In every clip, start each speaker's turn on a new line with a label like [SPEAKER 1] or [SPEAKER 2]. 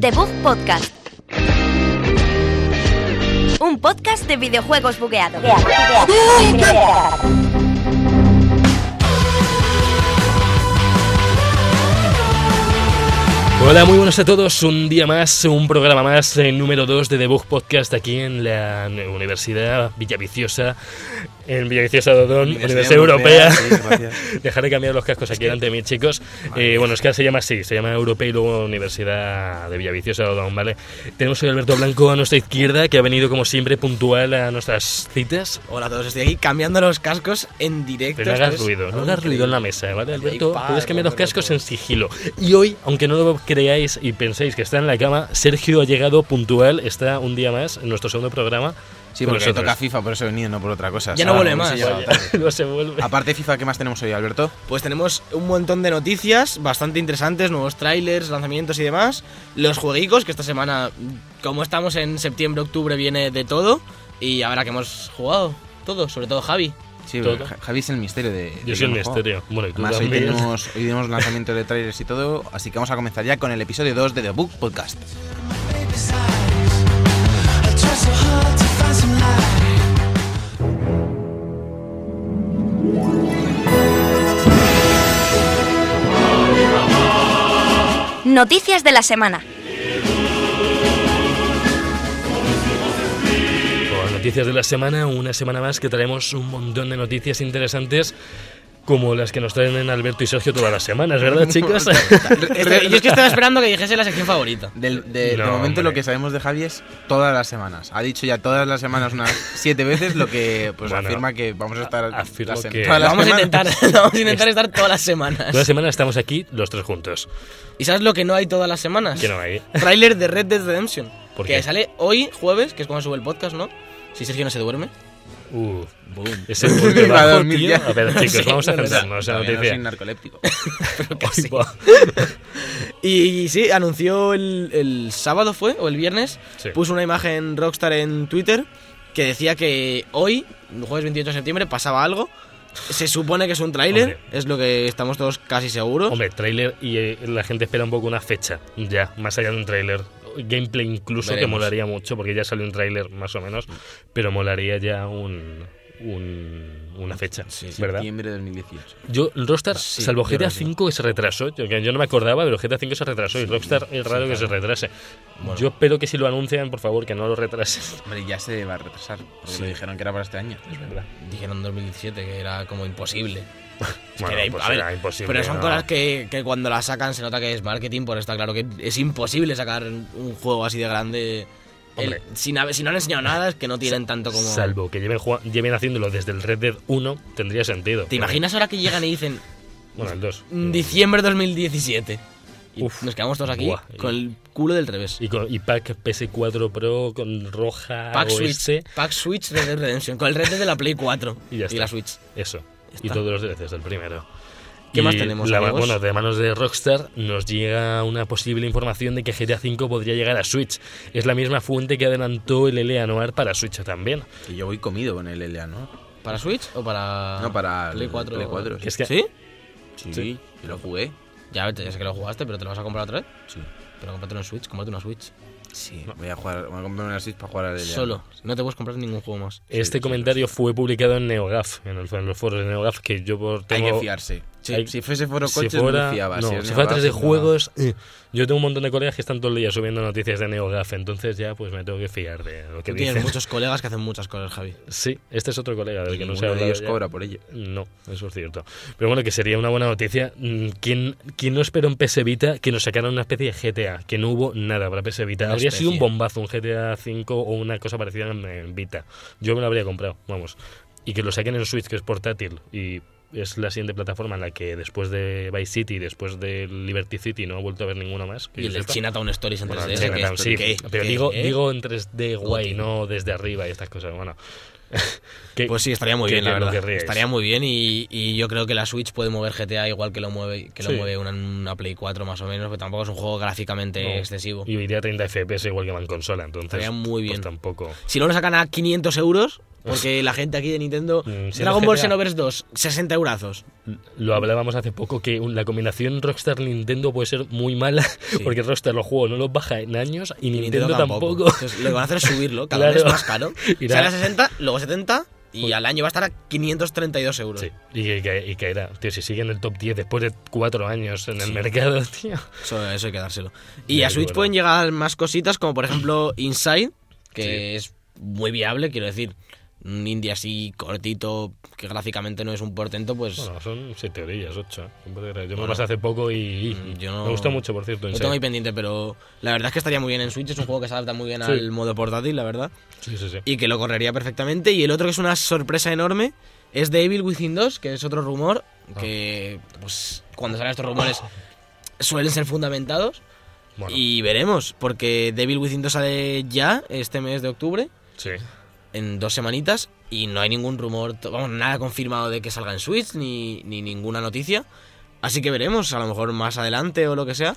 [SPEAKER 1] The Bug Podcast. Un podcast de videojuegos bugueado.
[SPEAKER 2] Hola, muy buenas a todos. Un día más, un programa más, el número 2 de Debug Podcast aquí en la Universidad Villaviciosa, en Villaviciosa de Odón, Universidad Europea. Dejar de cambiar los cascos aquí delante de mí, chicos. Eh, bueno, es que ahora se llama así, se llama Europea y luego Universidad de Villaviciosa de Odón, ¿vale? Tenemos hoy a Alberto Blanco a nuestra izquierda, que ha venido como siempre puntual a nuestras citas.
[SPEAKER 3] Hola a todos, estoy aquí cambiando los cascos en directo.
[SPEAKER 2] Pero no hagas
[SPEAKER 3] Esto es
[SPEAKER 2] ruido, no
[SPEAKER 3] algo
[SPEAKER 2] hagas ruido en la
[SPEAKER 3] increíble.
[SPEAKER 2] mesa, ¿vale,
[SPEAKER 3] Ahí
[SPEAKER 2] Alberto?
[SPEAKER 3] pa,
[SPEAKER 2] Puedes cambiar los
[SPEAKER 3] Roberto.
[SPEAKER 2] cascos en sigilo. Y hoy, aunque no lo creáis y penséis que está en la cama, Sergio ha llegado puntual, está un día más en nuestro segundo programa.
[SPEAKER 4] Sí,
[SPEAKER 2] con
[SPEAKER 4] porque se
[SPEAKER 2] nosotros.
[SPEAKER 4] toca FIFA, por eso he venido, no por otra cosa.
[SPEAKER 3] Ya no
[SPEAKER 4] Ah,
[SPEAKER 3] vuelve
[SPEAKER 4] no sé,
[SPEAKER 3] más.
[SPEAKER 4] ya
[SPEAKER 2] Vaya,
[SPEAKER 4] va tarde.
[SPEAKER 2] no se vuelve.
[SPEAKER 4] Aparte de FIFA, ¿qué más tenemos hoy, Alberto?
[SPEAKER 3] Pues tenemos un montón de noticias bastante interesantes, nuevos trailers, lanzamientos y demás. Los jueguicos, que esta semana, como estamos en septiembre, octubre, viene de todo. Y ahora que hemos jugado, todo, sobre todo Javi.
[SPEAKER 4] Sí,
[SPEAKER 2] Todo.
[SPEAKER 4] pero Ja- Javi es el misterio de.
[SPEAKER 2] Yo
[SPEAKER 4] de
[SPEAKER 2] soy el
[SPEAKER 4] videojuego.
[SPEAKER 2] misterio. Bueno, y tú
[SPEAKER 4] Además, hoy
[SPEAKER 2] también.
[SPEAKER 4] tenemos, hoy tenemos lanzamiento de trailers y todo, así que vamos a comenzar ya con el episodio 2 de The Book Podcast.
[SPEAKER 1] Noticias de la semana.
[SPEAKER 2] Con noticias de la semana, una semana más que traemos un montón de noticias interesantes como las que nos traen Alberto y Sergio todas las semanas, ¿verdad, chicas?
[SPEAKER 3] Este- yo es que estaba esperando que dijese la sección favorita.
[SPEAKER 2] Eh,
[SPEAKER 4] Del- de, de
[SPEAKER 2] No,
[SPEAKER 4] momento,
[SPEAKER 2] hombre.
[SPEAKER 4] lo que sabemos de Javi es todas las semanas. Ha dicho ya todas las semanas unas siete veces, lo que pues
[SPEAKER 2] Bueno,
[SPEAKER 4] afirma que vamos a estar.
[SPEAKER 2] afirmo
[SPEAKER 4] las sem-
[SPEAKER 2] que-
[SPEAKER 4] todas
[SPEAKER 3] Lo
[SPEAKER 4] las
[SPEAKER 3] vamos a
[SPEAKER 4] semanas.
[SPEAKER 3] intentar, lo vamos a intentar estar todas las semanas.
[SPEAKER 2] Toda semana estamos aquí los tres juntos.
[SPEAKER 3] ¿Y sabes lo que no hay todas las semanas?
[SPEAKER 2] Que no hay.
[SPEAKER 3] Trailer de Red Dead Redemption.
[SPEAKER 2] ¿Por
[SPEAKER 3] que
[SPEAKER 2] qué?
[SPEAKER 3] sale hoy, jueves, que es cuando sube el podcast, ¿no? Si Sergio no se duerme.
[SPEAKER 2] Uh, ese es muy
[SPEAKER 4] Va a
[SPEAKER 2] bajo,
[SPEAKER 4] dormir
[SPEAKER 2] tío.
[SPEAKER 4] ya.
[SPEAKER 2] A ver, chicos,
[SPEAKER 3] Sí,
[SPEAKER 2] vamos a
[SPEAKER 3] no, no,
[SPEAKER 2] centrarnos en la
[SPEAKER 4] Todavía no
[SPEAKER 2] noticia.
[SPEAKER 4] soy narcoléptico.
[SPEAKER 2] Ay, va.
[SPEAKER 3] Y, y sí, anunció el, el sábado fue, o el viernes,
[SPEAKER 2] Sí.
[SPEAKER 3] puso una imagen Rockstar en Twitter que decía que hoy, jueves 28 de septiembre, pasaba algo. Se supone que es un tráiler,
[SPEAKER 2] Hombre.
[SPEAKER 3] es lo que estamos todos casi seguros.
[SPEAKER 2] Hombre, tráiler y eh, la gente espera un poco una fecha, ya, más allá de un tráiler. Gameplay incluso que
[SPEAKER 3] Veremos.
[SPEAKER 2] molaría mucho, porque ya salió un tráiler más o menos, pero molaría ya un, un- una fecha, ¿verdad?
[SPEAKER 4] Septiembre de 2018.
[SPEAKER 2] Yo, Rockstar,
[SPEAKER 3] Sí,
[SPEAKER 2] salvo
[SPEAKER 3] yo creo
[SPEAKER 2] GTA
[SPEAKER 3] que sí.
[SPEAKER 2] V que se retrasó, yo, que yo no me acordaba, pero GTA V se retrasó y Rockstar es raro que se retrase. Yo espero que si lo anuncian, por favor, que no lo retrasen.
[SPEAKER 4] Hombre, ya se va a retrasar, porque
[SPEAKER 2] Sí.
[SPEAKER 4] lo dijeron que era para este año.
[SPEAKER 3] Dijeron en 2017 que era como imposible. Es que
[SPEAKER 2] Bueno,
[SPEAKER 3] era imp-
[SPEAKER 2] pues
[SPEAKER 3] a ver,
[SPEAKER 2] era imposible,
[SPEAKER 3] Pero son
[SPEAKER 2] ¿no?
[SPEAKER 3] cosas que, que cuando las sacan se nota que es marketing, por está claro que es imposible sacar un juego así de grande. el-
[SPEAKER 2] Hombre.
[SPEAKER 3] sin haber- si no han enseñado nada es que no tienen tanto como...
[SPEAKER 2] Salvo que lleven, jua- lleven haciéndolo desde el Red Dead 1, tendría sentido.
[SPEAKER 3] ¿Te imaginas ahora que llegan y dicen
[SPEAKER 2] Bueno, el 2.
[SPEAKER 3] "Mm, diciembre 2017? Y
[SPEAKER 2] Uf.
[SPEAKER 3] nos quedamos todos aquí
[SPEAKER 2] Buah.
[SPEAKER 3] con el culo del revés.
[SPEAKER 2] Y, con, y pack PS4 Pro con roja
[SPEAKER 3] Pack
[SPEAKER 2] o
[SPEAKER 3] Switch, Pack Switch Red Dead Redemption, con el Red Dead de la Play 4
[SPEAKER 2] este. Y ya está.
[SPEAKER 3] la Switch.
[SPEAKER 2] Eso. Y
[SPEAKER 3] está.
[SPEAKER 2] todos los DLCs del primero.
[SPEAKER 3] ¿Qué
[SPEAKER 2] Y
[SPEAKER 3] más tenemos,
[SPEAKER 2] la-
[SPEAKER 3] amigos?
[SPEAKER 2] bueno, de manos de Rockstar nos llega una posible información de que GTA V podría llegar a Switch. Es la misma fuente que adelantó el LA Noir para Switch también.
[SPEAKER 4] Que yo voy comido con el LA, ¿no?
[SPEAKER 3] ¿Para Switch o para
[SPEAKER 4] No, para
[SPEAKER 3] Play
[SPEAKER 4] el
[SPEAKER 3] 4?
[SPEAKER 4] Play 4,
[SPEAKER 2] sí. Es que-
[SPEAKER 3] ¿Sí?
[SPEAKER 4] Sí, yo lo jugué.
[SPEAKER 3] Ya, vete, ya sé que lo jugaste, pero te lo vas a comprar otra vez.
[SPEAKER 4] Sí.
[SPEAKER 3] Pero cómpratelo en Switch, cómprate una Switch.
[SPEAKER 4] Sí, voy a jugar, voy a comprarme una Switch para jugar al LA.
[SPEAKER 3] Solo. No te puedes comprar ningún juego más.
[SPEAKER 2] Este
[SPEAKER 4] sí,
[SPEAKER 2] comentario fue publicado en NeoGAF, en, el- en los foros de NeoGAF, que yo por
[SPEAKER 4] Hay
[SPEAKER 2] tengo...
[SPEAKER 4] que fiarse.
[SPEAKER 2] Sí.
[SPEAKER 4] Hay- si fuese foro
[SPEAKER 2] si
[SPEAKER 4] coches,
[SPEAKER 2] fuera,
[SPEAKER 4] me fiaba.
[SPEAKER 2] no,
[SPEAKER 4] es
[SPEAKER 2] si fuera
[SPEAKER 4] neogaf,
[SPEAKER 2] 3 de
[SPEAKER 4] no.
[SPEAKER 2] juegos, eh, yo tengo un montón de colegas que están todo el día subiendo noticias de NeoGAF, entonces ya pues me tengo que fiar de lo que
[SPEAKER 3] Tú tienes
[SPEAKER 2] dicen.
[SPEAKER 3] muchos colegas que hacen muchas cosas, Javi.
[SPEAKER 2] Sí, este es otro colega del
[SPEAKER 4] Y
[SPEAKER 2] que no
[SPEAKER 4] ninguno
[SPEAKER 2] se ha
[SPEAKER 4] de
[SPEAKER 2] hablado
[SPEAKER 4] ellos
[SPEAKER 2] ya.
[SPEAKER 4] cobra por ello.
[SPEAKER 2] No, eso es cierto. Pero bueno, que sería una buena noticia. Mm, ¿Quién, quién no esperó en PS Vita que nos sacaran una especie de GTA? Que no hubo nada para PS Vita.
[SPEAKER 3] Una
[SPEAKER 2] habría sido un
[SPEAKER 3] especie.
[SPEAKER 2] bombazo un GTA 5 o una cosa parecida en, en Vita. Yo me lo habría comprado, vamos. Y que lo saquen en Switch, que es portátil. Y es la siguiente plataforma en la que después de Vice City, después de Liberty City, no he vuelto a ver ninguna más. que
[SPEAKER 3] Y
[SPEAKER 2] yo
[SPEAKER 3] el del
[SPEAKER 2] sepa. Ah,
[SPEAKER 3] Chinatown Stories en
[SPEAKER 2] Bueno,
[SPEAKER 3] 3DS.
[SPEAKER 2] Chinatown,
[SPEAKER 3] que-
[SPEAKER 2] sí.
[SPEAKER 3] ¿qué?
[SPEAKER 2] Pero
[SPEAKER 3] ¿Qué?
[SPEAKER 2] digo,
[SPEAKER 3] ¿Eh?
[SPEAKER 2] digo en 3D guay,
[SPEAKER 3] Goti.
[SPEAKER 2] no desde arriba y estas cosas. Bueno, que-
[SPEAKER 3] Pues sí, estaría muy
[SPEAKER 2] que
[SPEAKER 3] bien, la
[SPEAKER 2] lo
[SPEAKER 3] verdad.
[SPEAKER 2] querríais.
[SPEAKER 3] Estaría muy bien y, y yo creo que la Switch puede mover GTA igual que lo mueve que lo
[SPEAKER 2] Sí.
[SPEAKER 3] mueve una, una Play 4 más o menos, que tampoco es un juego gráficamente
[SPEAKER 2] No.
[SPEAKER 3] excesivo.
[SPEAKER 2] Y iría a 30 FPS igual que va en consola, entonces.
[SPEAKER 3] Estaría muy bien.
[SPEAKER 2] Pues tampoco.
[SPEAKER 3] Si no lo sacan a 500 euros, Porque la gente aquí de Nintendo.
[SPEAKER 2] Mm, sí,
[SPEAKER 3] Dragon
[SPEAKER 2] el
[SPEAKER 3] Ball
[SPEAKER 2] GTA.
[SPEAKER 3] Xenoverse 2, 60 eurazos.
[SPEAKER 2] Lo hablábamos hace poco que un- la combinación Rockstar-Nintendo puede ser muy mala porque Rockstar los juegos no los baja en años y
[SPEAKER 3] Y
[SPEAKER 2] Nintendo, tampoco.
[SPEAKER 3] Entonces, lo que van a hacer es subirlo, cada vez
[SPEAKER 2] Claro.
[SPEAKER 3] más caro.
[SPEAKER 2] Y
[SPEAKER 3] Sale
[SPEAKER 2] nada.
[SPEAKER 3] a 60, luego 70 y al año va a estar a 532 euros.
[SPEAKER 2] Sí, y, que- y caerá. Tío, si sigue en el top 10 después de cuatro años en el mercado, tío.
[SPEAKER 3] Eso, eso hay que dárselo. Y
[SPEAKER 2] Ya,
[SPEAKER 3] a
[SPEAKER 2] qué
[SPEAKER 3] Switch
[SPEAKER 2] bueno.
[SPEAKER 3] pueden llegar más cositas, como por ejemplo Inside, que es muy viable, quiero decir. Un indie así cortito, que gráficamente no es un portento, pues
[SPEAKER 2] Bueno, son siete orillas, ocho. Yo me lo pasé hace poco y, y
[SPEAKER 3] Mm, yo no-
[SPEAKER 2] me gustó mucho, por cierto. en
[SPEAKER 3] lo
[SPEAKER 2] serio.
[SPEAKER 3] tengo ahí pendiente. Pero la verdad es que estaría muy bien en Switch, es un juego que se adapta muy bien
[SPEAKER 2] Sí.
[SPEAKER 3] al modo portátil, la verdad.
[SPEAKER 2] Sí, sí, sí.
[SPEAKER 3] Y que lo correría perfectamente. Y el otro que es una sorpresa enorme es de Evil Within 2, que es otro rumor
[SPEAKER 2] Ah.
[SPEAKER 3] que, pues, cuando salen estos rumores suelen ser fundamentados.
[SPEAKER 2] Bueno,
[SPEAKER 3] Y veremos, porque Devil Within 2 sale ya este mes de octubre,
[SPEAKER 2] sí.
[SPEAKER 3] en dos semanitas, y no hay ningún rumor, to- vamos, nada confirmado de que salga en Switch, ni, ni ninguna noticia. Así que veremos, a lo mejor más adelante o lo que sea,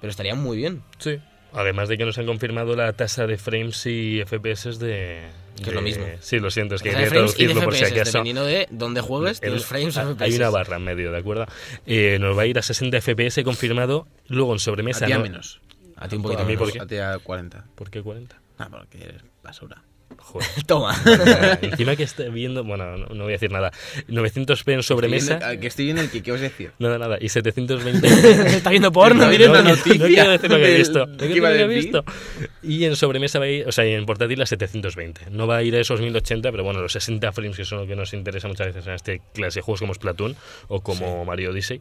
[SPEAKER 3] pero estaría muy bien,
[SPEAKER 2] Sí. Además de que nos han confirmado la tasa de frames y FPS de.
[SPEAKER 3] Que es
[SPEAKER 2] de-
[SPEAKER 3] lo mismo.
[SPEAKER 2] Sí, lo siento, es que
[SPEAKER 3] O sea,
[SPEAKER 2] quería
[SPEAKER 3] de frames y de
[SPEAKER 2] traducirlo por si
[SPEAKER 3] FPS,
[SPEAKER 2] acaso.
[SPEAKER 3] dependiendo de dónde juegues, de
[SPEAKER 2] El-
[SPEAKER 3] los frames
[SPEAKER 2] ah,
[SPEAKER 3] o FPS.
[SPEAKER 2] Hay una barra en medio, ¿de acuerdo? Eh, nos va a ir a 60 FPS confirmado, luego en sobremesa.
[SPEAKER 4] a ti a
[SPEAKER 2] no-
[SPEAKER 4] menos.
[SPEAKER 3] A ti un poquito
[SPEAKER 2] A mí,
[SPEAKER 3] menos.
[SPEAKER 2] ¿por qué?
[SPEAKER 4] A ti a 40.
[SPEAKER 2] ¿Por qué 40?
[SPEAKER 4] Ah, porque eres basura.
[SPEAKER 2] Joder.
[SPEAKER 3] Toma.
[SPEAKER 2] Encima que estoy viendo, bueno, no, no voy a decir nada. 900p en sobremesa.
[SPEAKER 4] Estoy viendo- ah, que estoy viendo el que, ¿qué os decir?
[SPEAKER 2] Nada, nada. Y 720.
[SPEAKER 3] Está viendo porno,
[SPEAKER 4] No,
[SPEAKER 3] mire,
[SPEAKER 4] no,
[SPEAKER 3] no,
[SPEAKER 4] no.
[SPEAKER 3] no,
[SPEAKER 4] noticia
[SPEAKER 2] no quiero decir lo que he
[SPEAKER 4] del-
[SPEAKER 2] visto.
[SPEAKER 4] ¿de
[SPEAKER 2] No
[SPEAKER 4] qué
[SPEAKER 2] quiero
[SPEAKER 4] iba a
[SPEAKER 2] decir lo que he
[SPEAKER 4] decir?
[SPEAKER 2] visto. Y en sobremesa va a ir, o sea, y en portátil a 720. No va a ir a esos 1080, pero bueno, los 60 frames que son lo que nos interesa muchas veces en este clase de juegos como Splatoon o como Mario Odyssey.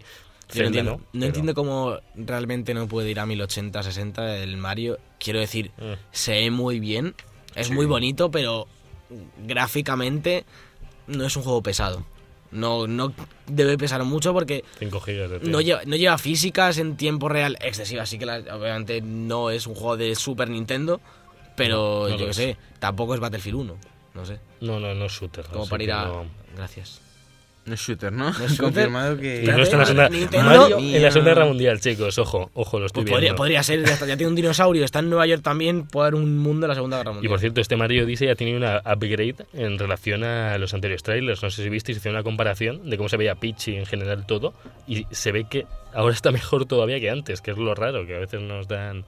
[SPEAKER 2] Zelda,
[SPEAKER 3] entiendo, no
[SPEAKER 2] Pero-
[SPEAKER 3] entiendo cómo realmente no puede ir a 1080, 60 el Mario. Quiero decir,
[SPEAKER 2] Mm.
[SPEAKER 3] se ve muy bien, es muy bonito, pero gráficamente no es un juego pesado. No, no debe pesar mucho porque
[SPEAKER 2] 5 gigas de
[SPEAKER 3] no
[SPEAKER 2] RAM.
[SPEAKER 3] lleva, no lleva físicas en tiempo real excesiva, así que la- obviamente no es un juego de Super Nintendo, pero
[SPEAKER 2] No, no lo
[SPEAKER 3] yo qué
[SPEAKER 2] es.
[SPEAKER 3] sé, tampoco es Battlefield 1, no sé,
[SPEAKER 2] No, no, no es shooter.
[SPEAKER 3] como
[SPEAKER 2] así
[SPEAKER 3] para ir
[SPEAKER 2] que
[SPEAKER 3] a...
[SPEAKER 2] no.
[SPEAKER 3] Gracias.
[SPEAKER 4] No es shooter, ¿no?
[SPEAKER 3] No es shooter.
[SPEAKER 4] Confirmado que.
[SPEAKER 2] Y no está en la
[SPEAKER 3] Espérate,
[SPEAKER 2] segunda,
[SPEAKER 3] Nintendo-
[SPEAKER 2] Mario en la
[SPEAKER 4] Mía.
[SPEAKER 2] Segunda Guerra Mundial, chicos. Ojo, ojo, lo estoy
[SPEAKER 3] Pues podría,
[SPEAKER 2] viendo.
[SPEAKER 3] podría ser, ya, está, ya tiene un dinosaurio, está en Nueva York también, puede haber un mundo en la Segunda Guerra
[SPEAKER 2] Y
[SPEAKER 3] Mundial.
[SPEAKER 2] por cierto, este Mario Odyssey ha tenido una upgrade en relación a los anteriores trailers. No sé si visteis, hice una comparación de cómo se veía Peach y en general todo. Y se ve que ahora está mejor todavía que antes, que es lo raro, que a veces nos dan.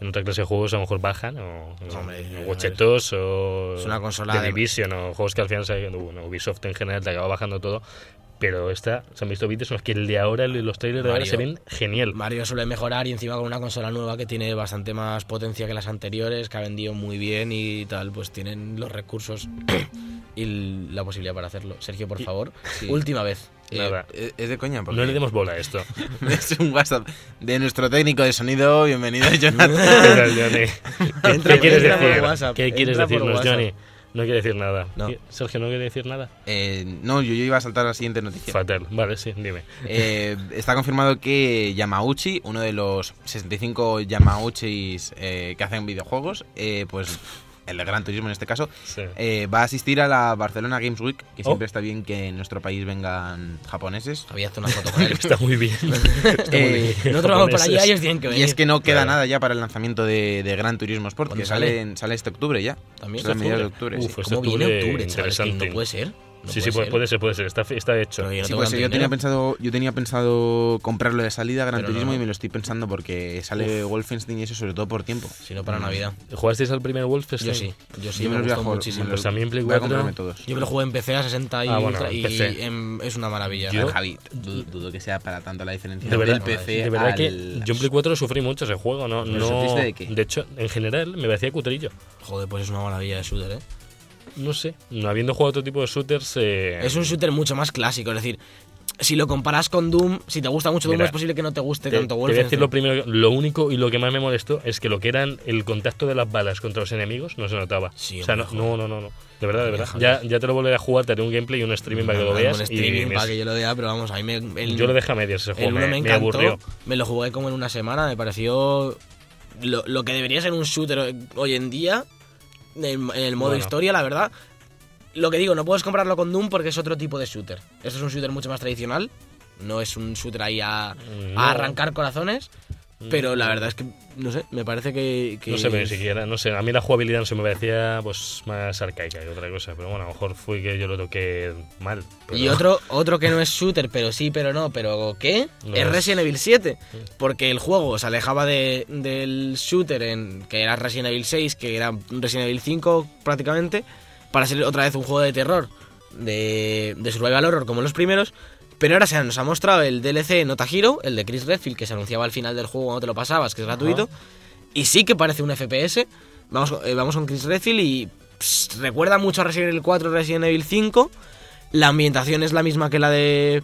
[SPEAKER 2] En otra clase de juegos a lo mejor bajan, o o
[SPEAKER 3] Hombre, a ver.
[SPEAKER 2] Watchetos, o
[SPEAKER 3] Es una consola
[SPEAKER 2] The
[SPEAKER 3] de-
[SPEAKER 2] Division, o juegos que al final, se- bueno, Ubisoft en general te acaba bajando todo. Pero esta, se han visto vídeos en los que el de ahora, los trailers de ahora
[SPEAKER 3] Mario.
[SPEAKER 2] se ven genial.
[SPEAKER 3] Mario suele mejorar y encima con una consola nueva que tiene bastante más potencia que las anteriores, que ha vendido muy bien y tal, pues tienen los recursos y l- la posibilidad para hacerlo. Sergio, por favor,
[SPEAKER 4] sí.
[SPEAKER 3] última vez.
[SPEAKER 4] Eh,
[SPEAKER 2] Nada.
[SPEAKER 4] eh, es de coña, porque
[SPEAKER 2] No le demos bola a esto.
[SPEAKER 4] es un WhatsApp de nuestro técnico de sonido. Bienvenido, Jonathan.
[SPEAKER 2] Pero, Johnny, ¿Qué,
[SPEAKER 3] Entra-
[SPEAKER 2] qué quieres
[SPEAKER 3] entra por
[SPEAKER 2] decir?
[SPEAKER 3] WhatsApp,
[SPEAKER 2] ¿Qué quieres
[SPEAKER 3] entra por
[SPEAKER 2] decirnos,
[SPEAKER 3] WhatsApp.
[SPEAKER 2] Johnny? No quiere decir nada.
[SPEAKER 3] No.
[SPEAKER 2] ¿Qué- Sergio, ¿no quiere decir nada?
[SPEAKER 4] Eh, no, yo, yo iba a saltar a la siguiente noticia.
[SPEAKER 2] Fatal. Vale, sí, dime.
[SPEAKER 4] Eh, está confirmado que Yamauchi, uno de los 65 Yamauchis eh, que hacen videojuegos, eh, pues el de Gran Turismo en este caso,
[SPEAKER 2] Sí.
[SPEAKER 4] eh, va a asistir a la Barcelona Games Week, que
[SPEAKER 2] Oh.
[SPEAKER 4] siempre está bien que en nuestro país vengan japoneses.
[SPEAKER 3] Había hecho una foto con él.
[SPEAKER 2] Está muy bien. Está muy
[SPEAKER 4] Eh,
[SPEAKER 2] bien.
[SPEAKER 3] Nosotros vamos para
[SPEAKER 2] Japoneses.
[SPEAKER 3] allá, ellos tienen que venir.
[SPEAKER 4] Y es que no queda
[SPEAKER 2] Claro.
[SPEAKER 4] nada ya para el lanzamiento de, de Gran Turismo Sport, que
[SPEAKER 3] ¿Cuándo
[SPEAKER 4] sale,
[SPEAKER 3] sale?
[SPEAKER 4] en- sale este octubre ya.
[SPEAKER 3] También
[SPEAKER 4] Sale a
[SPEAKER 3] este
[SPEAKER 4] mediados de
[SPEAKER 3] octubre.
[SPEAKER 4] octubre.
[SPEAKER 2] Uf,
[SPEAKER 4] sí.
[SPEAKER 2] este
[SPEAKER 3] ¿Cómo viene
[SPEAKER 2] octubre,
[SPEAKER 3] octubre, chaval? Es que
[SPEAKER 2] interesante.
[SPEAKER 3] no puede ser. no
[SPEAKER 2] sí, sí, puede,
[SPEAKER 3] ser.
[SPEAKER 2] puede ser, puede ser. Está, está hecho.
[SPEAKER 3] Pero yo no
[SPEAKER 4] Sí,
[SPEAKER 3] tengo
[SPEAKER 4] pues
[SPEAKER 3] tanto
[SPEAKER 4] yo tenía
[SPEAKER 3] dinero.
[SPEAKER 4] pensado, yo tenía pensado comprarlo de salida a Gran
[SPEAKER 3] Pero no,
[SPEAKER 4] Turismo y
[SPEAKER 3] no.
[SPEAKER 4] me lo estoy pensando porque sale Wolfenstein y eso sobre todo por tiempo.
[SPEAKER 3] Si no, para Navidad.
[SPEAKER 2] ¿Jugasteis al primer este Wolfenstein?
[SPEAKER 3] Yo sí, yo sí,
[SPEAKER 4] Yo me
[SPEAKER 3] me,
[SPEAKER 4] los voy a
[SPEAKER 3] gustó
[SPEAKER 4] jugar. me
[SPEAKER 3] muchísimo.
[SPEAKER 4] los-
[SPEAKER 2] Pues también Play
[SPEAKER 4] voy a
[SPEAKER 2] 4.
[SPEAKER 4] comprarme todos.
[SPEAKER 3] Yo me lo jugué en PC a 60 y,
[SPEAKER 2] Ah, bueno,
[SPEAKER 3] Ultra y
[SPEAKER 2] PC.
[SPEAKER 3] em, es una maravilla.
[SPEAKER 2] Yo-
[SPEAKER 4] Javi, du- dudo que sea para tanto la diferencia
[SPEAKER 2] De verdad,
[SPEAKER 4] del PC
[SPEAKER 2] de verdad
[SPEAKER 4] al-
[SPEAKER 2] que yo en Play 4 sufrí mucho ese juego, ¿no?
[SPEAKER 4] ¿Pero
[SPEAKER 2] no
[SPEAKER 4] sufriste de qué?
[SPEAKER 2] hecho, en general me parecía cutrillo.
[SPEAKER 3] Joder, pues es una maravilla de shooter, ¿eh?
[SPEAKER 2] No sé, no habiendo jugado otro tipo de shooters... eh,
[SPEAKER 3] Es un shooter mucho más clásico, es decir, si lo comparas con Doom, si te gusta mucho Doom,
[SPEAKER 2] Mira,
[SPEAKER 3] es posible que no te guste
[SPEAKER 2] Te- te
[SPEAKER 3] tanto
[SPEAKER 2] voy a
[SPEAKER 3] Wolfenstein.
[SPEAKER 2] decir lo primero, lo único y lo que más me molestó es que lo que eran el contacto de las balas contra los enemigos no se notaba.
[SPEAKER 3] Sí,
[SPEAKER 2] o sea, no,
[SPEAKER 3] hombre,
[SPEAKER 2] no, no, no, no. De verdad, de verdad. Ya,
[SPEAKER 3] Joder.
[SPEAKER 2] ya te lo volveré a jugar, te haré un gameplay y un streaming para que lo
[SPEAKER 3] Un
[SPEAKER 2] veas. y
[SPEAKER 3] streaming
[SPEAKER 2] me-
[SPEAKER 3] para que yo lo vea, pero vamos, a mí me. El,
[SPEAKER 2] yo lo dejé a medias ese
[SPEAKER 3] el
[SPEAKER 2] juego, eh,
[SPEAKER 3] uno
[SPEAKER 2] me,
[SPEAKER 3] me
[SPEAKER 2] me
[SPEAKER 3] encantó.
[SPEAKER 2] aburrió.
[SPEAKER 3] me lo jugué como en una semana, me pareció. Lo, lo que debería ser un shooter hoy en día, en, en el modo
[SPEAKER 2] Bueno.
[SPEAKER 3] historia, la verdad. Lo que digo, no puedes compararlo con Doom porque es otro tipo de shooter. Esto es un shooter mucho más tradicional. No es un shooter ahí a, a
[SPEAKER 2] No. Mm.
[SPEAKER 3] arrancar corazones. Pero la verdad es que, no sé, me parece que. que
[SPEAKER 2] No se ve ni siquiera, no sé, a mí la jugabilidad no se me parecía pues más arcaica que otra cosa, pero bueno, a lo mejor fue que yo lo toqué mal. pero-
[SPEAKER 3] Y otro, otro que no es shooter, pero sí, pero no, pero ¿qué?
[SPEAKER 2] No
[SPEAKER 3] es
[SPEAKER 2] es.
[SPEAKER 3] Resident Evil 7. Porque el juego se alejaba de- del shooter, en, que era Resident Evil 6, que era Resident Evil 5 prácticamente, para ser otra vez un juego de terror, de, de survival horror como los primeros. Pero ahora se nos ha mostrado el DLC Nota Hero, el de Chris Redfield, que se anunciaba al final del juego cuando te lo pasabas, que es gratuito. Y sí que parece un FPS. Vamos, eh, vamos con Chris Redfield y pss, recuerda mucho a Resident Evil 4 y Resident Evil 5. La ambientación es la misma que la de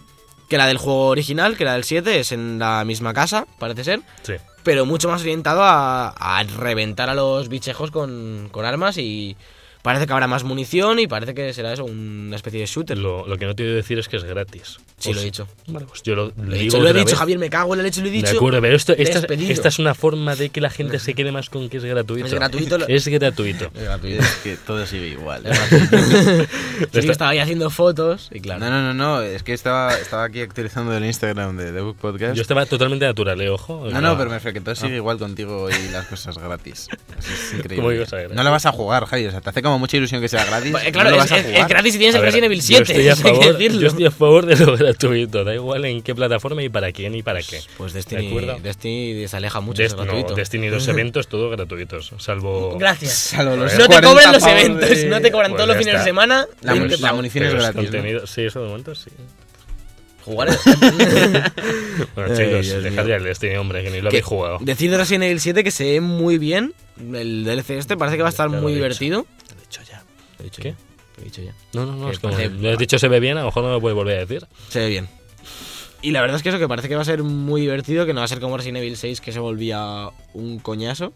[SPEAKER 3] que la del juego original, que la del 7, es en la misma casa, parece ser,
[SPEAKER 2] Sí.
[SPEAKER 3] pero mucho más orientado a, a reventar a los bichejos con, con armas y parece que habrá más munición y parece que será eso, una especie de shooter.
[SPEAKER 2] Lo, lo que no te voy a decir es que es gratis.
[SPEAKER 3] Sí,
[SPEAKER 2] Pues-
[SPEAKER 3] lo he dicho.
[SPEAKER 2] Vale, pues yo lo,
[SPEAKER 3] Lo
[SPEAKER 2] digo
[SPEAKER 3] he dicho, lo he
[SPEAKER 2] otra
[SPEAKER 3] dicho,
[SPEAKER 2] vez.
[SPEAKER 3] Javier, me cago en la leche, lo he dicho.
[SPEAKER 2] De acuerdo, pero esto, esta,
[SPEAKER 3] Despedido.
[SPEAKER 2] esta es una forma de que la gente se quede más con que es gratuito.
[SPEAKER 3] Es gratuito lo-
[SPEAKER 2] Es gratuito.
[SPEAKER 3] Es gratuito.
[SPEAKER 5] Es que todo sigue igual.
[SPEAKER 3] Sí, que estaba ahí haciendo fotos y claro.
[SPEAKER 5] No, no, no, no, es que estaba, estaba aquí actualizando el Instagram de The Book Podcast.
[SPEAKER 2] Yo estaba Ah. totalmente natural, eh, ojo.
[SPEAKER 5] No, no, pero me refiero que todo sigue igual contigo y las cosas gratis. Eso es increíble.
[SPEAKER 2] ¿Cómo ibas a ver?
[SPEAKER 5] No la vas a jugar, Javi. O sea, te hace como mucha ilusión que sea gratis.
[SPEAKER 2] Pues,
[SPEAKER 3] Eh, claro,
[SPEAKER 5] no lo
[SPEAKER 3] es,
[SPEAKER 5] vas a
[SPEAKER 3] es-
[SPEAKER 5] jugar.
[SPEAKER 3] es gratis si tienes
[SPEAKER 2] A
[SPEAKER 3] el
[SPEAKER 2] ver,
[SPEAKER 3] Resident Evil
[SPEAKER 2] yo
[SPEAKER 3] 7,
[SPEAKER 2] estoy a
[SPEAKER 3] eso hay que
[SPEAKER 2] favor-
[SPEAKER 3] decirlo.
[SPEAKER 2] Yo estoy a favor de lo gratuito, da igual en qué plataforma y para quién y para qué.
[SPEAKER 3] Pues
[SPEAKER 2] ¿De
[SPEAKER 3] Destiny,
[SPEAKER 2] acuerdo?
[SPEAKER 3] Destiny se aleja mucho, es
[SPEAKER 2] Dest- no,
[SPEAKER 3] gratuito.
[SPEAKER 2] Destiny 2 eventos, todo gratuitos, salvo...
[SPEAKER 3] Gracias.
[SPEAKER 5] Salvo los
[SPEAKER 3] No te
[SPEAKER 5] 40
[SPEAKER 3] cobran los
[SPEAKER 5] pavos
[SPEAKER 3] eventos,
[SPEAKER 5] de-
[SPEAKER 3] no te cobran
[SPEAKER 2] Pues
[SPEAKER 3] todos los
[SPEAKER 2] ya
[SPEAKER 3] fines de
[SPEAKER 2] está.
[SPEAKER 3] semana.
[SPEAKER 5] La
[SPEAKER 3] Veinte
[SPEAKER 5] munici-
[SPEAKER 3] pavos.
[SPEAKER 5] la munición
[SPEAKER 2] Pues,
[SPEAKER 5] es
[SPEAKER 2] Pero
[SPEAKER 5] gratis, ¿no?
[SPEAKER 2] contenido- Sí, eso de momento sí.
[SPEAKER 3] Jugar.
[SPEAKER 2] Bueno,
[SPEAKER 3] Ay,
[SPEAKER 2] chicos,
[SPEAKER 3] Dios
[SPEAKER 2] dejad
[SPEAKER 3] mío.
[SPEAKER 2] ya el Destiny, hombre, que ni lo
[SPEAKER 3] Que
[SPEAKER 2] habéis jugado.
[SPEAKER 3] Decir de Resident Evil 7 que se ve muy bien. El DLC este parece que va a estar
[SPEAKER 2] Ya lo
[SPEAKER 3] muy
[SPEAKER 2] he dicho.
[SPEAKER 3] divertido.
[SPEAKER 2] Lo he dicho ya.
[SPEAKER 3] Lo he dicho
[SPEAKER 2] ¿Qué?
[SPEAKER 3] ya, Lo he dicho ya.
[SPEAKER 2] No, no, no,
[SPEAKER 3] Que
[SPEAKER 2] es como...
[SPEAKER 3] parece-
[SPEAKER 2] Lo has dicho se ve bien, a lo mejor no lo puedes volver a decir.
[SPEAKER 3] Se ve bien. Y la verdad es que eso que parece que va a ser muy divertido, que no va a ser como Resident Evil 6 que se volvía un coñazo.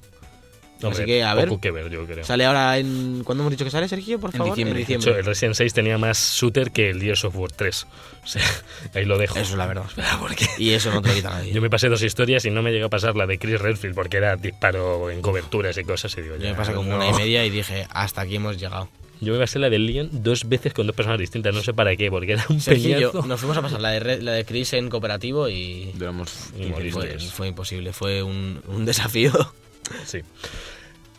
[SPEAKER 3] Así
[SPEAKER 2] Hombre,
[SPEAKER 3] que a ver.
[SPEAKER 2] Poco que ver, yo creo.
[SPEAKER 3] Sale ahora en. ¿Cuándo hemos dicho que sale, Sergio? Por
[SPEAKER 5] En
[SPEAKER 3] favor.
[SPEAKER 5] diciembre.
[SPEAKER 2] De hecho, el Resident 6 tenía más shooter que el Gears of War 3. O sea, ahí lo dejo.
[SPEAKER 3] Eso es la verdad. Y eso no te lo quita nadie.
[SPEAKER 2] Yo me pasé dos historias y no me llegó a pasar la de Chris Redfield porque era disparo en coberturas y cosas. Y digo,
[SPEAKER 3] Yo
[SPEAKER 2] ya,
[SPEAKER 3] me pasé como
[SPEAKER 2] no.
[SPEAKER 3] una y media y dije, hasta aquí hemos llegado.
[SPEAKER 2] Yo me pasé la de Leon dos veces con dos personas distintas, no sé para qué, porque era un
[SPEAKER 3] Sergio,
[SPEAKER 2] peñazo.
[SPEAKER 3] nos fuimos a pasar la de, Red- la de Chris en cooperativo y.
[SPEAKER 5] Duramos
[SPEAKER 2] Y moriste.
[SPEAKER 3] Fue,
[SPEAKER 2] Pues.
[SPEAKER 3] fue imposible, fue un, un desafío.
[SPEAKER 2] Sí.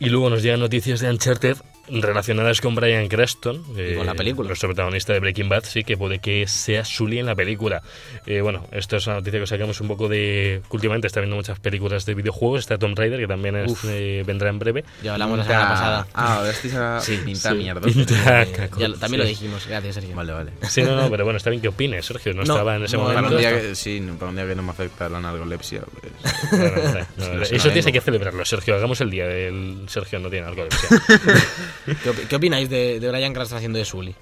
[SPEAKER 2] Y luego nos llegan noticias de Uncharted relacionadas con Brian Creston. eh,
[SPEAKER 3] con la película.
[SPEAKER 2] Nuestro protagonista de Breaking Bad, sí, que puede que sea Sully en la película. Eh, bueno, esto es una noticia que sacamos un poco de... que Últimamente está viendo muchas películas de videojuegos. Está Tomb Raider, que también es-
[SPEAKER 5] Uf.
[SPEAKER 2] eh, vendrá en breve.
[SPEAKER 3] Ya hablamos la semana pasada.
[SPEAKER 5] Ah, ahora estáis a pinta
[SPEAKER 2] Sí.
[SPEAKER 5] mierda.
[SPEAKER 2] Pinta
[SPEAKER 3] Eh,
[SPEAKER 2] caco.
[SPEAKER 3] ya lo- también lo
[SPEAKER 2] Sí.
[SPEAKER 3] dijimos, gracias Sergio.
[SPEAKER 5] Vale, vale.
[SPEAKER 2] Sí, no, no, pero bueno, está bien que opines, Sergio. No,
[SPEAKER 3] No,
[SPEAKER 2] estaba en ese
[SPEAKER 3] no,
[SPEAKER 5] Para
[SPEAKER 2] momento.
[SPEAKER 5] un, día que, sí, para un día que no me afecta la narcolepsia. pues.
[SPEAKER 2] No, no, no, no,
[SPEAKER 5] no,
[SPEAKER 2] eso tienes
[SPEAKER 5] vengo.
[SPEAKER 2] que celebrarlo, Sergio. Hagamos el día del Sergio no tiene algo
[SPEAKER 3] ¿Qué, op- qué opináis de, de Brian Cranston haciendo de Sully?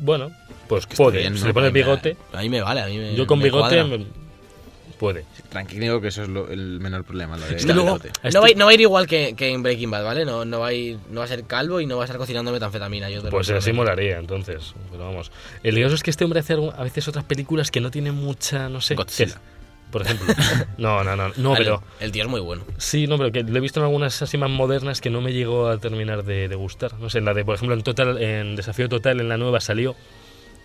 [SPEAKER 2] Bueno, pues
[SPEAKER 5] está
[SPEAKER 2] puede.
[SPEAKER 5] bien,
[SPEAKER 2] Se
[SPEAKER 5] ¿no?
[SPEAKER 2] le pone el
[SPEAKER 5] Me-
[SPEAKER 2] bigote.
[SPEAKER 3] A mí me vale, a mí me
[SPEAKER 5] Eh,
[SPEAKER 2] Yo con
[SPEAKER 3] me
[SPEAKER 2] bigote
[SPEAKER 3] cuadra.
[SPEAKER 2] me- puede.
[SPEAKER 5] Tranquilo, que eso es lo- el menor problema. Lo de
[SPEAKER 3] Es que luego
[SPEAKER 5] bigote.
[SPEAKER 2] Este-
[SPEAKER 3] no va, a ir- no va a ir igual que, que en Breaking Bad, ¿vale? No, no, va a ir, no va a ser calvo y no va a estar cocinando metanfetamina. Yo te lo ¿eh?
[SPEAKER 2] Pues
[SPEAKER 3] prometo.
[SPEAKER 2] así molaría, entonces. Pero vamos. El caso es que este hombre hace algún- a veces otras películas que no tienen mucha, no sé.
[SPEAKER 5] Godzilla.
[SPEAKER 2] que- Por ejemplo. No, no, no. No,
[SPEAKER 3] Vale,
[SPEAKER 2] pero.
[SPEAKER 3] El tío es muy bueno.
[SPEAKER 2] Sí, no, pero que lo he visto en algunas así más modernas que no me llegó a terminar de, de gustar. No sé, la de, por ejemplo, en Total, en Desafío Total, en la nueva salió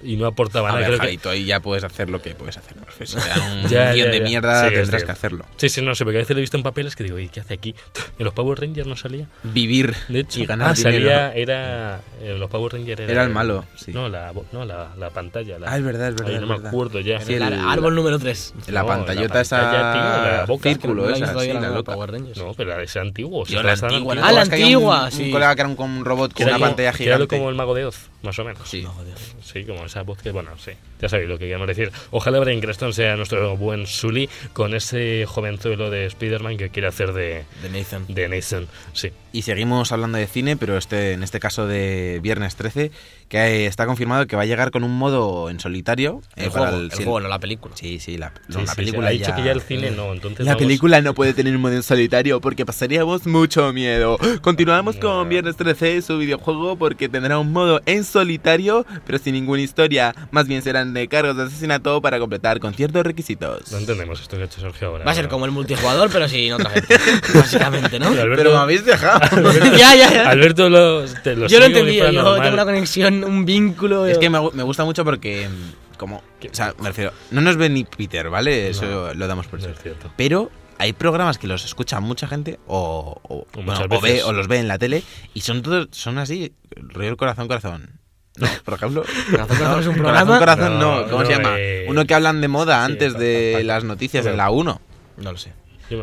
[SPEAKER 2] y no aportaba
[SPEAKER 5] A
[SPEAKER 2] nada.
[SPEAKER 5] ver,
[SPEAKER 2] Creo que-
[SPEAKER 5] Javi, tú ahí ya puedes hacer lo que puedes hacer. Pues, si te dan un
[SPEAKER 2] Ya,
[SPEAKER 5] guión
[SPEAKER 2] ya,
[SPEAKER 5] de
[SPEAKER 2] ya.
[SPEAKER 5] mierda,
[SPEAKER 2] Sí, es
[SPEAKER 5] tendrás
[SPEAKER 2] cierto.
[SPEAKER 5] que hacerlo.
[SPEAKER 2] Sí, sí, no sé, porque a veces lo he visto en papeles que digo, ¿y qué hace aquí? En los Power Rangers no salía.
[SPEAKER 5] Vivir
[SPEAKER 2] De hecho,
[SPEAKER 5] y ganar
[SPEAKER 2] ah,
[SPEAKER 5] dinero.
[SPEAKER 2] salía, era. en los Power Rangers era.
[SPEAKER 5] Era el malo, sí.
[SPEAKER 2] No, la, bo- no, la, la pantalla. La,
[SPEAKER 5] Ah, es verdad, es verdad,
[SPEAKER 2] Ay,
[SPEAKER 5] es
[SPEAKER 2] no me
[SPEAKER 5] verdad.
[SPEAKER 2] acuerdo ya.
[SPEAKER 5] Sí,
[SPEAKER 3] el
[SPEAKER 5] el- Ah,
[SPEAKER 3] ar- árbol número 3.
[SPEAKER 5] La
[SPEAKER 2] No,
[SPEAKER 5] pantallota
[SPEAKER 2] la
[SPEAKER 5] esa.
[SPEAKER 2] pantalla, tío, la boca.
[SPEAKER 5] círculo
[SPEAKER 3] Es que no la he
[SPEAKER 5] esa,
[SPEAKER 3] visto
[SPEAKER 5] sí,
[SPEAKER 3] yo, la
[SPEAKER 5] la
[SPEAKER 3] nueva
[SPEAKER 5] loca.
[SPEAKER 3] Power Rangers.
[SPEAKER 2] No, pero es antiguo. si
[SPEAKER 5] Tío,
[SPEAKER 2] estás tan
[SPEAKER 5] ¿no?
[SPEAKER 3] Ah, la
[SPEAKER 5] Es que había
[SPEAKER 3] antigua,
[SPEAKER 5] un- un,
[SPEAKER 3] sí.
[SPEAKER 5] colega que era un, con un robot
[SPEAKER 2] Que
[SPEAKER 5] con
[SPEAKER 2] era
[SPEAKER 5] una
[SPEAKER 2] como-
[SPEAKER 5] pantalla
[SPEAKER 2] que era
[SPEAKER 5] gigante.
[SPEAKER 2] como el mago de Oz, más o menos.
[SPEAKER 5] Sí.
[SPEAKER 3] No, joder.
[SPEAKER 2] Sí, como esa voz que, bueno, sí, ya sabéis lo que queremos decir. Ojalá Brian Creston sea nuestro buen Sully con ese jovenzuelo de Spider-Man que quiere hacer de,
[SPEAKER 3] De Nathan.
[SPEAKER 2] de Nathan. Sí,
[SPEAKER 5] Y seguimos hablando de cine, pero este, en este caso de Viernes 13, que eh, está confirmado que va a llegar con un modo en solitario. eh,
[SPEAKER 3] El
[SPEAKER 5] para
[SPEAKER 3] juego, el
[SPEAKER 5] sí,
[SPEAKER 3] juego, no la película.
[SPEAKER 5] Sí, sí, la, no,
[SPEAKER 2] sí,
[SPEAKER 5] la
[SPEAKER 2] sí,
[SPEAKER 5] película
[SPEAKER 2] sí. Ha dicho que ya el cine no, Este entonces.
[SPEAKER 5] La
[SPEAKER 2] vamos-
[SPEAKER 5] película no puede tener un modo en solitario porque pasaríamos mucho miedo. Continuamos con Viernes 13, su videojuego, porque tendrá un modo en solitario, pero sin ninguna historia. Más bien serán de cargos de asesinato para completar con ciertos requisitos.
[SPEAKER 2] No entendemos esto que ha hecho Sergio ahora.
[SPEAKER 3] Va a ser
[SPEAKER 2] ¿no?
[SPEAKER 3] como el multijugador, pero sin otra gente. básicamente, ¿no?
[SPEAKER 2] Pero Alberto,
[SPEAKER 5] Pero me habéis dejado.
[SPEAKER 3] ya, ya, ya.
[SPEAKER 2] Alberto lo, te lo
[SPEAKER 3] yo
[SPEAKER 2] sigue como
[SPEAKER 3] lo entendí,
[SPEAKER 2] si
[SPEAKER 3] yo
[SPEAKER 2] fuera normal.
[SPEAKER 3] tengo una conexión, un vínculo.
[SPEAKER 5] Es que me, gu- me gusta mucho porque, mm, como, o sea, me refiero, no nos ve ni Peter, ¿vale? Eso lo damos por
[SPEAKER 2] No
[SPEAKER 5] eso.
[SPEAKER 2] es cierto.
[SPEAKER 5] Pero hay programas que los escucha mucha gente o, o, bueno,
[SPEAKER 2] muchas
[SPEAKER 5] o ve,
[SPEAKER 2] veces.
[SPEAKER 5] o los ve en la tele y son todos son así, rollo corazón, corazón. No, por ejemplo,
[SPEAKER 3] Corazón, Corazón es un
[SPEAKER 5] no,
[SPEAKER 3] programa.
[SPEAKER 5] Corazón, corazón, no,
[SPEAKER 2] No,
[SPEAKER 5] ¿cómo
[SPEAKER 2] no,
[SPEAKER 5] se llama?
[SPEAKER 2] eh,
[SPEAKER 5] Uno que hablan de moda
[SPEAKER 2] sí,
[SPEAKER 5] antes
[SPEAKER 2] pa-
[SPEAKER 5] de
[SPEAKER 2] pa- pa-
[SPEAKER 5] las noticias
[SPEAKER 2] pero-
[SPEAKER 5] en la 1.
[SPEAKER 3] No lo sé.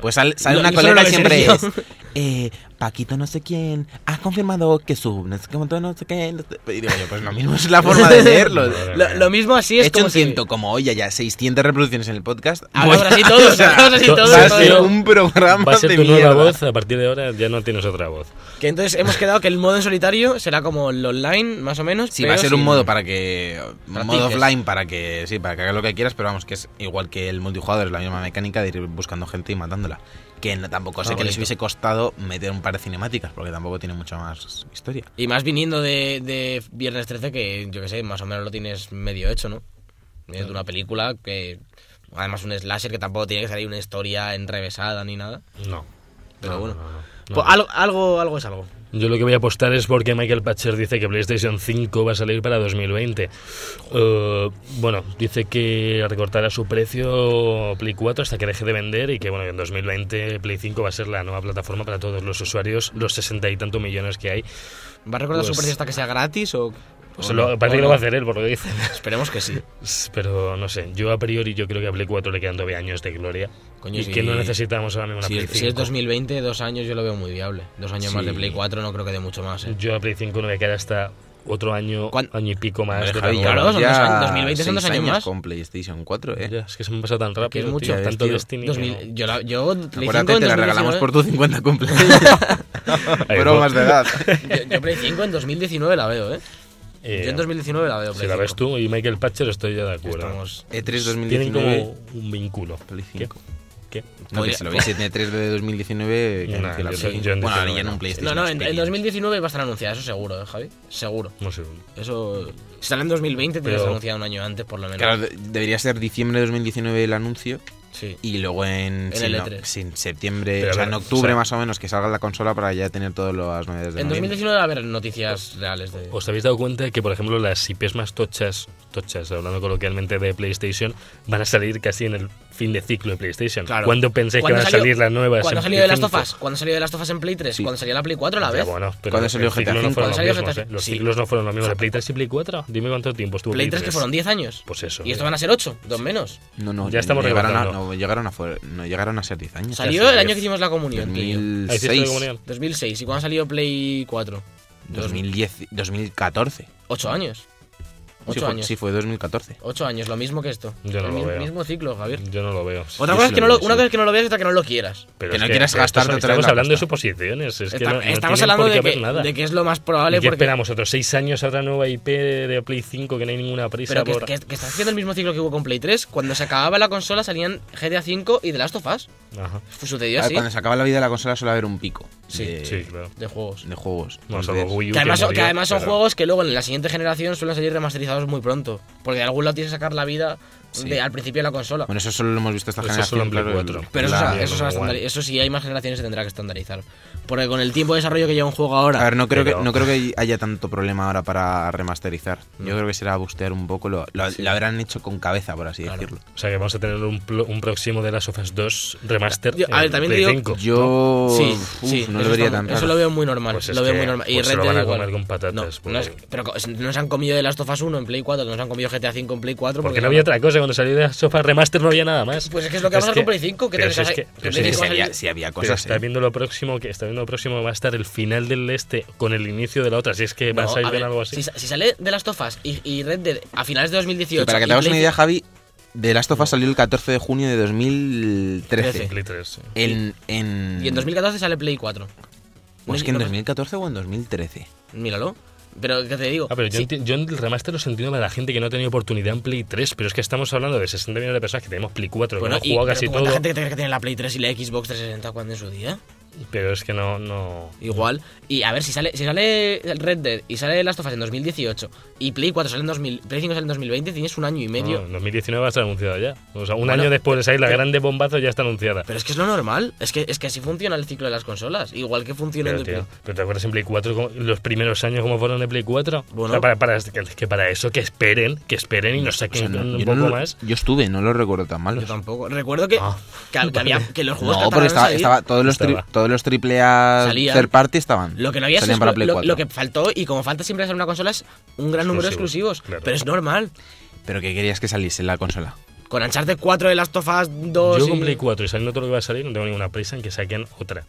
[SPEAKER 5] Pues sale, sale
[SPEAKER 3] Yo-
[SPEAKER 5] una
[SPEAKER 3] yo
[SPEAKER 5] colega y
[SPEAKER 3] solo lo
[SPEAKER 5] siempre
[SPEAKER 3] he
[SPEAKER 5] es.
[SPEAKER 3] visto
[SPEAKER 5] eh, Paquito no sé quién ha confirmado que su no sé qué, montón, no sé qué. no sé- Y digo yo, pues lo mismo es la forma de leerlo.
[SPEAKER 2] Madre
[SPEAKER 5] Lo-
[SPEAKER 3] Lo, lo mismo así
[SPEAKER 5] He
[SPEAKER 3] es
[SPEAKER 5] hecho
[SPEAKER 3] como
[SPEAKER 5] un
[SPEAKER 3] si-
[SPEAKER 5] ciento, como hoy ya 600 reproducciones en el podcast.
[SPEAKER 3] Hablamos así todos, hablamos así
[SPEAKER 2] to-
[SPEAKER 3] todos.
[SPEAKER 5] Va a
[SPEAKER 2] sí,
[SPEAKER 3] todos.
[SPEAKER 5] ser
[SPEAKER 2] tío.
[SPEAKER 5] un programa
[SPEAKER 2] Va a ser
[SPEAKER 5] de
[SPEAKER 2] tu nueva
[SPEAKER 5] mierda.
[SPEAKER 2] voz, a partir de ahora ya no tienes otra voz.
[SPEAKER 3] Que entonces hemos quedado que el modo en solitario será como el online, más o menos.
[SPEAKER 5] Sí,
[SPEAKER 3] pero
[SPEAKER 5] va a ser
[SPEAKER 3] sin-
[SPEAKER 5] un modo para que. Un modo
[SPEAKER 3] Practiques.
[SPEAKER 5] offline para que. Sí, para que hagas lo que quieras, pero vamos, que es igual que el multijugador, es la misma mecánica de ir buscando gente y matándola. Que no- tampoco sé
[SPEAKER 3] Ah,
[SPEAKER 5] que les
[SPEAKER 3] bonito.
[SPEAKER 5] hubiese costado meter un par de cinemáticas, porque tampoco tiene mucha más historia.
[SPEAKER 3] Y más viniendo de, de Viernes 13, que yo que sé, más o menos lo tienes medio hecho, ¿no? Es de una película que. Además, un slasher que tampoco tiene que ser ahí una historia enrevesada ni nada.
[SPEAKER 2] No.
[SPEAKER 3] Pero
[SPEAKER 2] No,
[SPEAKER 3] bueno.
[SPEAKER 2] no, no, no.
[SPEAKER 3] Pues algo, algo, algo es algo.
[SPEAKER 2] Yo lo que voy a apostar es porque Michael Patcher dice que PlayStation 5 va a salir para 2020. Eh, bueno, dice que recortará su precio Play 4 hasta que deje de vender y que bueno, en 2020 Play 5 va a ser la nueva plataforma para todos los usuarios, los sesenta y tantos millones que hay.
[SPEAKER 3] ¿Va a recordar
[SPEAKER 2] Pues-
[SPEAKER 3] su precio hasta que sea gratis o.?
[SPEAKER 2] Pues
[SPEAKER 3] o
[SPEAKER 2] lo-
[SPEAKER 3] no?
[SPEAKER 2] parece
[SPEAKER 3] ¿O
[SPEAKER 2] que
[SPEAKER 3] no?
[SPEAKER 2] lo va a hacer él, por lo que dice.
[SPEAKER 3] Esperemos que sí.
[SPEAKER 2] Pues, Pero no sé, yo a priori yo creo que a Play 4 le quedan todavía años de gloria
[SPEAKER 3] Coño,
[SPEAKER 2] y
[SPEAKER 3] sí.
[SPEAKER 2] que no necesitamos ahora mismo una
[SPEAKER 3] Si,
[SPEAKER 2] Play
[SPEAKER 3] si es
[SPEAKER 2] 5.
[SPEAKER 3] 2020, dos años yo lo veo muy viable. Dos años más de Play 4 no creo que dé mucho más. ¿eh?
[SPEAKER 2] Yo a Play 5 no me queda hasta otro año,
[SPEAKER 3] ¿Cuán-
[SPEAKER 2] año y pico más.
[SPEAKER 5] Hombre,
[SPEAKER 2] de la
[SPEAKER 5] Javi,
[SPEAKER 2] nueva.
[SPEAKER 3] claro,
[SPEAKER 5] llevamos
[SPEAKER 3] son
[SPEAKER 5] ya
[SPEAKER 3] dos años- 2020 son dos
[SPEAKER 5] seis
[SPEAKER 3] años más.
[SPEAKER 5] con PlayStation 4, ¿eh?
[SPEAKER 2] Ya, es que se me ha pasado tan rápido.
[SPEAKER 3] es
[SPEAKER 2] tío,
[SPEAKER 3] mucho,
[SPEAKER 5] ves,
[SPEAKER 2] tanto
[SPEAKER 5] tío.
[SPEAKER 2] Destiny. que
[SPEAKER 3] 2000
[SPEAKER 2] no.
[SPEAKER 3] yo, la- yo Play 5
[SPEAKER 5] Acuérdate,
[SPEAKER 3] en
[SPEAKER 5] te la
[SPEAKER 3] 2019
[SPEAKER 5] regalamos por tu 50 cumpleaños.
[SPEAKER 2] Ahí,
[SPEAKER 5] Bromas de edad.
[SPEAKER 3] yo, yo Play 5 en 2019 la veo, ¿eh?
[SPEAKER 2] Eh,
[SPEAKER 3] Yo en 2019 la veo.
[SPEAKER 2] si
[SPEAKER 3] Play
[SPEAKER 2] la
[SPEAKER 3] 5.
[SPEAKER 2] ves tú y Michael Patcher, estoy ya de acuerdo.
[SPEAKER 3] Estamos-
[SPEAKER 5] E3
[SPEAKER 2] Tienen
[SPEAKER 5] 2019.
[SPEAKER 2] como un vínculo.
[SPEAKER 5] Play
[SPEAKER 2] ¿Qué?
[SPEAKER 5] 5.
[SPEAKER 2] ¿Qué?
[SPEAKER 5] No, que si lo veis en E3 de 2019, que
[SPEAKER 2] Nah,
[SPEAKER 5] anunció la
[SPEAKER 2] yo-
[SPEAKER 5] Play
[SPEAKER 2] yo en
[SPEAKER 5] 5. Bueno, ahora
[SPEAKER 2] 19
[SPEAKER 5] ya en
[SPEAKER 2] no.
[SPEAKER 5] un
[SPEAKER 3] No,
[SPEAKER 5] PlayStation.
[SPEAKER 3] no, en, en
[SPEAKER 5] Experience.
[SPEAKER 3] 2019 va a estar anunciada, eso seguro, ¿eh, Javi. Seguro.
[SPEAKER 2] No sé.
[SPEAKER 3] Eso. Si sale en 2020, tiene que
[SPEAKER 2] Pero-
[SPEAKER 3] estar anunciada un año antes, por lo menos.
[SPEAKER 5] Claro, de- debería ser diciembre de 2019 el anuncio
[SPEAKER 3] Sí.
[SPEAKER 5] y luego en,
[SPEAKER 3] En
[SPEAKER 5] sí,
[SPEAKER 3] el
[SPEAKER 5] no,
[SPEAKER 3] E3.
[SPEAKER 5] sí, en septiembre,
[SPEAKER 2] E Pero
[SPEAKER 5] o sea,
[SPEAKER 2] a
[SPEAKER 5] en
[SPEAKER 2] ver,
[SPEAKER 5] octubre
[SPEAKER 2] o sea-
[SPEAKER 5] más o menos que salga la consola para ya tener todas las novedades de
[SPEAKER 3] En
[SPEAKER 5] noviembre.
[SPEAKER 3] 2019 va a haber noticias reales de.
[SPEAKER 2] ¿Os habéis dado cuenta que, por ejemplo, las IPs más tochas, tochas, hablando coloquialmente de PlayStation, van a salir casi en el fin de ciclo de PlayStation?
[SPEAKER 3] Claro.
[SPEAKER 2] ¿Cuándo pensáis que
[SPEAKER 3] ¿Cuándo
[SPEAKER 2] van a
[SPEAKER 3] salió-
[SPEAKER 2] salir las nuevas?
[SPEAKER 3] ¿Cuándo
[SPEAKER 2] en
[SPEAKER 3] salió de
[SPEAKER 2] Play
[SPEAKER 3] las
[SPEAKER 2] 5?
[SPEAKER 3] tofas? ¿Cuándo salió de las tofas en Play 3?
[SPEAKER 5] Sí.
[SPEAKER 3] ¿Cuándo salió la Play 4 a la
[SPEAKER 2] Ya,
[SPEAKER 3] vez?
[SPEAKER 2] bueno, pero
[SPEAKER 5] ¿Cuándo salió
[SPEAKER 2] el ciclo
[SPEAKER 5] GTA
[SPEAKER 2] no fueron
[SPEAKER 3] V?
[SPEAKER 2] los
[SPEAKER 3] ¿Cuándo salió
[SPEAKER 2] mismos,
[SPEAKER 3] GTA?
[SPEAKER 2] eh. Los
[SPEAKER 3] Sí.
[SPEAKER 2] ciclos no fueron los mismos de Play 3 y Play 4. Dime cuánto tiempo estuvo
[SPEAKER 3] Play 3 que fueron 10 años.
[SPEAKER 2] Pues eso.
[SPEAKER 3] Y esto van a ser 8, dos menos.
[SPEAKER 5] No, no,
[SPEAKER 2] Ya estamos
[SPEAKER 5] llegaron a,
[SPEAKER 2] recortando.
[SPEAKER 5] no, llegaron a fue- no llegaron a ser 10 años.
[SPEAKER 3] Salió el año que hicimos la comunión. tú y yo.
[SPEAKER 5] 2006,
[SPEAKER 3] 2006. ¿Y cuándo salió Play 4?
[SPEAKER 5] 2010, 2014.
[SPEAKER 3] 8 años.
[SPEAKER 5] Sí
[SPEAKER 3] 8
[SPEAKER 5] fue,
[SPEAKER 3] años.
[SPEAKER 5] sí, fue 2014.
[SPEAKER 3] 8 años, lo mismo que esto.
[SPEAKER 2] Yo no
[SPEAKER 3] el
[SPEAKER 2] lo
[SPEAKER 3] mi-
[SPEAKER 2] veo.
[SPEAKER 3] mismo ciclo, Javier.
[SPEAKER 2] Yo no lo veo. sí.
[SPEAKER 3] Otra
[SPEAKER 5] yo
[SPEAKER 3] cosa
[SPEAKER 5] sí
[SPEAKER 3] es que
[SPEAKER 5] lo
[SPEAKER 3] no lo,
[SPEAKER 5] veo,
[SPEAKER 3] una
[SPEAKER 5] sí.
[SPEAKER 3] cosa es que no lo veas y otra que no lo quieras.
[SPEAKER 2] Pero
[SPEAKER 5] Que
[SPEAKER 2] es
[SPEAKER 5] no quieras
[SPEAKER 2] esto-
[SPEAKER 5] gastarte otra vez
[SPEAKER 2] Estamos
[SPEAKER 5] la
[SPEAKER 2] hablando de
[SPEAKER 5] pasta.
[SPEAKER 2] suposiciones. Es que
[SPEAKER 3] Está-
[SPEAKER 2] no- no
[SPEAKER 3] estamos
[SPEAKER 2] tienen
[SPEAKER 3] hablando
[SPEAKER 2] por qué
[SPEAKER 3] de
[SPEAKER 2] haber
[SPEAKER 3] que,
[SPEAKER 2] nada.
[SPEAKER 3] de que es lo más probable
[SPEAKER 2] ¿Y qué
[SPEAKER 3] porque.
[SPEAKER 2] esperamos? ¿Otros seis años otra nueva IP de Play 5 que no hay ninguna prisa?
[SPEAKER 3] Pero que,
[SPEAKER 2] por-
[SPEAKER 3] que- que estás haciendo el mismo ciclo que hubo con Play 3. Cuando se acababa la consola salían GTA V y The Last of Us.
[SPEAKER 2] Ajá.
[SPEAKER 3] Fue- Sucedió
[SPEAKER 5] A ver,
[SPEAKER 3] así.
[SPEAKER 5] Cuando se acaba la vida de la consola suele haber un pico
[SPEAKER 3] Sí.
[SPEAKER 5] de,
[SPEAKER 2] Sí, claro.
[SPEAKER 3] De juegos.
[SPEAKER 5] de juegos.
[SPEAKER 2] No,
[SPEAKER 5] Entonces,
[SPEAKER 2] solo Pues Wii U.
[SPEAKER 3] Que además, son- que
[SPEAKER 2] murió,
[SPEAKER 3] además son
[SPEAKER 2] pero-
[SPEAKER 3] juegos que luego en la siguiente generación suelen salir remasterizados muy pronto. Porque de algún lado tienes que sacar la vida
[SPEAKER 5] Sí.
[SPEAKER 3] de- al principio de la consola.
[SPEAKER 5] Bueno, eso solo lo hemos visto esta
[SPEAKER 2] Eso
[SPEAKER 5] generación.
[SPEAKER 2] solo en Play
[SPEAKER 5] claro, el-
[SPEAKER 2] 4.
[SPEAKER 3] Pero eso,
[SPEAKER 5] la-
[SPEAKER 3] se- eso, se va a
[SPEAKER 2] mierda,
[SPEAKER 3] estandari-
[SPEAKER 2] guay.
[SPEAKER 3] eso sí, hay más generaciones se tendrá que estandarizar. Porque con el tiempo de desarrollo que lleva un juego ahora.
[SPEAKER 5] A ver, no creo,
[SPEAKER 2] Pero-
[SPEAKER 5] que, no creo que haya tanto problema ahora para remasterizar. Yo creo que será bustear un poco. Lo, lo- lo habrán hecho con cabeza, por así
[SPEAKER 3] Claro.
[SPEAKER 5] decirlo.
[SPEAKER 2] O sea que vamos a tener un, plo- un próximo de las Us 2 remaster.
[SPEAKER 3] Yo- a ver,
[SPEAKER 2] en
[SPEAKER 3] también
[SPEAKER 2] Play
[SPEAKER 3] te digo-
[SPEAKER 2] 5.
[SPEAKER 5] Yo
[SPEAKER 3] sí,
[SPEAKER 5] uf,
[SPEAKER 3] sí,
[SPEAKER 5] no
[SPEAKER 3] eso
[SPEAKER 5] lo vería
[SPEAKER 3] está-
[SPEAKER 5] tan
[SPEAKER 3] Eso
[SPEAKER 5] raro.
[SPEAKER 3] lo veo muy normal.
[SPEAKER 2] Pues es
[SPEAKER 3] lo veo
[SPEAKER 2] que,
[SPEAKER 3] muy normal. Y
[SPEAKER 2] pues se
[SPEAKER 3] Red
[SPEAKER 2] lo van
[SPEAKER 3] Dead
[SPEAKER 2] a
[SPEAKER 3] igual.
[SPEAKER 2] comer con patatas, pues.
[SPEAKER 3] No,
[SPEAKER 2] porque-
[SPEAKER 3] no es- pero co- no se han comido de Last of Us 1 en Play 4, no se han comido GTA 5 en Play 4.
[SPEAKER 2] Porque no había otra cosa, cuando salió de Sofa Remaster no había nada más.
[SPEAKER 3] Pues es que es lo que va a pasar con Play 5, que
[SPEAKER 2] pero
[SPEAKER 3] te
[SPEAKER 2] si es
[SPEAKER 3] sale-
[SPEAKER 2] que, pero
[SPEAKER 3] te
[SPEAKER 2] si
[SPEAKER 5] Sí,
[SPEAKER 2] es
[SPEAKER 3] sale-
[SPEAKER 2] que-
[SPEAKER 5] sí, había, sí, había
[SPEAKER 2] pero
[SPEAKER 5] cosas.
[SPEAKER 2] está
[SPEAKER 5] eh.
[SPEAKER 2] viendo lo próximo que está viendo lo próximo va a estar el final del este con el inicio de la otra si es que va
[SPEAKER 3] No,
[SPEAKER 2] a salir
[SPEAKER 3] a ver,
[SPEAKER 2] bien algo así
[SPEAKER 3] Si, sa- si sale de Last of Us y, y Red Dead a finales de 2018.
[SPEAKER 5] Sí, para que
[SPEAKER 3] y
[SPEAKER 5] te hagas
[SPEAKER 3] Play
[SPEAKER 5] una idea, Javi, The Last of Us salió el 14 de junio de 2013.
[SPEAKER 3] Trece.
[SPEAKER 2] Play 3, sí.
[SPEAKER 5] En, en...
[SPEAKER 3] Y en 2014 sale Play 4.
[SPEAKER 5] Mm. Pues
[SPEAKER 3] No-
[SPEAKER 5] que en
[SPEAKER 3] no-
[SPEAKER 5] 2014 o en 2013.
[SPEAKER 3] Míralo. Pero que te digo.
[SPEAKER 2] Ah, pero yo,
[SPEAKER 3] sí,
[SPEAKER 2] enti- yo en el remaster lo entiendo para la gente que no ha tenido oportunidad en Play 3, pero es que estamos hablando de 60 millones de personas que tenemos Play 4,
[SPEAKER 3] bueno,
[SPEAKER 2] que
[SPEAKER 3] y-
[SPEAKER 2] hemos jugado
[SPEAKER 3] pero
[SPEAKER 2] casi
[SPEAKER 3] ¿cuánta
[SPEAKER 2] todo.
[SPEAKER 3] gente que tiene que tener la Play 3 y la Xbox 360 cuando en su día?
[SPEAKER 2] Pero es que no, no.
[SPEAKER 3] Igual. Y a ver, si sale, si sale Red Dead y sale Last of Us en 2018 y Play 4 sale en 2000, Play 5 sale en 2020, tienes un año y medio.
[SPEAKER 2] No, en 2019 va a estar anunciado ya. O sea, un
[SPEAKER 3] Bueno,
[SPEAKER 2] año después de salir la
[SPEAKER 3] pero-
[SPEAKER 2] grande bombazo ya está anunciada.
[SPEAKER 3] Pero es que es lo normal. Es que, es que así funciona el ciclo de las consolas. Igual que funciona
[SPEAKER 2] Pero,
[SPEAKER 3] el de
[SPEAKER 2] tío,
[SPEAKER 3] Play.
[SPEAKER 2] ¿pero te acuerdas en Play 4 cómo- los primeros años como fueron de Play 4?
[SPEAKER 3] Bueno.
[SPEAKER 2] O sea, para, para- es que- es que para eso que esperen, que esperen y nos saquen
[SPEAKER 5] O sea, no-
[SPEAKER 2] un
[SPEAKER 5] yo
[SPEAKER 2] poco
[SPEAKER 5] no lo-
[SPEAKER 2] más.
[SPEAKER 5] Yo estuve, no lo recuerdo tan mal.
[SPEAKER 3] Yo tampoco. Recuerdo que,
[SPEAKER 2] Ah.
[SPEAKER 3] que, que había, que los juegos
[SPEAKER 5] No,
[SPEAKER 3] tardaban en
[SPEAKER 5] porque estaba,
[SPEAKER 3] salir.
[SPEAKER 5] estaba- todos, los tri-
[SPEAKER 2] Estaba.
[SPEAKER 5] todos los triple A
[SPEAKER 3] Salían.
[SPEAKER 5] third party estaban.
[SPEAKER 3] Lo que no había
[SPEAKER 5] salían
[SPEAKER 3] es
[SPEAKER 5] para Play
[SPEAKER 3] lo,
[SPEAKER 5] 4.
[SPEAKER 3] lo que faltó, y como falta siempre en una consola, es un gran número de
[SPEAKER 2] Exclusivos,
[SPEAKER 3] exclusivos.
[SPEAKER 2] claro.
[SPEAKER 3] Pero es normal.
[SPEAKER 5] Pero que querías que saliese en la consola.
[SPEAKER 3] Con Uncharted 4 de Last of Us 2.
[SPEAKER 2] Yo
[SPEAKER 3] y-
[SPEAKER 2] con Play 4 y saliendo todo lo que va a salir, no tengo ninguna prisa en que saquen otra.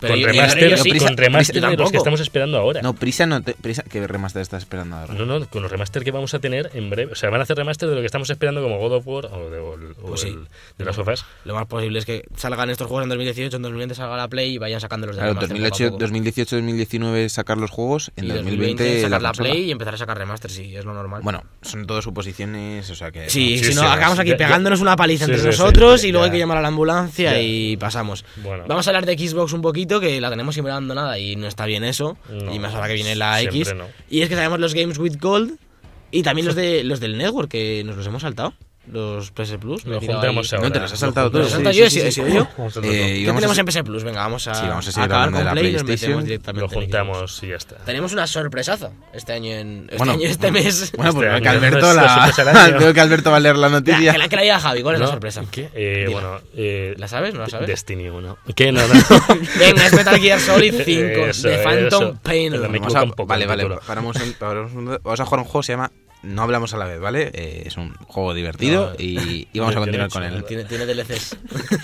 [SPEAKER 3] Pero
[SPEAKER 2] con
[SPEAKER 3] yo- yo-
[SPEAKER 2] remaster,
[SPEAKER 3] yo sí.
[SPEAKER 5] prisa-
[SPEAKER 2] con remaster
[SPEAKER 5] prisa
[SPEAKER 2] de los
[SPEAKER 3] tampoco.
[SPEAKER 2] que estamos esperando ahora.
[SPEAKER 5] No, prisa no te. Prisa, ¿Qué remaster estás esperando ahora?
[SPEAKER 2] No, no, con los remaster que vamos a tener en breve. O sea, van a hacer remaster de lo que estamos esperando como God of War o de, o el- o
[SPEAKER 3] Pues sí.
[SPEAKER 2] el- de las sofás.
[SPEAKER 3] Lo más posible es que salgan estos juegos en 2018, en 2020 salga la Play y vayan sacando los de
[SPEAKER 5] Claro,
[SPEAKER 3] remaster poco a
[SPEAKER 5] 2008,
[SPEAKER 3] poco.
[SPEAKER 5] 2018, 2019 sacar los juegos, en
[SPEAKER 3] Y
[SPEAKER 5] 2020,
[SPEAKER 3] sacar la,
[SPEAKER 5] consola.
[SPEAKER 3] Play y empezar a sacar remasters, sí, es lo normal.
[SPEAKER 5] Bueno, son todas suposiciones, o sea que.
[SPEAKER 3] Sí,
[SPEAKER 2] Sí,
[SPEAKER 3] si
[SPEAKER 2] sí,
[SPEAKER 3] no,
[SPEAKER 2] sí,
[SPEAKER 3] acabamos
[SPEAKER 2] sí.
[SPEAKER 3] aquí
[SPEAKER 2] Ya- ya-
[SPEAKER 3] pegándonos una paliza
[SPEAKER 2] Sí,
[SPEAKER 3] entre
[SPEAKER 2] sí, sí,
[SPEAKER 3] nosotros
[SPEAKER 5] sí,
[SPEAKER 3] y luego
[SPEAKER 5] ya.
[SPEAKER 3] hay que llamar a la ambulancia
[SPEAKER 2] Ya.
[SPEAKER 3] y pasamos.
[SPEAKER 2] Bueno.
[SPEAKER 3] Vamos a hablar de Xbox un poquito, que la tenemos siempre abandonada y no está bien eso.
[SPEAKER 2] No,
[SPEAKER 3] y más ahora que viene la
[SPEAKER 2] siempre
[SPEAKER 3] X.
[SPEAKER 2] no.
[SPEAKER 3] Y es que sabemos los Games with Gold y también los, de, los del Network, que nos los hemos saltado. Los PS Plus. me he
[SPEAKER 2] Lo
[SPEAKER 3] tirado
[SPEAKER 2] juntamos
[SPEAKER 3] ahí.
[SPEAKER 2] ahora.
[SPEAKER 5] No, te los has saltado
[SPEAKER 2] Lo
[SPEAKER 5] todos.
[SPEAKER 2] juntamos.
[SPEAKER 3] Sí, sí, sí, sí, sí.
[SPEAKER 2] Vamos a hacerlo.
[SPEAKER 5] Eh, y
[SPEAKER 3] ¿Qué
[SPEAKER 5] vamos a-
[SPEAKER 3] tenemos en PS Plus? Venga, vamos a,
[SPEAKER 5] Sí, vamos a seguir
[SPEAKER 3] acabar
[SPEAKER 5] hablando
[SPEAKER 3] con
[SPEAKER 5] de la
[SPEAKER 3] Play y nos
[SPEAKER 5] PlayStation.
[SPEAKER 3] metemos directamente
[SPEAKER 2] Lo
[SPEAKER 3] en Xbox.
[SPEAKER 2] juntamos y ya está.
[SPEAKER 3] Tenemos una sorpresaza este año, en, este,
[SPEAKER 5] Bueno,
[SPEAKER 3] año, este mes.
[SPEAKER 5] Bueno, pues
[SPEAKER 2] Este
[SPEAKER 5] veo que
[SPEAKER 2] año,
[SPEAKER 5] Alberto
[SPEAKER 2] no es la
[SPEAKER 5] la.
[SPEAKER 2] sorpresa del año.
[SPEAKER 5] veo que Alberto va a leer la
[SPEAKER 3] Ya,
[SPEAKER 5] noticia.
[SPEAKER 3] que la que la diga Javi, ¿cuál es
[SPEAKER 2] ¿No?
[SPEAKER 3] la sorpresa?
[SPEAKER 2] ¿Qué? Eh,
[SPEAKER 3] Dila.
[SPEAKER 2] bueno, eh,
[SPEAKER 3] ¿La sabes? ¿No la sabes?
[SPEAKER 2] Destiny 1. ¿Qué? No, no.
[SPEAKER 3] Venga, es Metal Gear Solid 5
[SPEAKER 2] Eso,
[SPEAKER 3] de Phantom
[SPEAKER 2] eso.
[SPEAKER 3] Pain.
[SPEAKER 2] Pero me
[SPEAKER 5] Vamos
[SPEAKER 2] equivoco
[SPEAKER 5] a-
[SPEAKER 2] un poco,
[SPEAKER 5] vale,
[SPEAKER 2] el
[SPEAKER 5] vale.
[SPEAKER 2] título.
[SPEAKER 5] Paramos un- paramos un- vamos a jugar un juego que se llama No hablamos a la vez, ¿vale? Eh, es un juego divertido
[SPEAKER 2] No,
[SPEAKER 5] y, y vamos
[SPEAKER 2] yo-
[SPEAKER 5] a
[SPEAKER 2] yo no he
[SPEAKER 5] continuar
[SPEAKER 2] hecho
[SPEAKER 5] con él.
[SPEAKER 2] nada.
[SPEAKER 3] Tiene, tiene DLCs.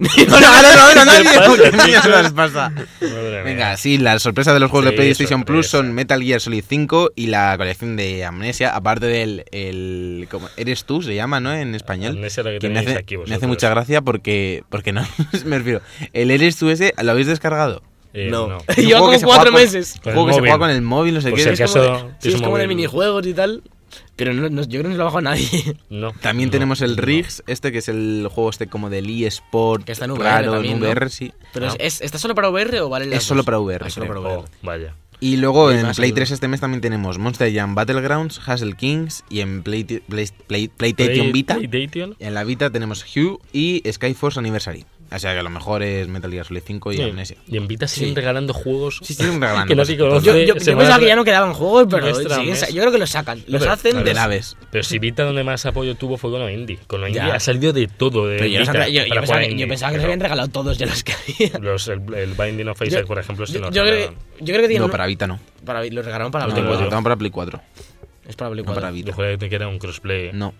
[SPEAKER 5] No, no, no, no,
[SPEAKER 2] ¿Qué
[SPEAKER 5] nadie,
[SPEAKER 2] pasa,
[SPEAKER 5] ¿qué
[SPEAKER 2] tío?
[SPEAKER 5] mierda les pasa?
[SPEAKER 2] Madre mía.
[SPEAKER 5] Venga, sí, las sorpresas de los
[SPEAKER 2] Sí,
[SPEAKER 5] juegos de PlayStation Plus
[SPEAKER 2] sorpresa.
[SPEAKER 5] son Metal Gear Solid 5 y la colección de Amnesia, aparte del el, ¿cómo? Eres tú, se llama, ¿no? En español.
[SPEAKER 2] Amnesia lo que
[SPEAKER 5] me,
[SPEAKER 2] tenéis
[SPEAKER 5] hace,
[SPEAKER 2] aquí
[SPEAKER 5] me hace
[SPEAKER 2] vosotros.
[SPEAKER 5] mucha gracia porque, porque no, me refiero. El Eres tú ese, ¿lo habéis descargado?
[SPEAKER 2] Eh,
[SPEAKER 3] no.
[SPEAKER 2] no.
[SPEAKER 5] Es un
[SPEAKER 3] Lleva
[SPEAKER 5] juego
[SPEAKER 3] como
[SPEAKER 5] que se juega
[SPEAKER 3] cuatro
[SPEAKER 5] con-
[SPEAKER 3] meses.
[SPEAKER 2] Con el
[SPEAKER 5] juego que se
[SPEAKER 2] móvil.
[SPEAKER 5] juega con el móvil, no sé
[SPEAKER 2] Por
[SPEAKER 5] qué.
[SPEAKER 2] si
[SPEAKER 5] Es como-
[SPEAKER 2] acaso
[SPEAKER 3] Sí, es como de
[SPEAKER 2] móvil.
[SPEAKER 3] minijuegos y tal. Pero no, no- yo creo que no lo ha bajado nadie.
[SPEAKER 2] No,
[SPEAKER 5] También
[SPEAKER 2] no,
[SPEAKER 5] tenemos el
[SPEAKER 2] no.
[SPEAKER 5] Riggs, este que es el juego este como del eSport,
[SPEAKER 3] Que está en VR
[SPEAKER 5] raro,
[SPEAKER 3] también,
[SPEAKER 5] en
[SPEAKER 3] ¿no?
[SPEAKER 5] VR, sí.
[SPEAKER 3] Pero
[SPEAKER 2] Ah.
[SPEAKER 3] es- es- ¿Está solo para VR o vale las
[SPEAKER 5] Es solo
[SPEAKER 3] dos?
[SPEAKER 5] para VR,
[SPEAKER 3] Ah, solo
[SPEAKER 5] creo.
[SPEAKER 3] para
[SPEAKER 2] Oh,
[SPEAKER 3] VR.
[SPEAKER 2] vaya.
[SPEAKER 5] Y luego
[SPEAKER 3] Y
[SPEAKER 5] en
[SPEAKER 3] más,
[SPEAKER 5] Play
[SPEAKER 3] seguro.
[SPEAKER 5] 3 este mes también tenemos Monster Jam Battlegrounds, Hustle Kings y en Play, Play- Play- PlayStation Vita.
[SPEAKER 2] PlayStation.
[SPEAKER 5] En la Vita tenemos Hue y Skyforce Anniversary. O sea que a lo mejor es Metal Gear Solid 5 y
[SPEAKER 2] Sí.
[SPEAKER 5] Amnesia.
[SPEAKER 2] Y en Vita siguen
[SPEAKER 3] Sí.
[SPEAKER 2] regalando juegos.
[SPEAKER 5] Sí, siguen regalando
[SPEAKER 2] que
[SPEAKER 5] cosas.
[SPEAKER 2] nadie conoce.
[SPEAKER 3] Yo, yo- yo
[SPEAKER 2] se van
[SPEAKER 3] pensaba
[SPEAKER 2] a-
[SPEAKER 3] que ya no quedaban juegos, pero
[SPEAKER 2] Muestra
[SPEAKER 3] siguen
[SPEAKER 2] mes.
[SPEAKER 3] sa- yo creo que los sacan. Los
[SPEAKER 2] pero-
[SPEAKER 3] hacen
[SPEAKER 2] claro,
[SPEAKER 5] De
[SPEAKER 3] de
[SPEAKER 5] naves.
[SPEAKER 2] Pero si Vita donde más apoyo tuvo fue con lo indie. Con lo indie
[SPEAKER 3] Ya.
[SPEAKER 2] ha salido de todo. De
[SPEAKER 3] Pero yo, no
[SPEAKER 2] Vita
[SPEAKER 3] sabía- yo- yo
[SPEAKER 2] para
[SPEAKER 3] pensaba,
[SPEAKER 2] jugar
[SPEAKER 3] que, yo
[SPEAKER 2] indie,
[SPEAKER 3] pensaba que
[SPEAKER 2] pero
[SPEAKER 3] se habían regalado todos ya los que había.
[SPEAKER 2] los- el, el Binding of Isaac, por ejemplo, Pues se
[SPEAKER 3] yo,
[SPEAKER 2] lo
[SPEAKER 3] yo creo,
[SPEAKER 2] regalaron.
[SPEAKER 3] yo creo que tienen.
[SPEAKER 5] No,
[SPEAKER 3] un-
[SPEAKER 5] para Vita no.
[SPEAKER 3] para- Lo regalaron para
[SPEAKER 5] No,
[SPEAKER 3] Play
[SPEAKER 2] tengo
[SPEAKER 5] lo
[SPEAKER 3] 4.
[SPEAKER 5] tengo para Play 4.
[SPEAKER 3] Es para Play
[SPEAKER 5] No
[SPEAKER 3] 4.
[SPEAKER 5] para Vita.
[SPEAKER 2] Yo juré que era un crossplay.
[SPEAKER 5] No.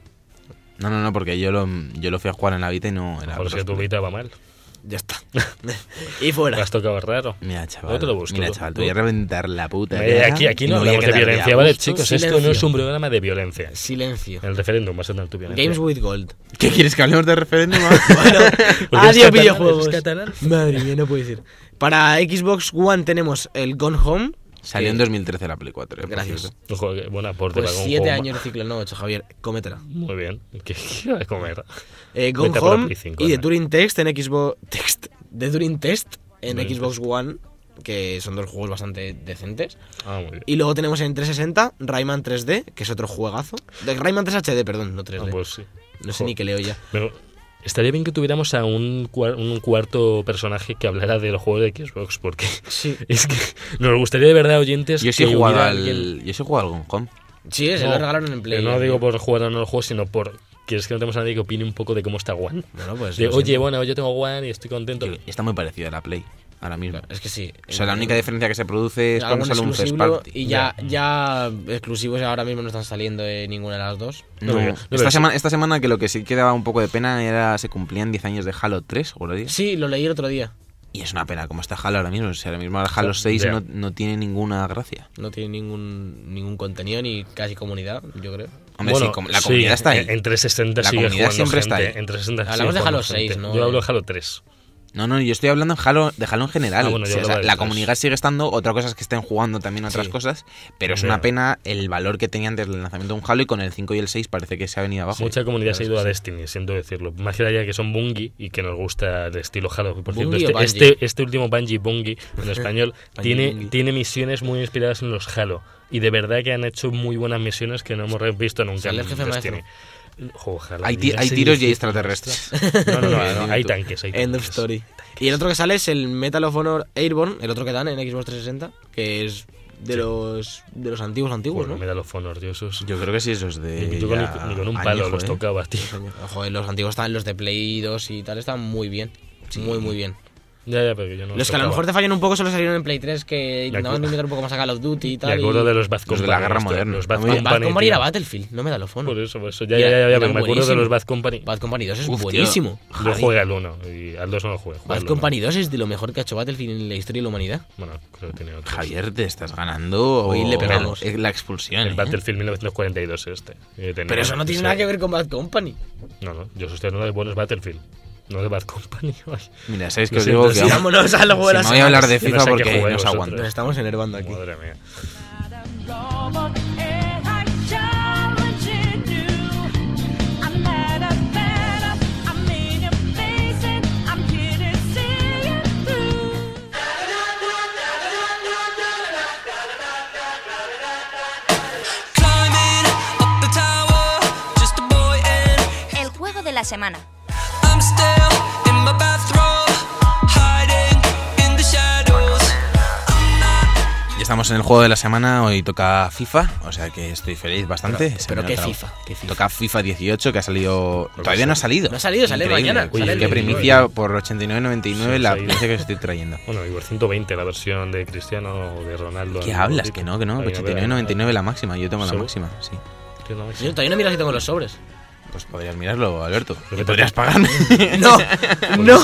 [SPEAKER 5] No, no, no, porque yo lo, yo lo fui a jugar en la Vita y no era.
[SPEAKER 2] Por si tu
[SPEAKER 5] crossplay.
[SPEAKER 2] Vita va mal.
[SPEAKER 3] Ya está. y fuera.
[SPEAKER 2] Te has tocado raro.
[SPEAKER 5] Mira, chaval.
[SPEAKER 2] Otro lo busco.
[SPEAKER 5] Mira, chaval, te voy a reventar la puta.
[SPEAKER 2] Eh,
[SPEAKER 5] cara
[SPEAKER 2] aquí, aquí no
[SPEAKER 5] y me voy a
[SPEAKER 2] hablamos de
[SPEAKER 5] quedar
[SPEAKER 2] violencia,
[SPEAKER 5] a
[SPEAKER 2] ¿vale,
[SPEAKER 5] gusto.
[SPEAKER 2] chicos? Esto no
[SPEAKER 3] silencio.
[SPEAKER 2] es un programa de violencia.
[SPEAKER 3] Silencio.
[SPEAKER 2] El referéndum va a ser tu violencia.
[SPEAKER 3] Games with Gold.
[SPEAKER 5] ¿Qué quieres que hablemos de referéndum?
[SPEAKER 3] Bueno,
[SPEAKER 2] Porque es
[SPEAKER 3] adiós
[SPEAKER 2] catalán,
[SPEAKER 3] videojuegos.
[SPEAKER 2] es catalán.
[SPEAKER 3] Madre mía, no puede ser. Para Xbox One tenemos el Gone Home.
[SPEAKER 5] Salió
[SPEAKER 3] que-
[SPEAKER 5] en 2013 la Play 4. eh, por
[SPEAKER 3] Gracias.
[SPEAKER 5] cierto.
[SPEAKER 2] Un juego que- buen aporte
[SPEAKER 3] Pues
[SPEAKER 2] para un
[SPEAKER 3] 7
[SPEAKER 2] juego
[SPEAKER 3] años de ciclo, no 8, Javier, cómetela.
[SPEAKER 2] ma- Muy bien. ¿Qué qué iba a comer?
[SPEAKER 3] Eh, Gone
[SPEAKER 2] Vete por la
[SPEAKER 3] Home
[SPEAKER 2] Play cinco,
[SPEAKER 3] y The
[SPEAKER 2] ¿no?
[SPEAKER 3] Turing Text en Xbox. Text. The Turing Test en
[SPEAKER 2] Turing
[SPEAKER 3] Xbox One, que son dos juegos bastante decentes.
[SPEAKER 2] Ah, muy bien.
[SPEAKER 3] Y luego tenemos en 360 Rayman 3D, que es otro juegazo. De- Rayman 3 HD, perdón, no 3D.
[SPEAKER 2] Ah, pues sí.
[SPEAKER 3] no sé ni
[SPEAKER 2] joder.
[SPEAKER 3] qué leo ya.
[SPEAKER 2] Pero estaría bien que tuviéramos a un, cuar- un cuarto personaje que hablara de los juegos de Xbox, porque
[SPEAKER 3] Sí,
[SPEAKER 2] es que nos gustaría de verdad, oyentes,
[SPEAKER 5] Yo sí he
[SPEAKER 2] que
[SPEAKER 5] jugado
[SPEAKER 2] hubiera
[SPEAKER 5] al.
[SPEAKER 2] alguien-
[SPEAKER 5] Yo sí he jugado al Gone Home.
[SPEAKER 3] sí, se
[SPEAKER 2] No,
[SPEAKER 3] lo regalaron en Play.
[SPEAKER 2] pero no digo por jugar o no al juego, sino por que es que no tenemos a nadie que opine un poco de cómo está One.
[SPEAKER 3] Bueno, pues.
[SPEAKER 2] De,
[SPEAKER 3] lo
[SPEAKER 2] oye,
[SPEAKER 3] siento.
[SPEAKER 2] bueno, yo tengo One y estoy contento.
[SPEAKER 5] que Está muy parecido a la Play. Ahora mismo.
[SPEAKER 3] Es que sí.
[SPEAKER 5] O sea, la
[SPEAKER 3] En-
[SPEAKER 5] única diferencia que se produce es cuando
[SPEAKER 3] algún
[SPEAKER 5] sale un first
[SPEAKER 3] exclusivo
[SPEAKER 5] party.
[SPEAKER 3] y ya, ya exclusivos ahora mismo no están saliendo de ninguna de las dos.
[SPEAKER 5] No,
[SPEAKER 2] No, no,
[SPEAKER 5] esta,
[SPEAKER 2] no,
[SPEAKER 5] semana, esta semana que lo que sí que daba un poco de pena era se cumplían 10 años de Halo 3, o lo digo.
[SPEAKER 3] Sí, lo leí el otro día.
[SPEAKER 5] Y es una pena como está Halo ahora mismo. O sea, ahora mismo Halo 6
[SPEAKER 2] Ya.
[SPEAKER 5] no, no tiene ninguna gracia.
[SPEAKER 3] No tiene ningún ningún contenido ni casi comunidad, yo creo.
[SPEAKER 5] Hombre,
[SPEAKER 2] Bueno,
[SPEAKER 5] sí, com- la
[SPEAKER 2] sí,
[SPEAKER 5] comunidad está ahí.
[SPEAKER 2] en- En 360
[SPEAKER 5] La
[SPEAKER 2] sigue
[SPEAKER 5] comunidad
[SPEAKER 2] jugando
[SPEAKER 5] siempre
[SPEAKER 2] gente,
[SPEAKER 5] está ahí.
[SPEAKER 2] en 360
[SPEAKER 3] Hablamos
[SPEAKER 2] sigue
[SPEAKER 3] de
[SPEAKER 2] jugando
[SPEAKER 3] Halo 6,
[SPEAKER 2] gente.
[SPEAKER 3] ¿no?
[SPEAKER 2] Yo hablo de Halo 3.
[SPEAKER 5] No, no, yo estoy hablando en Halo- de Halo en general.
[SPEAKER 2] Ah, bueno, yo
[SPEAKER 5] Sí, o sea,
[SPEAKER 2] hablaba de
[SPEAKER 5] la
[SPEAKER 2] otras.
[SPEAKER 5] comunidad sigue estando, otra cosa es que estén jugando también otras
[SPEAKER 2] Sí.
[SPEAKER 5] cosas, pero es
[SPEAKER 2] Ya.
[SPEAKER 5] una pena el valor que tenía antes del lanzamiento de un Halo y con el 5 y el 6 parece que se ha venido abajo.
[SPEAKER 2] Mucha comunidad se ha
[SPEAKER 5] Claro,
[SPEAKER 2] ido a
[SPEAKER 5] sí.
[SPEAKER 2] Destiny, siento decirlo. Más que allá que son Bungie y que nos gusta el estilo Halo. Por
[SPEAKER 3] ¿Bungie
[SPEAKER 2] cierto,
[SPEAKER 3] o
[SPEAKER 2] este,
[SPEAKER 3] Bungie?
[SPEAKER 2] este, este último Bungie Bungie en español
[SPEAKER 5] Bungie,
[SPEAKER 2] tiene,
[SPEAKER 5] Bungie.
[SPEAKER 2] tiene misiones muy inspiradas en los Halo. Y de verdad que han hecho muy buenas misiones que no hemos visto nunca
[SPEAKER 3] Sale
[SPEAKER 2] en
[SPEAKER 3] el jefe
[SPEAKER 2] Destiny. Ojalá
[SPEAKER 5] Hay, ti-
[SPEAKER 2] hubiera
[SPEAKER 5] hay
[SPEAKER 2] sido
[SPEAKER 5] tiros y hay
[SPEAKER 2] difícil.
[SPEAKER 5] extraterrestres.
[SPEAKER 2] No, no, no, no, hay
[SPEAKER 5] YouTube.
[SPEAKER 2] tanques. Hay
[SPEAKER 3] End of
[SPEAKER 2] tanques.
[SPEAKER 3] story. Y el otro que sale es el Metal of Honor Airborne, el otro que dan en Xbox 360, que es de los de los antiguos antiguos,
[SPEAKER 2] Bueno,
[SPEAKER 3] ¿no?
[SPEAKER 2] Medal of Honor, yo esos-
[SPEAKER 5] Yo creo que sí, esos de.
[SPEAKER 2] yo con-
[SPEAKER 5] ya
[SPEAKER 2] ni con un palo
[SPEAKER 5] añejo,
[SPEAKER 2] los
[SPEAKER 5] ¿eh?
[SPEAKER 2] tocaba, tío.
[SPEAKER 3] Joder, los antiguos están los de Play 2 y tal, están muy bien. Muy, muy bien.
[SPEAKER 2] Ya, ya, pero yo no
[SPEAKER 3] los que a lo
[SPEAKER 2] tocaba.
[SPEAKER 3] mejor te fallan un poco solo salieron en Play 3, que intentaban
[SPEAKER 2] acu-
[SPEAKER 3] limitar un poco más a Call of Duty y
[SPEAKER 2] Me
[SPEAKER 3] tal.
[SPEAKER 2] acuerdo
[SPEAKER 3] y-
[SPEAKER 2] de los Bad
[SPEAKER 5] Los
[SPEAKER 2] Company.
[SPEAKER 5] de la guerra
[SPEAKER 2] hostia,
[SPEAKER 5] moderna.
[SPEAKER 2] Los Bad
[SPEAKER 5] A mí-
[SPEAKER 2] Company.
[SPEAKER 3] Bad Company era
[SPEAKER 2] tío.
[SPEAKER 3] Battlefield, no me da lo
[SPEAKER 5] Mm.
[SPEAKER 3] fono.
[SPEAKER 2] Por eso, por eso. Ya,
[SPEAKER 3] Y
[SPEAKER 2] ya, ya,
[SPEAKER 3] era-
[SPEAKER 2] ya, pero
[SPEAKER 3] era
[SPEAKER 2] me acuerdo de
[SPEAKER 3] buenísimo.
[SPEAKER 2] los Bad Company.
[SPEAKER 3] Bad Company 2 es
[SPEAKER 5] Uf, tío.
[SPEAKER 3] buenísimo.
[SPEAKER 2] Yo juega el 1 y al 2 no lo juega.
[SPEAKER 3] Bad Company 2 es de lo mejor que ha hecho Battlefield en la historia de la humanidad.
[SPEAKER 2] Bueno, creo que tiene otro.
[SPEAKER 5] Javier, te estás ganando.
[SPEAKER 3] Hoy le pegamos.
[SPEAKER 5] la- La expulsión.
[SPEAKER 2] Oh, El
[SPEAKER 5] ¿eh?
[SPEAKER 2] Battlefield 1942 este. Eh, tenía-
[SPEAKER 3] Pero eso no tiene
[SPEAKER 2] sí.
[SPEAKER 3] nada que ver con Bad Company.
[SPEAKER 2] No, no. Yo estoy hablando de buenos Battlefield. No de Bad Company. ay.
[SPEAKER 5] Mira, ¿sabéis que
[SPEAKER 2] Lo
[SPEAKER 5] os
[SPEAKER 2] siento,
[SPEAKER 5] digo que.
[SPEAKER 2] sí,
[SPEAKER 5] vamos-
[SPEAKER 3] Vámonos al juego de la
[SPEAKER 5] si me voy a hablar de
[SPEAKER 2] Yo no
[SPEAKER 5] FIFA
[SPEAKER 2] sé qué
[SPEAKER 5] porque
[SPEAKER 2] jugáis
[SPEAKER 5] no os
[SPEAKER 2] vosotros.
[SPEAKER 5] aguanto.
[SPEAKER 3] Nos estamos enervando
[SPEAKER 5] Mm.
[SPEAKER 3] aquí.
[SPEAKER 2] Madre mía.
[SPEAKER 6] Climbing up the tower, just a boy and
[SPEAKER 1] El juego de la semana.
[SPEAKER 6] I'm still in my bathrobe, hiding in the shadows.
[SPEAKER 5] Ya estamos en el juego de la semana, hoy toca FIFA, o sea que estoy feliz bastante. Se
[SPEAKER 3] pero
[SPEAKER 5] me
[SPEAKER 3] ¿qué
[SPEAKER 5] nota-
[SPEAKER 3] FIFA? ¿Qué FIFA?
[SPEAKER 5] Toca FIFA 18 que ha salido... Todavía no ha salido.
[SPEAKER 3] No ha salido, sale
[SPEAKER 5] Increíble.
[SPEAKER 3] mañana,
[SPEAKER 5] Uy,
[SPEAKER 2] sale el
[SPEAKER 5] qué
[SPEAKER 2] 29.
[SPEAKER 5] primicia por 89.99
[SPEAKER 2] Sí,
[SPEAKER 5] la
[SPEAKER 2] ha salido.
[SPEAKER 5] primicia que os estoy trayendo.
[SPEAKER 2] Bueno, y por 120 la versión de Cristiano o de Ronaldo.
[SPEAKER 5] ¿Qué
[SPEAKER 2] al
[SPEAKER 5] hablas?
[SPEAKER 2] Madrid.
[SPEAKER 5] Que no, que no.
[SPEAKER 2] Ay, no,
[SPEAKER 5] 89.99 la máxima, yo tengo la
[SPEAKER 2] ¿Seguro?
[SPEAKER 5] máxima, sí.
[SPEAKER 2] que no, que
[SPEAKER 3] Yo
[SPEAKER 2] no.
[SPEAKER 3] todavía no miras si tengo los sobres.
[SPEAKER 5] Pues podrías mirarlo, Alberto.
[SPEAKER 2] que
[SPEAKER 5] ¿Y podrías
[SPEAKER 2] te-
[SPEAKER 5] pagarme?
[SPEAKER 3] No, no.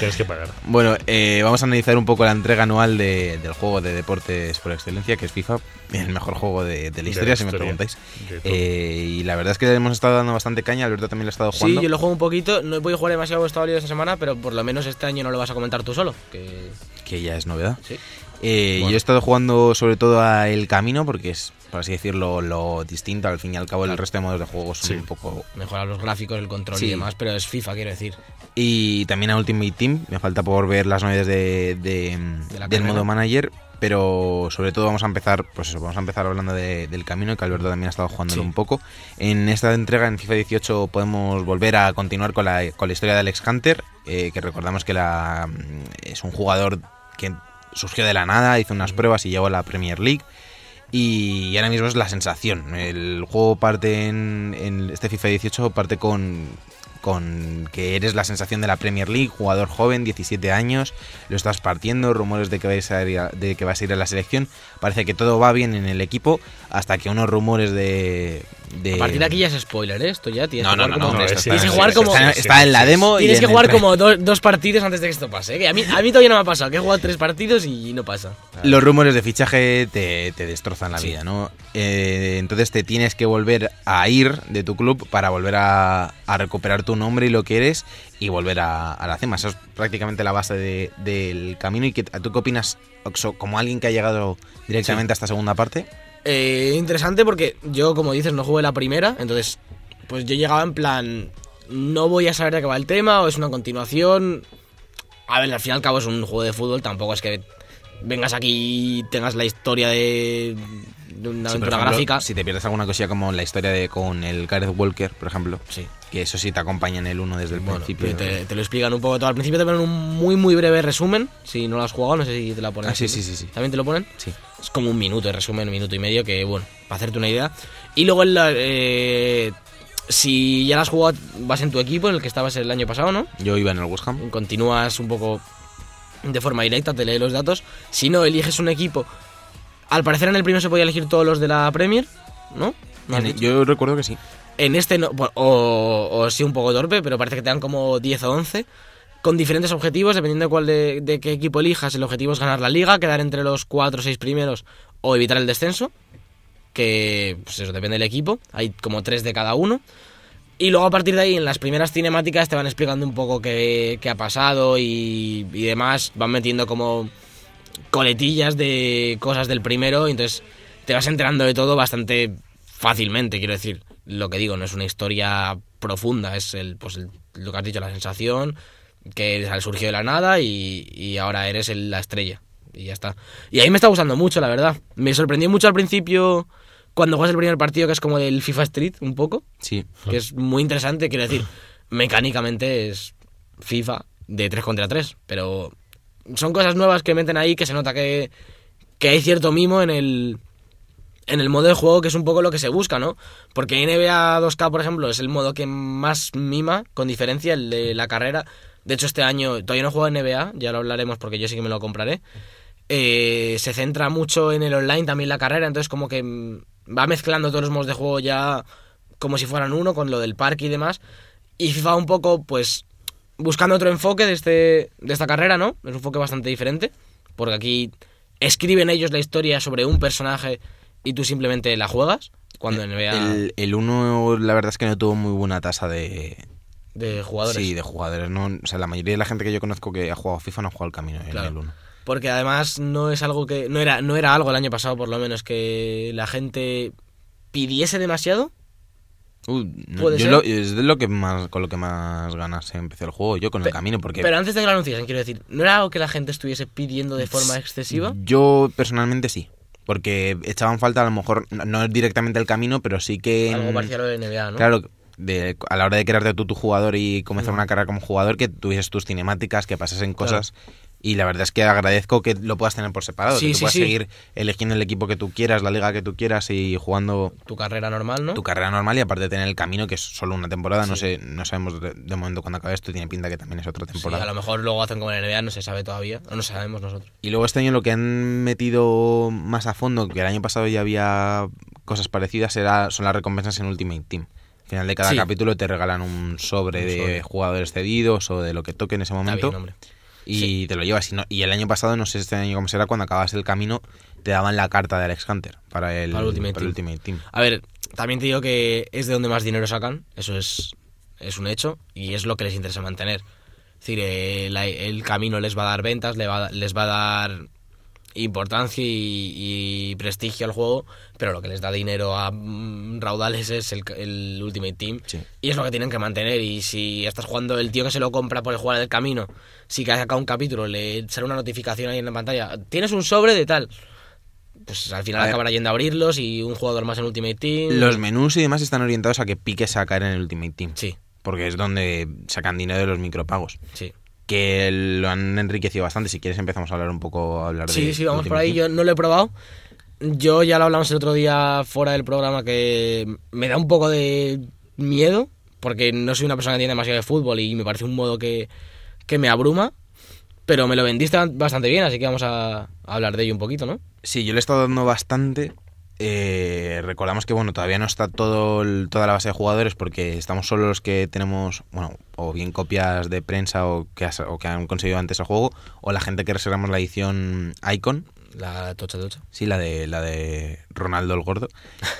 [SPEAKER 2] Tienes que pagar.
[SPEAKER 5] Bueno, eh, vamos a analizar un poco la entrega anual de- del juego de deportes por excelencia, que es FIFA, el mejor juego de, de la historia, si me
[SPEAKER 2] historia.
[SPEAKER 5] preguntáis.
[SPEAKER 2] De todo.
[SPEAKER 5] Eh, y la verdad es que le hemos estado dando bastante caña, Alberto también lo ha estado jugando.
[SPEAKER 3] Sí, yo lo juego un poquito. No he podido jugar demasiado, he estado libre esta semana, pero por lo menos este año no lo vas a comentar tú solo. Que
[SPEAKER 5] Que ya es novedad.
[SPEAKER 3] sí.
[SPEAKER 5] Eh,
[SPEAKER 3] Bueno.
[SPEAKER 5] Yo he estado jugando sobre todo a El Camino, porque es, por así decirlo, lo distinto. Al fin y al cabo, el resto de modos de juego son
[SPEAKER 2] Sí.
[SPEAKER 5] un poco...
[SPEAKER 3] Mejorar los gráficos, el control
[SPEAKER 5] Sí.
[SPEAKER 3] y demás, pero es FIFA, quiero decir.
[SPEAKER 5] Y también a Ultimate Team. Me falta por ver las novedades de, de-
[SPEAKER 3] De la
[SPEAKER 5] del
[SPEAKER 3] carrera.
[SPEAKER 5] modo manager. Pero sobre todo vamos a empezar, pues eso, vamos a empezar hablando de- del camino, que Alberto también ha estado jugándolo
[SPEAKER 2] Sí.
[SPEAKER 5] un poco. En esta entrega, en FIFA 18, podemos volver a continuar con la, con la historia de Alex Hunter, eh, que recordamos que la, mm, es un jugador que surgió de la nada, hizo unas pruebas y llegó a la Premier League. Y ahora mismo es la sensación. El juego parte en, en este FIFA 18 parte con, con que eres la sensación de la Premier League, jugador joven, 17 años, lo estás partiendo, rumores de que vais a ir a, de que vas a ir a la selección. Parece que todo va bien en el equipo hasta que unos rumores de, de-
[SPEAKER 3] A partir de aquí ya es spoiler, ¿eh? Esto ya tienes
[SPEAKER 5] Eh. No,
[SPEAKER 3] que
[SPEAKER 5] no,
[SPEAKER 3] jugar
[SPEAKER 5] no,
[SPEAKER 3] como-
[SPEAKER 5] no,
[SPEAKER 2] es-
[SPEAKER 5] esto
[SPEAKER 2] sí,
[SPEAKER 5] está-
[SPEAKER 3] tienes que jugar como-
[SPEAKER 5] está- está en la demo y
[SPEAKER 3] Tienes que
[SPEAKER 5] en
[SPEAKER 3] jugar
[SPEAKER 5] el tra-
[SPEAKER 3] como do- dos partidos antes de que esto pase. ¿eh? Que a mí, a mí todavía no me ha pasado. Que he jugado tres partidos y no pasa.
[SPEAKER 5] Los rumores de fichaje te, te destrozan la
[SPEAKER 3] Sí.
[SPEAKER 5] vida, ¿no? Eh, entonces te tienes que volver a ir de tu club para volver a, a recuperar tu nombre y lo que eres y volver a, a la cima. Esa es prácticamente la base de- del camino. ¿Y que, tú qué opinas, Oxo, como alguien que ha llegado directamente a esta segunda parte?
[SPEAKER 3] Eh, interesante porque yo, como dices, no jugué la primera, entonces, pues yo llegaba en plan, no voy a saber de qué va el tema, o es una continuación. A ver, al fin y al cabo es un juego de fútbol, tampoco es que vengas aquí y tengas la historia de, de una
[SPEAKER 5] Sí, por
[SPEAKER 3] aventura
[SPEAKER 5] ejemplo,
[SPEAKER 3] gráfica.
[SPEAKER 5] Si te pierdes alguna cosilla como la historia de con el Gareth Walker, por ejemplo,
[SPEAKER 3] Sí.
[SPEAKER 5] que eso sí te acompaña en el 1 desde el
[SPEAKER 3] Bueno,
[SPEAKER 5] principio.
[SPEAKER 3] te, te lo explican un poco todo. Al principio te ponen un muy, muy breve resumen. Si no lo has jugado, no sé si te la ponen.
[SPEAKER 5] Ah, sí, sí, sí, sí.
[SPEAKER 3] ¿También te lo ponen?
[SPEAKER 5] Sí.
[SPEAKER 3] Es como un minuto de resumen, un minuto y medio, que bueno, para hacerte una idea. Y luego, en la, eh, si ya la has jugado, vas en tu equipo, en el que estabas el año pasado, ¿no?
[SPEAKER 5] Yo iba en el West Ham.
[SPEAKER 3] Continúas un poco de forma directa, te lee los datos. Si no, eliges un equipo. Al parecer en el primero se podía elegir todos los de la Premier, ¿no? ¿No has
[SPEAKER 5] En-
[SPEAKER 3] dicho?
[SPEAKER 5] yo recuerdo que sí.
[SPEAKER 3] En este, no, bueno, o, o sí un poco torpe, pero parece que te dan como 10 o 11, con diferentes objetivos, dependiendo de, cuál de, de qué equipo elijas. El objetivo es ganar la liga, quedar entre los 4 o 6 primeros o evitar el descenso, que pues eso depende del equipo. Hay como 3 de cada uno. Y luego a partir de ahí, en las primeras cinemáticas te van explicando un poco qué, qué ha pasado y, y demás. Van metiendo como coletillas de cosas del primero, y entonces te vas enterando de todo bastante fácilmente, quiero decir. Lo que digo, no es una historia profunda, es el, pues el- lo que has dicho, la sensación que surgió de la nada y, y ahora eres el- la estrella. Y ya está. Y ahí me está gustando mucho, la verdad. Me sorprendió mucho al principio cuando juegas el primer partido, que es como del FIFA Street, un poco
[SPEAKER 5] Sí.
[SPEAKER 3] que es muy interesante, quiero decir, mecánicamente es FIFA de 3 contra 3, pero son cosas nuevas que meten ahí que se nota que, que hay cierto mimo en el en el modo de juego que es un poco lo que se busca, ¿no? Porque NBA 2K, por ejemplo, es el modo que más mima, con diferencia, el de la carrera. De hecho, este año todavía no juego NBA, ya lo hablaremos porque yo sí que me lo compraré. Eh, se centra mucho en el online también la carrera, entonces como que mm, va mezclando todos los modos de juego ya como si fueran uno, con lo del parque y demás. Y FIFA un poco, pues, buscando otro enfoque de, este, de esta carrera, ¿no? Es un enfoque bastante diferente, porque aquí escriben ellos la historia sobre un personaje y tú simplemente la juegas, cuando en NBA
[SPEAKER 5] El, el uno, la verdad es que no tuvo muy buena tasa de,
[SPEAKER 3] de jugadores.
[SPEAKER 5] Sí, de jugadores. No, o sea, la mayoría de la gente que yo conozco que ha jugado FIFA no ha jugado el camino en
[SPEAKER 3] Claro.
[SPEAKER 5] el 1.
[SPEAKER 3] Porque además no es algo que. No era, no era algo el año pasado, por lo menos, que la gente pidiese demasiado.
[SPEAKER 5] yo
[SPEAKER 3] ¿Puede ser?
[SPEAKER 5] lo- es de lo que más, con lo que más ganas empecé el juego, yo con el
[SPEAKER 3] Pe-
[SPEAKER 5] camino, porque
[SPEAKER 3] Pero antes de que lo anunciasen, quiero decir, ¿no era algo que la gente estuviese pidiendo de forma excesiva?
[SPEAKER 5] yo personalmente sí. Porque echaban falta a lo mejor, no- no directamente el camino, pero sí que...
[SPEAKER 3] Algo
[SPEAKER 5] en-
[SPEAKER 3] parcial de NBA, ¿no?
[SPEAKER 5] Claro, de- a la hora de crearte tú tu jugador y comenzar una carrera como jugador, que tuvieses tus cinemáticas, que pasasen cosas. Y la verdad es que agradezco que lo puedas tener por separado,
[SPEAKER 3] Sí,
[SPEAKER 5] que tú
[SPEAKER 3] sí,
[SPEAKER 5] puedas
[SPEAKER 3] sí.
[SPEAKER 5] seguir eligiendo el equipo que tú quieras, la liga que tú quieras y jugando
[SPEAKER 3] Tu carrera normal, ¿no?
[SPEAKER 5] tu carrera normal y aparte tener el camino que es solo una temporada no sé no sabemos de, de momento cuándo acaba esto tiene pinta que también es otra
[SPEAKER 3] Sí,
[SPEAKER 5] temporada
[SPEAKER 3] a lo mejor luego hacen como en NBA, no se sabe todavía. O no sabemos nosotros.
[SPEAKER 5] y luego este año lo que han metido más a fondo que el año pasado ya había cosas parecidas era son las recompensas en Ultimate Team al final de cada
[SPEAKER 3] Sí.
[SPEAKER 5] capítulo te regalan un sobre
[SPEAKER 3] Un
[SPEAKER 5] de
[SPEAKER 3] sobre.
[SPEAKER 5] jugadores cedidos o de lo que toque en ese
[SPEAKER 3] Está
[SPEAKER 5] momento
[SPEAKER 3] bien, hombre.
[SPEAKER 5] y te lo llevas y, no- y el año pasado no sé este año cómo será cuando acabas el camino te daban la carta de Alex Hunter para el,
[SPEAKER 3] Para el Ultimate
[SPEAKER 5] para el
[SPEAKER 3] Team.
[SPEAKER 5] Ultimate Team.
[SPEAKER 3] A ver, también te digo que es de donde más dinero sacan, eso es, es un hecho, y es lo que les interesa mantener. Es decir, eh, la- el camino les va a dar ventas, le va a- les va a dar importancia y, y prestigio al juego, pero lo que les da dinero a mm, raudales es el, el Ultimate Team,
[SPEAKER 5] Sí.
[SPEAKER 3] y es lo que tienen que mantener. Y si estás jugando, el tío que se lo compra por el jugar del camino, si que ha sacado un capítulo, le sale una notificación ahí en la pantalla, tienes un sobre de tal. Pues al final
[SPEAKER 5] A ver.
[SPEAKER 3] acabará yendo a abrirlos y un jugador más en Ultimate Team.
[SPEAKER 5] Los menús y demás están orientados a que piques a caer en el Ultimate Team.
[SPEAKER 3] Sí,
[SPEAKER 5] Porque es donde sacan dinero de los micropagos.
[SPEAKER 3] sí.
[SPEAKER 5] Que lo han enriquecido bastante. Si quieres empezamos a hablar un poco a hablar de
[SPEAKER 3] Sí, sí, vamos por
[SPEAKER 5] Ultimate
[SPEAKER 3] ahí. Yo
[SPEAKER 5] Team.
[SPEAKER 3] no lo he probado. Yo ya lo hablamos el otro día fuera del programa que me da un poco de miedo porque no soy una persona que entiende demasiado de fútbol y me parece un modo que, que me abruma. Pero me lo vendiste bastante bien, así que vamos a, a hablar de ello un poquito, ¿no?
[SPEAKER 5] Sí, yo le he estado dando bastante. Eh, recordamos que bueno, todavía no está todo el- toda la base de jugadores porque estamos solo los que tenemos, bueno, o bien copias de prensa o que, has- o que han conseguido antes el juego, o la gente que reservamos la edición Icon,
[SPEAKER 3] La tocha tocha.
[SPEAKER 5] Sí, la de, la de Ronaldo el Gordo.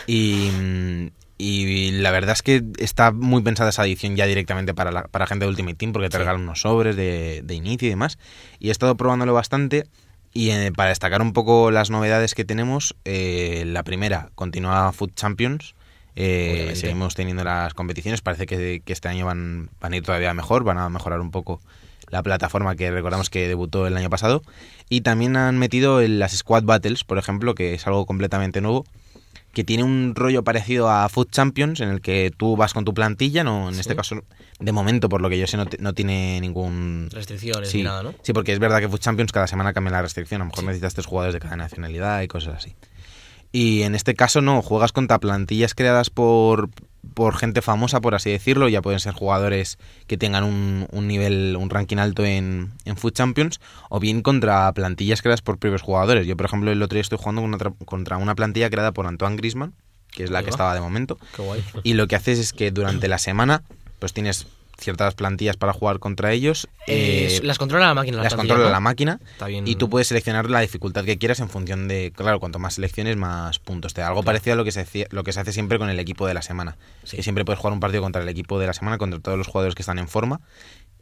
[SPEAKER 5] Y, mm, y la verdad es que está muy pensada esa edición ya directamente para, la, para gente de Ultimate Team, porque te
[SPEAKER 3] Sí.
[SPEAKER 5] regalan unos sobres de, de inicio y demás. Y he estado probándolo bastante. Y eh, para destacar un poco las novedades que tenemos, eh, la primera, continúa Food Champions. Eh,
[SPEAKER 3] Obviamente.
[SPEAKER 5] seguimos teniendo las competiciones. Parece que, que este año van, van a ir todavía mejor, van a mejorar un poco la plataforma que recordamos que debutó el año pasado. Y también han metido el- las Squad Battles, por ejemplo, que es algo completamente nuevo, que tiene un rollo parecido a Food Champions, en el que tú vas con tu plantilla, no en este
[SPEAKER 3] Sí.
[SPEAKER 5] caso, de momento, por lo que yo sé, no, te- no tiene ningún...
[SPEAKER 3] Restricciones
[SPEAKER 5] Sí,
[SPEAKER 3] ni nada, ¿no?
[SPEAKER 5] sí, porque es verdad que Food Champions cada semana cambia la restricción, a lo mejor necesitas tres jugadores de cada nacionalidad y cosas así. Y en este caso no, juegas contra plantillas creadas por, por gente famosa, por así decirlo. Ya pueden ser jugadores que tengan un, un nivel, un ranking alto en, en Food Champions, o bien contra plantillas creadas por propios jugadores. Yo, por ejemplo, el otro día estoy jugando con otra- contra una plantilla creada por Antoine Grisman, que es la
[SPEAKER 3] Ahí
[SPEAKER 5] que
[SPEAKER 3] va.
[SPEAKER 5] estaba de momento.
[SPEAKER 3] Qué guay.
[SPEAKER 5] Y lo que haces es que durante la semana, pues tienes ciertas plantillas para jugar contra ellos.
[SPEAKER 3] Eh,
[SPEAKER 5] eh,
[SPEAKER 3] las controla la máquina.
[SPEAKER 5] las
[SPEAKER 3] plantillas, ¿no?
[SPEAKER 5] controla la máquina
[SPEAKER 3] Está bien.
[SPEAKER 5] y tú puedes seleccionar la dificultad que quieras en función de, claro, cuanto más selecciones, más puntos te da. Algo parecido a lo que se, hacía- lo que se hace siempre con el equipo de la semana. Que siempre puedes jugar un partido contra el equipo de la semana, contra todos los jugadores que están en forma,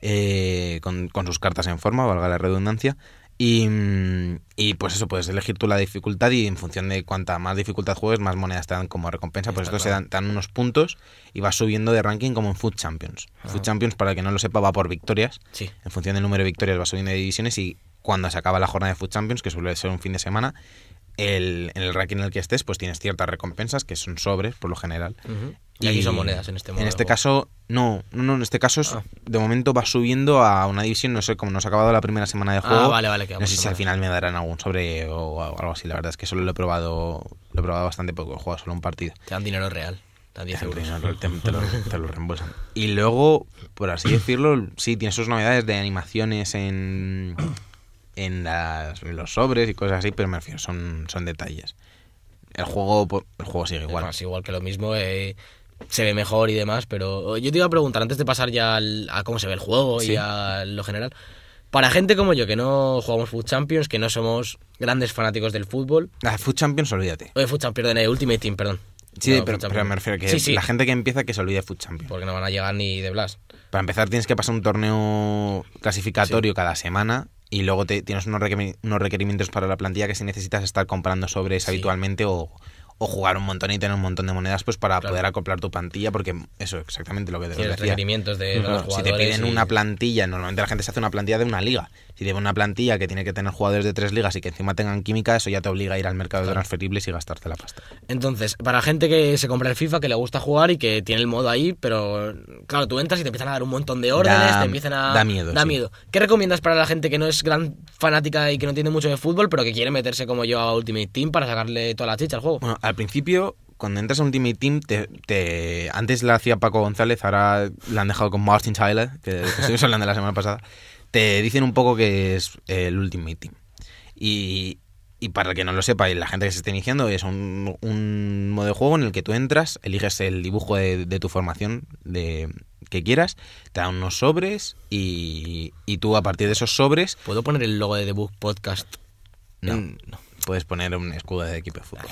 [SPEAKER 5] eh, con, con sus cartas en forma, valga la redundancia. Y, mm, y, pues eso, puedes elegir tú la dificultad y en función de cuanta más dificultad juegues, más monedas te dan como recompensa. Pues
[SPEAKER 3] Está
[SPEAKER 5] esto se
[SPEAKER 3] claro.
[SPEAKER 5] dan, te dan unos puntos y vas subiendo de ranking como en Food Champions. Food Champions, para el que no lo sepa, va por victorias.
[SPEAKER 3] Sí.
[SPEAKER 5] En función del número de victorias va subiendo de divisiones y cuando se acaba la jornada de Food Champions, que suele ser un fin de semana, el, en el ranking en el que estés, pues tienes ciertas recompensas que son sobres por lo general.
[SPEAKER 3] Ujú. Y aquí son monedas en este modo
[SPEAKER 5] En
[SPEAKER 3] de
[SPEAKER 5] este
[SPEAKER 3] juego.
[SPEAKER 5] caso, no, no, no, en este caso es-
[SPEAKER 3] Ah.
[SPEAKER 5] de momento va subiendo a una división, no sé, como nos ha acabado la primera semana de juego.
[SPEAKER 3] Ah, vale, vale, que
[SPEAKER 5] No
[SPEAKER 3] vamos
[SPEAKER 5] sé si
[SPEAKER 3] tomando.
[SPEAKER 5] al final me darán algún sobre o, o algo así, la verdad es que solo lo he probado, lo he probado bastante poco, he jugado solo un partido.
[SPEAKER 3] Te dan dinero real. Te dan 10
[SPEAKER 5] Te-
[SPEAKER 3] euros.
[SPEAKER 5] Te, te lo, te lo reembolsan. Y luego, por así decirlo, sí, tiene sus novedades de animaciones en, en, las- en los sobres y cosas así, pero me refiero, son, son detalles. El juego, po- el juego sigue igual.
[SPEAKER 3] Igual. Es igual que lo mismo, eh, se ve mejor y demás, pero eh, yo te iba a preguntar, antes de pasar ya al- a cómo se ve el juego y
[SPEAKER 5] Sí.
[SPEAKER 3] a lo general, para gente como yo, que no jugamos Food Champions, que no somos grandes fanáticos del fútbol,
[SPEAKER 5] La Ah, Food Champions, olvídate.
[SPEAKER 3] o de Food Champions, perdón, de Ultimate Team, perdón.
[SPEAKER 5] Sí,
[SPEAKER 3] No,
[SPEAKER 5] pero,
[SPEAKER 3] Food Champions.
[SPEAKER 5] pero me refiero que
[SPEAKER 3] Sí, sí,
[SPEAKER 5] la gente que empieza que se olvide de Food Champions.
[SPEAKER 3] porque no van a llegar ni de Blast.
[SPEAKER 5] Para empezar, tienes que pasar un torneo clasificatorio cada semana y luego te, tienes unos, requerimi- unos requerimientos para la plantilla que si necesitas estar comprando sobres
[SPEAKER 3] Sí.
[SPEAKER 5] habitualmente o, o jugar un montón y tener un montón de monedas pues para
[SPEAKER 3] Claro.
[SPEAKER 5] poder acoplar tu plantilla porque eso exactamente lo que te
[SPEAKER 3] Tienes
[SPEAKER 5] decía.
[SPEAKER 3] requerimientos de, de los
[SPEAKER 5] Claro, si te
[SPEAKER 3] jugadores.
[SPEAKER 5] piden
[SPEAKER 3] y-
[SPEAKER 5] una plantilla, normalmente la gente se hace una plantilla de una liga. Si te piden una plantilla que tiene que tener jugadores de tres ligas y que encima tengan química, eso ya te obliga a ir al mercado de transferibles y gastarte la pasta.
[SPEAKER 3] Entonces, para gente que se compra el FIFA, que le gusta jugar y que tiene el modo ahí, pero claro, tú entras y te empiezan a dar un montón de órdenes,
[SPEAKER 5] Da-
[SPEAKER 3] te empiezan a...
[SPEAKER 5] da miedo, sí.
[SPEAKER 3] ¿Qué recomiendas para la gente que no es gran fanática y que no entiende mucho de fútbol, pero que quiere meterse como yo a Ultimate Team para sacarle toda la chicha al juego?
[SPEAKER 5] Bueno, al principio, cuando entras a Ultimate Team, te, te- antes la hacía Paco González, ahora la han dejado con Martin Tyler, que, pues, que estuvimos hablando la semana pasada. Te dicen un poco que es el Ultimate Team. Y, y para el que no lo sepa, y la gente que se esté iniciando, es un, un modo de juego en el que tú entras, eliges el dibujo de, de tu formación de, que quieras, te dan unos sobres y, y tú a partir de esos sobres
[SPEAKER 3] ¿Puedo poner el logo de The Book Podcast?
[SPEAKER 5] no.
[SPEAKER 3] Mm,
[SPEAKER 5] Puedes poner un escudo de equipo de fútbol.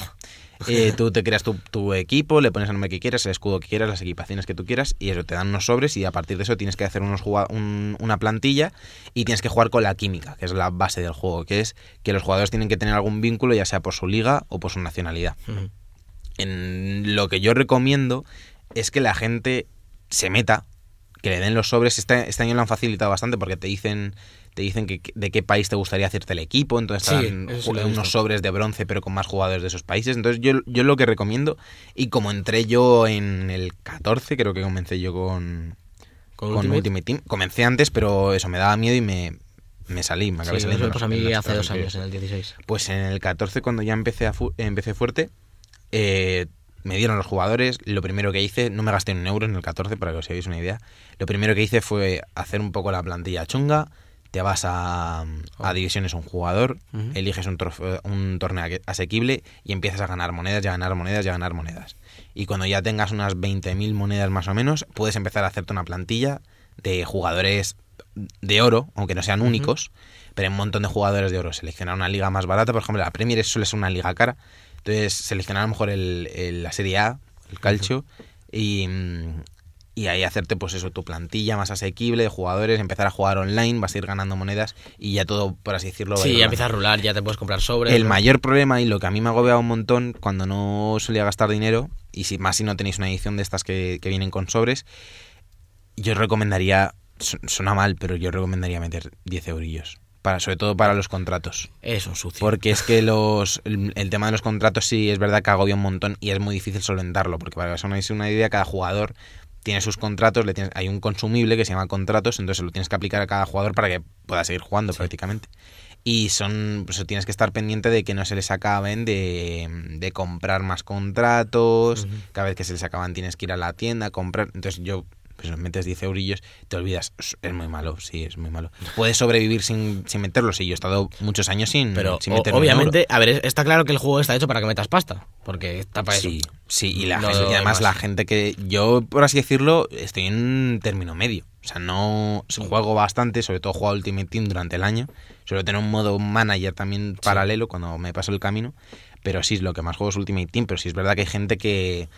[SPEAKER 5] Eh, tú te creas tu, tu equipo, le pones el nombre que quieras, el escudo que quieras, las equipaciones que tú quieras, y eso te dan unos sobres. Y a partir de eso tienes que hacer unos juga- un- una plantilla y tienes que jugar con la química, que es la base del juego, que es que los jugadores tienen que tener algún vínculo, ya sea por su liga o por su nacionalidad.
[SPEAKER 3] Ujú.
[SPEAKER 5] En lo que yo recomiendo es que la gente se meta, que le den los sobres. Este, este año lo han facilitado bastante porque te dicen te dicen que, de qué país te gustaría hacerte el equipo, entonces te
[SPEAKER 3] Sí,
[SPEAKER 5] dan
[SPEAKER 3] eso sí lo he
[SPEAKER 5] ju- unos
[SPEAKER 3] visto.
[SPEAKER 5] sobres de bronce pero con más jugadores de esos países. Entonces yo, yo lo que recomiendo, y como entré yo en el 14, creo que comencé yo con,
[SPEAKER 3] ¿Con
[SPEAKER 5] con
[SPEAKER 3] Ultimate?
[SPEAKER 5] Ultimate? Team, comencé antes pero eso me daba miedo y me, me salí, me acabé
[SPEAKER 3] Sí,
[SPEAKER 5] saliendo
[SPEAKER 3] eso me
[SPEAKER 5] en los-
[SPEAKER 3] pasó a
[SPEAKER 5] en
[SPEAKER 3] mí
[SPEAKER 5] los
[SPEAKER 3] hace dos años,
[SPEAKER 5] torneos.
[SPEAKER 3] en el 16.
[SPEAKER 5] Pues en el 14, cuando ya empecé, a fu- empecé fuerte, eh, me dieron los jugadores. Lo primero que hice, no me gasté un euro en el 14, para que os hagáis una idea. Lo primero que hice fue hacer un poco la plantilla chunga. Te vas a, a divisiones un jugador, eliges un, trofeo- un torneo aque- asequible y empiezas a ganar monedas, y a ganar monedas, y a ganar monedas. Y cuando ya tengas unas 20.000 monedas más o menos, puedes empezar a hacerte una plantilla de jugadores de oro, aunque no sean únicos, pero hay un montón de jugadores de oro. Seleccionar una liga más barata, por ejemplo, la Premier suele ser una liga cara. Entonces, seleccionar a lo mejor el- el- la Serie A, el Calcio, y, mm, y ahí hacerte, pues eso, tu plantilla más asequible de jugadores, empezar a jugar online, vas a ir ganando monedas y ya todo, por así decirlo, va a ir
[SPEAKER 3] Sí, ya
[SPEAKER 5] rodando.
[SPEAKER 3] empiezas a rular, ya te puedes comprar sobre.
[SPEAKER 5] El mayor problema y lo que a mí me agobiaba un montón cuando no solía gastar dinero, y si más si no tenéis una edición de estas que, que vienen con sobres, yo recomendaría, su- suena mal, pero yo recomendaría meter 10 eurillos. Para, sobre todo para los contratos.
[SPEAKER 3] Es un sucio.
[SPEAKER 5] Porque es que los el, el tema de los contratos sí es verdad que agobia un montón y es muy difícil solventarlo. Porque para que os hagáis una idea, cada jugador tiene sus contratos, le tienes- hay un consumible que se llama contratos, entonces lo tienes que aplicar a cada jugador para que pueda seguir jugando prácticamente. Y son pues, tienes que estar pendiente de que no se les acaben, de, de comprar más contratos. Cada vez que se les acaban tienes que ir a la tienda a comprar. Entonces yo Pues nos metes 10 eurillos, te olvidas. Es es muy malo, sí, es muy malo. Puedes sobrevivir sin, sin meterlos. Sí, yo he estado muchos años sin,
[SPEAKER 3] Pero
[SPEAKER 5] sin
[SPEAKER 3] o-
[SPEAKER 5] meter ni un
[SPEAKER 3] obviamente, a ver, es- está claro que el juego está hecho para que metas pasta, porque está
[SPEAKER 5] euro.
[SPEAKER 3] para
[SPEAKER 5] Sí,
[SPEAKER 3] eso.
[SPEAKER 5] sí, y, la
[SPEAKER 3] No
[SPEAKER 5] gente- y además
[SPEAKER 3] más.
[SPEAKER 5] la gente que. Yo, por así decirlo, estoy en término medio. O sea, no juego bastante, sobre todo juego a Ultimate Team durante el año. Suelo tener un modo manager también paralelo cuando me paso el camino. Pero sí, lo que más juego es Ultimate Team. Pero sí es verdad que hay gente que,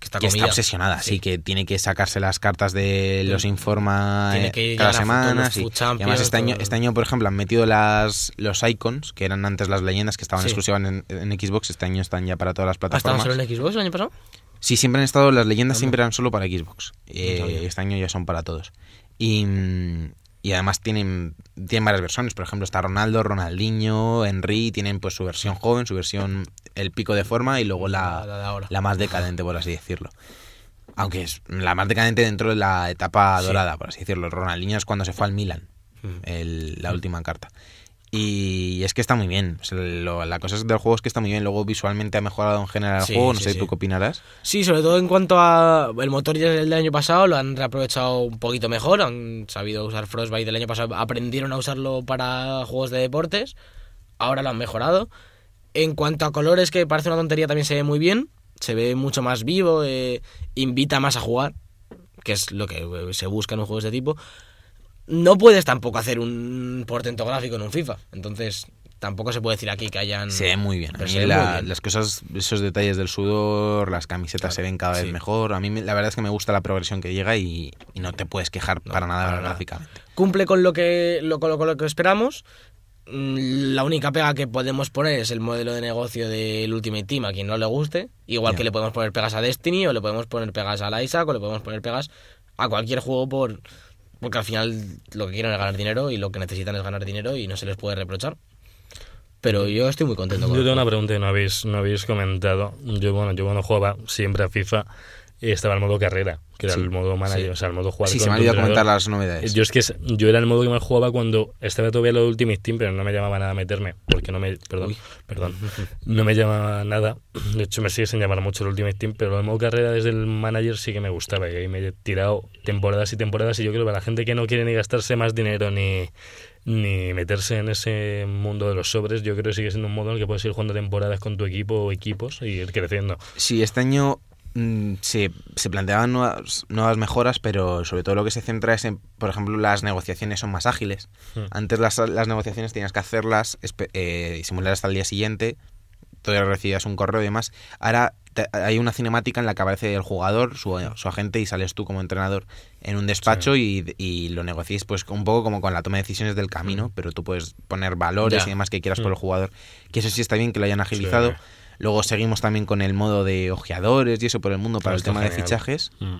[SPEAKER 3] Que está,
[SPEAKER 5] que está
[SPEAKER 3] comida.
[SPEAKER 5] obsesionada, así que tiene que sacarse las cartas de los informa
[SPEAKER 3] Tiene
[SPEAKER 5] eh,
[SPEAKER 3] que llegar a
[SPEAKER 5] cada
[SPEAKER 3] todos
[SPEAKER 5] semana.
[SPEAKER 3] los
[SPEAKER 5] sí.
[SPEAKER 3] Food
[SPEAKER 5] Y además
[SPEAKER 3] Champions,
[SPEAKER 5] este año,
[SPEAKER 3] todo.
[SPEAKER 5] este año, por ejemplo, han metido las los icons, que eran antes las leyendas, que estaban
[SPEAKER 3] Sí.
[SPEAKER 5] exclusivas en, en Xbox, este año están ya para todas las
[SPEAKER 3] Ah, ¿Estaban
[SPEAKER 5] plataformas.
[SPEAKER 3] solo en Xbox el año pasado?
[SPEAKER 5] Sí, siempre han estado, las leyendas
[SPEAKER 3] Anda.
[SPEAKER 5] siempre eran solo para Xbox. Eh,
[SPEAKER 3] sabía.
[SPEAKER 5] este año ya son para todos. Y, mm, y además tienen, tienen varias versiones. Por ejemplo, está Ronaldo, Ronaldinho, Henry, tienen pues su versión joven, su versión el pico de forma y luego la,
[SPEAKER 3] La de ahora.
[SPEAKER 5] la más decadente, por así decirlo. Aunque es la más decadente dentro de la etapa
[SPEAKER 3] Sí. Hmm.
[SPEAKER 5] dorada, por así decirlo. Ronaldinho es cuando se fue al Milan, el- la última carta. Y es que está muy bien. O sea, lo- la cosa es del juego es que está muy bien. Luego visualmente ha mejorado en general el
[SPEAKER 3] Sí,
[SPEAKER 5] juego. No
[SPEAKER 3] sí,
[SPEAKER 5] sé
[SPEAKER 3] sí.
[SPEAKER 5] tú qué opinarás.
[SPEAKER 3] Sí, sobre todo en cuanto a el motor ya del año pasado, lo han reaprovechado un poquito mejor, han sabido usar Frostbite del año pasado, aprendieron a usarlo para juegos de deportes, ahora lo han mejorado. En cuanto a colores, que parece una tontería, también se ve muy bien, se ve mucho más vivo, eh, invita más a jugar, que es lo que eh, se busca en un juego de este tipo. No puedes tampoco hacer un portento gráfico en un FIFA, entonces tampoco se puede decir aquí que hayan...
[SPEAKER 5] Se ve muy bien. A
[SPEAKER 3] Pero
[SPEAKER 5] mí
[SPEAKER 3] se ve
[SPEAKER 5] la-
[SPEAKER 3] muy bien.
[SPEAKER 5] Las cosas, esos detalles del sudor, las camisetas se ven cada vez
[SPEAKER 3] sí.
[SPEAKER 5] mejor. A mí me- la verdad es que me gusta la progresión que llega y, y no te puedes quejar para nada
[SPEAKER 3] para nada.
[SPEAKER 5] gráficamente.
[SPEAKER 3] cumple con lo que lo, con lo, con lo que esperamos. Mm, La única pega que podemos poner es el modelo de negocio del Ultimate Team a quien no le guste. Igual
[SPEAKER 5] Ya.
[SPEAKER 3] que le podemos poner pegas a Destiny, o le podemos poner pegas al Isaac, o le podemos poner pegas a cualquier juego por porque al final lo que quieren es ganar dinero y lo que necesitan es ganar dinero y no se les puede reprochar. Pero yo estoy muy contento
[SPEAKER 2] Yo
[SPEAKER 3] con
[SPEAKER 2] tengo una pregunta que no habéis, no habéis comentado. Yo, bueno, yo cuando jugaba siempre a FIFA estaba el modo carrera, que era
[SPEAKER 5] Sí,
[SPEAKER 2] el modo manager,
[SPEAKER 5] sí.
[SPEAKER 2] o sea, el modo jugar
[SPEAKER 5] sí,
[SPEAKER 2] con
[SPEAKER 5] se me ha
[SPEAKER 2] tu
[SPEAKER 5] olvidado
[SPEAKER 2] entrenador.
[SPEAKER 5] comentar las novedades.
[SPEAKER 2] Yo es que es- yo era el modo que más jugaba cuando estaba todavía lo de Ultimate Team, pero no me llamaba nada a meterme, porque no me perdón, perdón, no me llamaba nada. De hecho me sigue sin llamar mucho el Ultimate Team, pero el modo carrera desde el manager sí que me gustaba y ahí me he tirado temporadas y temporadas y yo creo que para la gente que no quiere ni gastarse más dinero ni ni meterse en ese mundo de los sobres, yo creo que sigue siendo un modo en el que puedes ir jugando temporadas con tu equipo o equipos y ir creciendo.
[SPEAKER 5] Sí, este año mm, se, se planteaban nuevas, nuevas mejoras, pero sobre todo lo que se centra es en, por ejemplo, las negociaciones son más ágiles.
[SPEAKER 2] Hmm.
[SPEAKER 5] Antes las, las negociaciones tenías que hacerlas, espe- eh, simular hasta el día siguiente, todavía recibías un correo y demás. Ahora te- hay una cinemática en la que aparece el jugador, su, su agente y sales tú como entrenador en un despacho y, y lo negociáis pues un poco como con la toma de decisiones del camino, pero tú puedes poner valores
[SPEAKER 3] Ya.
[SPEAKER 5] y demás que quieras por
[SPEAKER 2] Hmm.
[SPEAKER 5] el jugador. Que eso sí está bien que lo hayan agilizado.
[SPEAKER 2] Sí.
[SPEAKER 5] Luego seguimos también con el modo de ojeadores y eso por el mundo
[SPEAKER 2] Claro,
[SPEAKER 5] para el
[SPEAKER 2] está
[SPEAKER 5] tema de
[SPEAKER 2] genial.
[SPEAKER 5] fichajes.
[SPEAKER 3] Mm.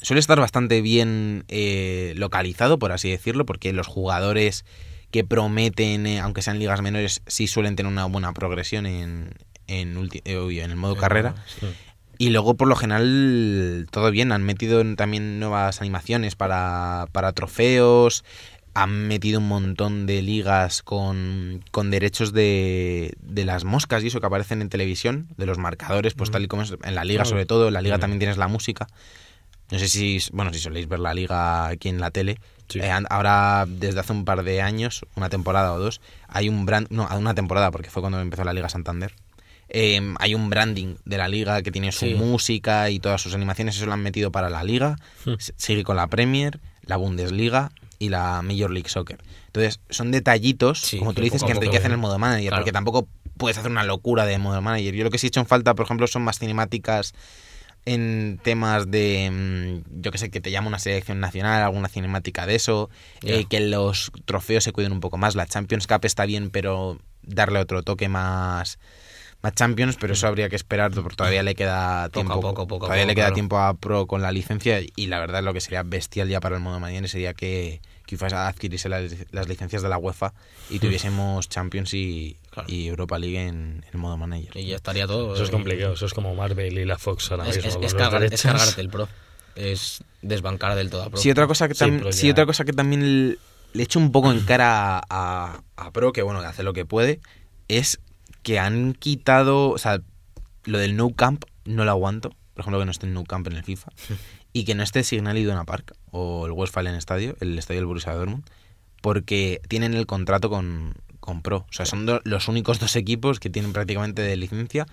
[SPEAKER 5] Suele estar bastante bien eh, localizado, por así decirlo, porque los jugadores que prometen, eh, aunque sean ligas menores, sí suelen tener una buena progresión en, en, ulti- eh, uy, en el modo carrera. Y luego, por lo general, todo bien. Han metido en- también nuevas animaciones para, para trofeos. Han metido un montón de ligas con, con derechos de, de las moscas y eso que aparecen en televisión, de los marcadores, pues tal y como es en la liga
[SPEAKER 2] Ah,
[SPEAKER 5] sobre todo. En la liga
[SPEAKER 2] bien.
[SPEAKER 5] también tienes la música. No sé si, bueno, si soléis ver la liga aquí en la tele.
[SPEAKER 2] Sí.
[SPEAKER 5] Eh, an- ahora, desde hace un par de años, una temporada o dos, hay un brand, no, una temporada porque fue cuando empezó la Liga Santander. Eh, hay un branding de la liga que tiene su
[SPEAKER 3] Sí.
[SPEAKER 5] música y todas sus animaciones, eso lo han metido para la liga.
[SPEAKER 2] Hmm.
[SPEAKER 5] S- Sigue con la Premier, la Bundesliga y la Major League Soccer. Entonces, son detallitos,
[SPEAKER 3] Sí,
[SPEAKER 5] como tú
[SPEAKER 3] que
[SPEAKER 5] dices,
[SPEAKER 3] poco
[SPEAKER 5] que
[SPEAKER 3] a poco
[SPEAKER 5] enriquecen
[SPEAKER 3] van.
[SPEAKER 5] el modo manager,
[SPEAKER 3] Claro.
[SPEAKER 5] porque tampoco puedes hacer una locura de modo manager. Yo lo que sí he hecho en falta, por ejemplo, son más cinemáticas en temas de, mm, yo que sé, que te llama una selección nacional, alguna cinemática de eso,
[SPEAKER 3] Ya.
[SPEAKER 5] eh, que los trofeos se cuiden un poco más. La Champions Cup está bien, pero darle otro toque más, más Champions, pero eso habría que esperar, porque todavía le
[SPEAKER 3] Mm. Poco
[SPEAKER 5] queda
[SPEAKER 3] a
[SPEAKER 5] tiempo,
[SPEAKER 3] poco, poco a
[SPEAKER 5] todavía
[SPEAKER 3] poco,
[SPEAKER 5] le queda
[SPEAKER 3] claro.
[SPEAKER 5] tiempo a Pro con la licencia y la verdad lo que sería bestial ya para el modo mañana sería que que UEFA adquiriese las, las licencias de la UEFA y tuviésemos Champions y,
[SPEAKER 3] Hmm. Claro.
[SPEAKER 5] y Europa League en, el modo manager.
[SPEAKER 3] Y ya estaría todo.
[SPEAKER 2] Eso es
[SPEAKER 3] eh,
[SPEAKER 2] complicado, eso es como Marvel y la Fox ahora
[SPEAKER 3] Es,
[SPEAKER 2] mismo.
[SPEAKER 3] es-
[SPEAKER 2] con
[SPEAKER 3] es
[SPEAKER 2] los
[SPEAKER 3] cargar- es
[SPEAKER 2] derechos.
[SPEAKER 3] cargarte el pro. Es desbancar del todo a pro.
[SPEAKER 5] Sí, otra cosa que,
[SPEAKER 2] Sí,
[SPEAKER 5] tam-
[SPEAKER 2] pero
[SPEAKER 5] sí,
[SPEAKER 2] ya-
[SPEAKER 5] otra cosa que también l- le echo un poco en cara a, a- a Pro, que bueno, que hace lo que puede, es que han quitado, o sea, lo del no camp no lo aguanto. por ejemplo, que no esté en Nou Camp en el FIFA, y que no esté Signal Iduna Park o el Westfalen Estadio, el estadio del Borussia Dortmund, porque tienen el contrato con, con Pro. O sea, son do- los únicos dos equipos que tienen prácticamente de licencia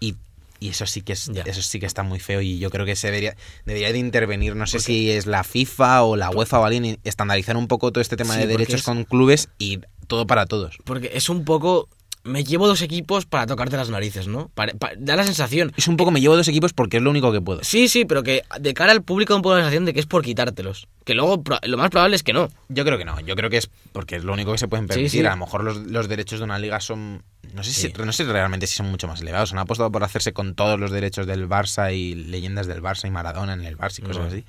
[SPEAKER 5] y, y eso sí que es,
[SPEAKER 2] Ya.
[SPEAKER 5] eso sí que está muy feo y yo creo que se debería, debería de intervenir, no
[SPEAKER 3] Pues
[SPEAKER 5] sé si es la FIFA o la UEFA o alguien, y estandarizar un poco todo este tema
[SPEAKER 3] Sí,
[SPEAKER 5] de
[SPEAKER 3] porque
[SPEAKER 5] derechos
[SPEAKER 3] es-
[SPEAKER 5] con clubes y todo para todos.
[SPEAKER 3] Porque es un poco. Me llevo dos equipos para tocarte las narices, ¿no? Pare- pa- da la sensación.
[SPEAKER 5] Es un poco, me llevo dos equipos porque es lo único que puedo.
[SPEAKER 3] Sí, sí, pero que de cara al público da un poco la sensación de que es por quitártelos. Que luego pro- lo más probable es que no.
[SPEAKER 5] Yo creo que no, yo creo que es porque es lo único que se pueden
[SPEAKER 3] Sí,
[SPEAKER 5] permitir.
[SPEAKER 3] sí.
[SPEAKER 5] A lo mejor los, los derechos de una liga son. No sé,
[SPEAKER 3] Sí.
[SPEAKER 5] si, no sé realmente si son mucho más elevados. Han apostado por hacerse con todos los derechos del Barça y leyendas del Barça y Maradona en el Barça y cosas
[SPEAKER 3] Bueno.
[SPEAKER 5] así.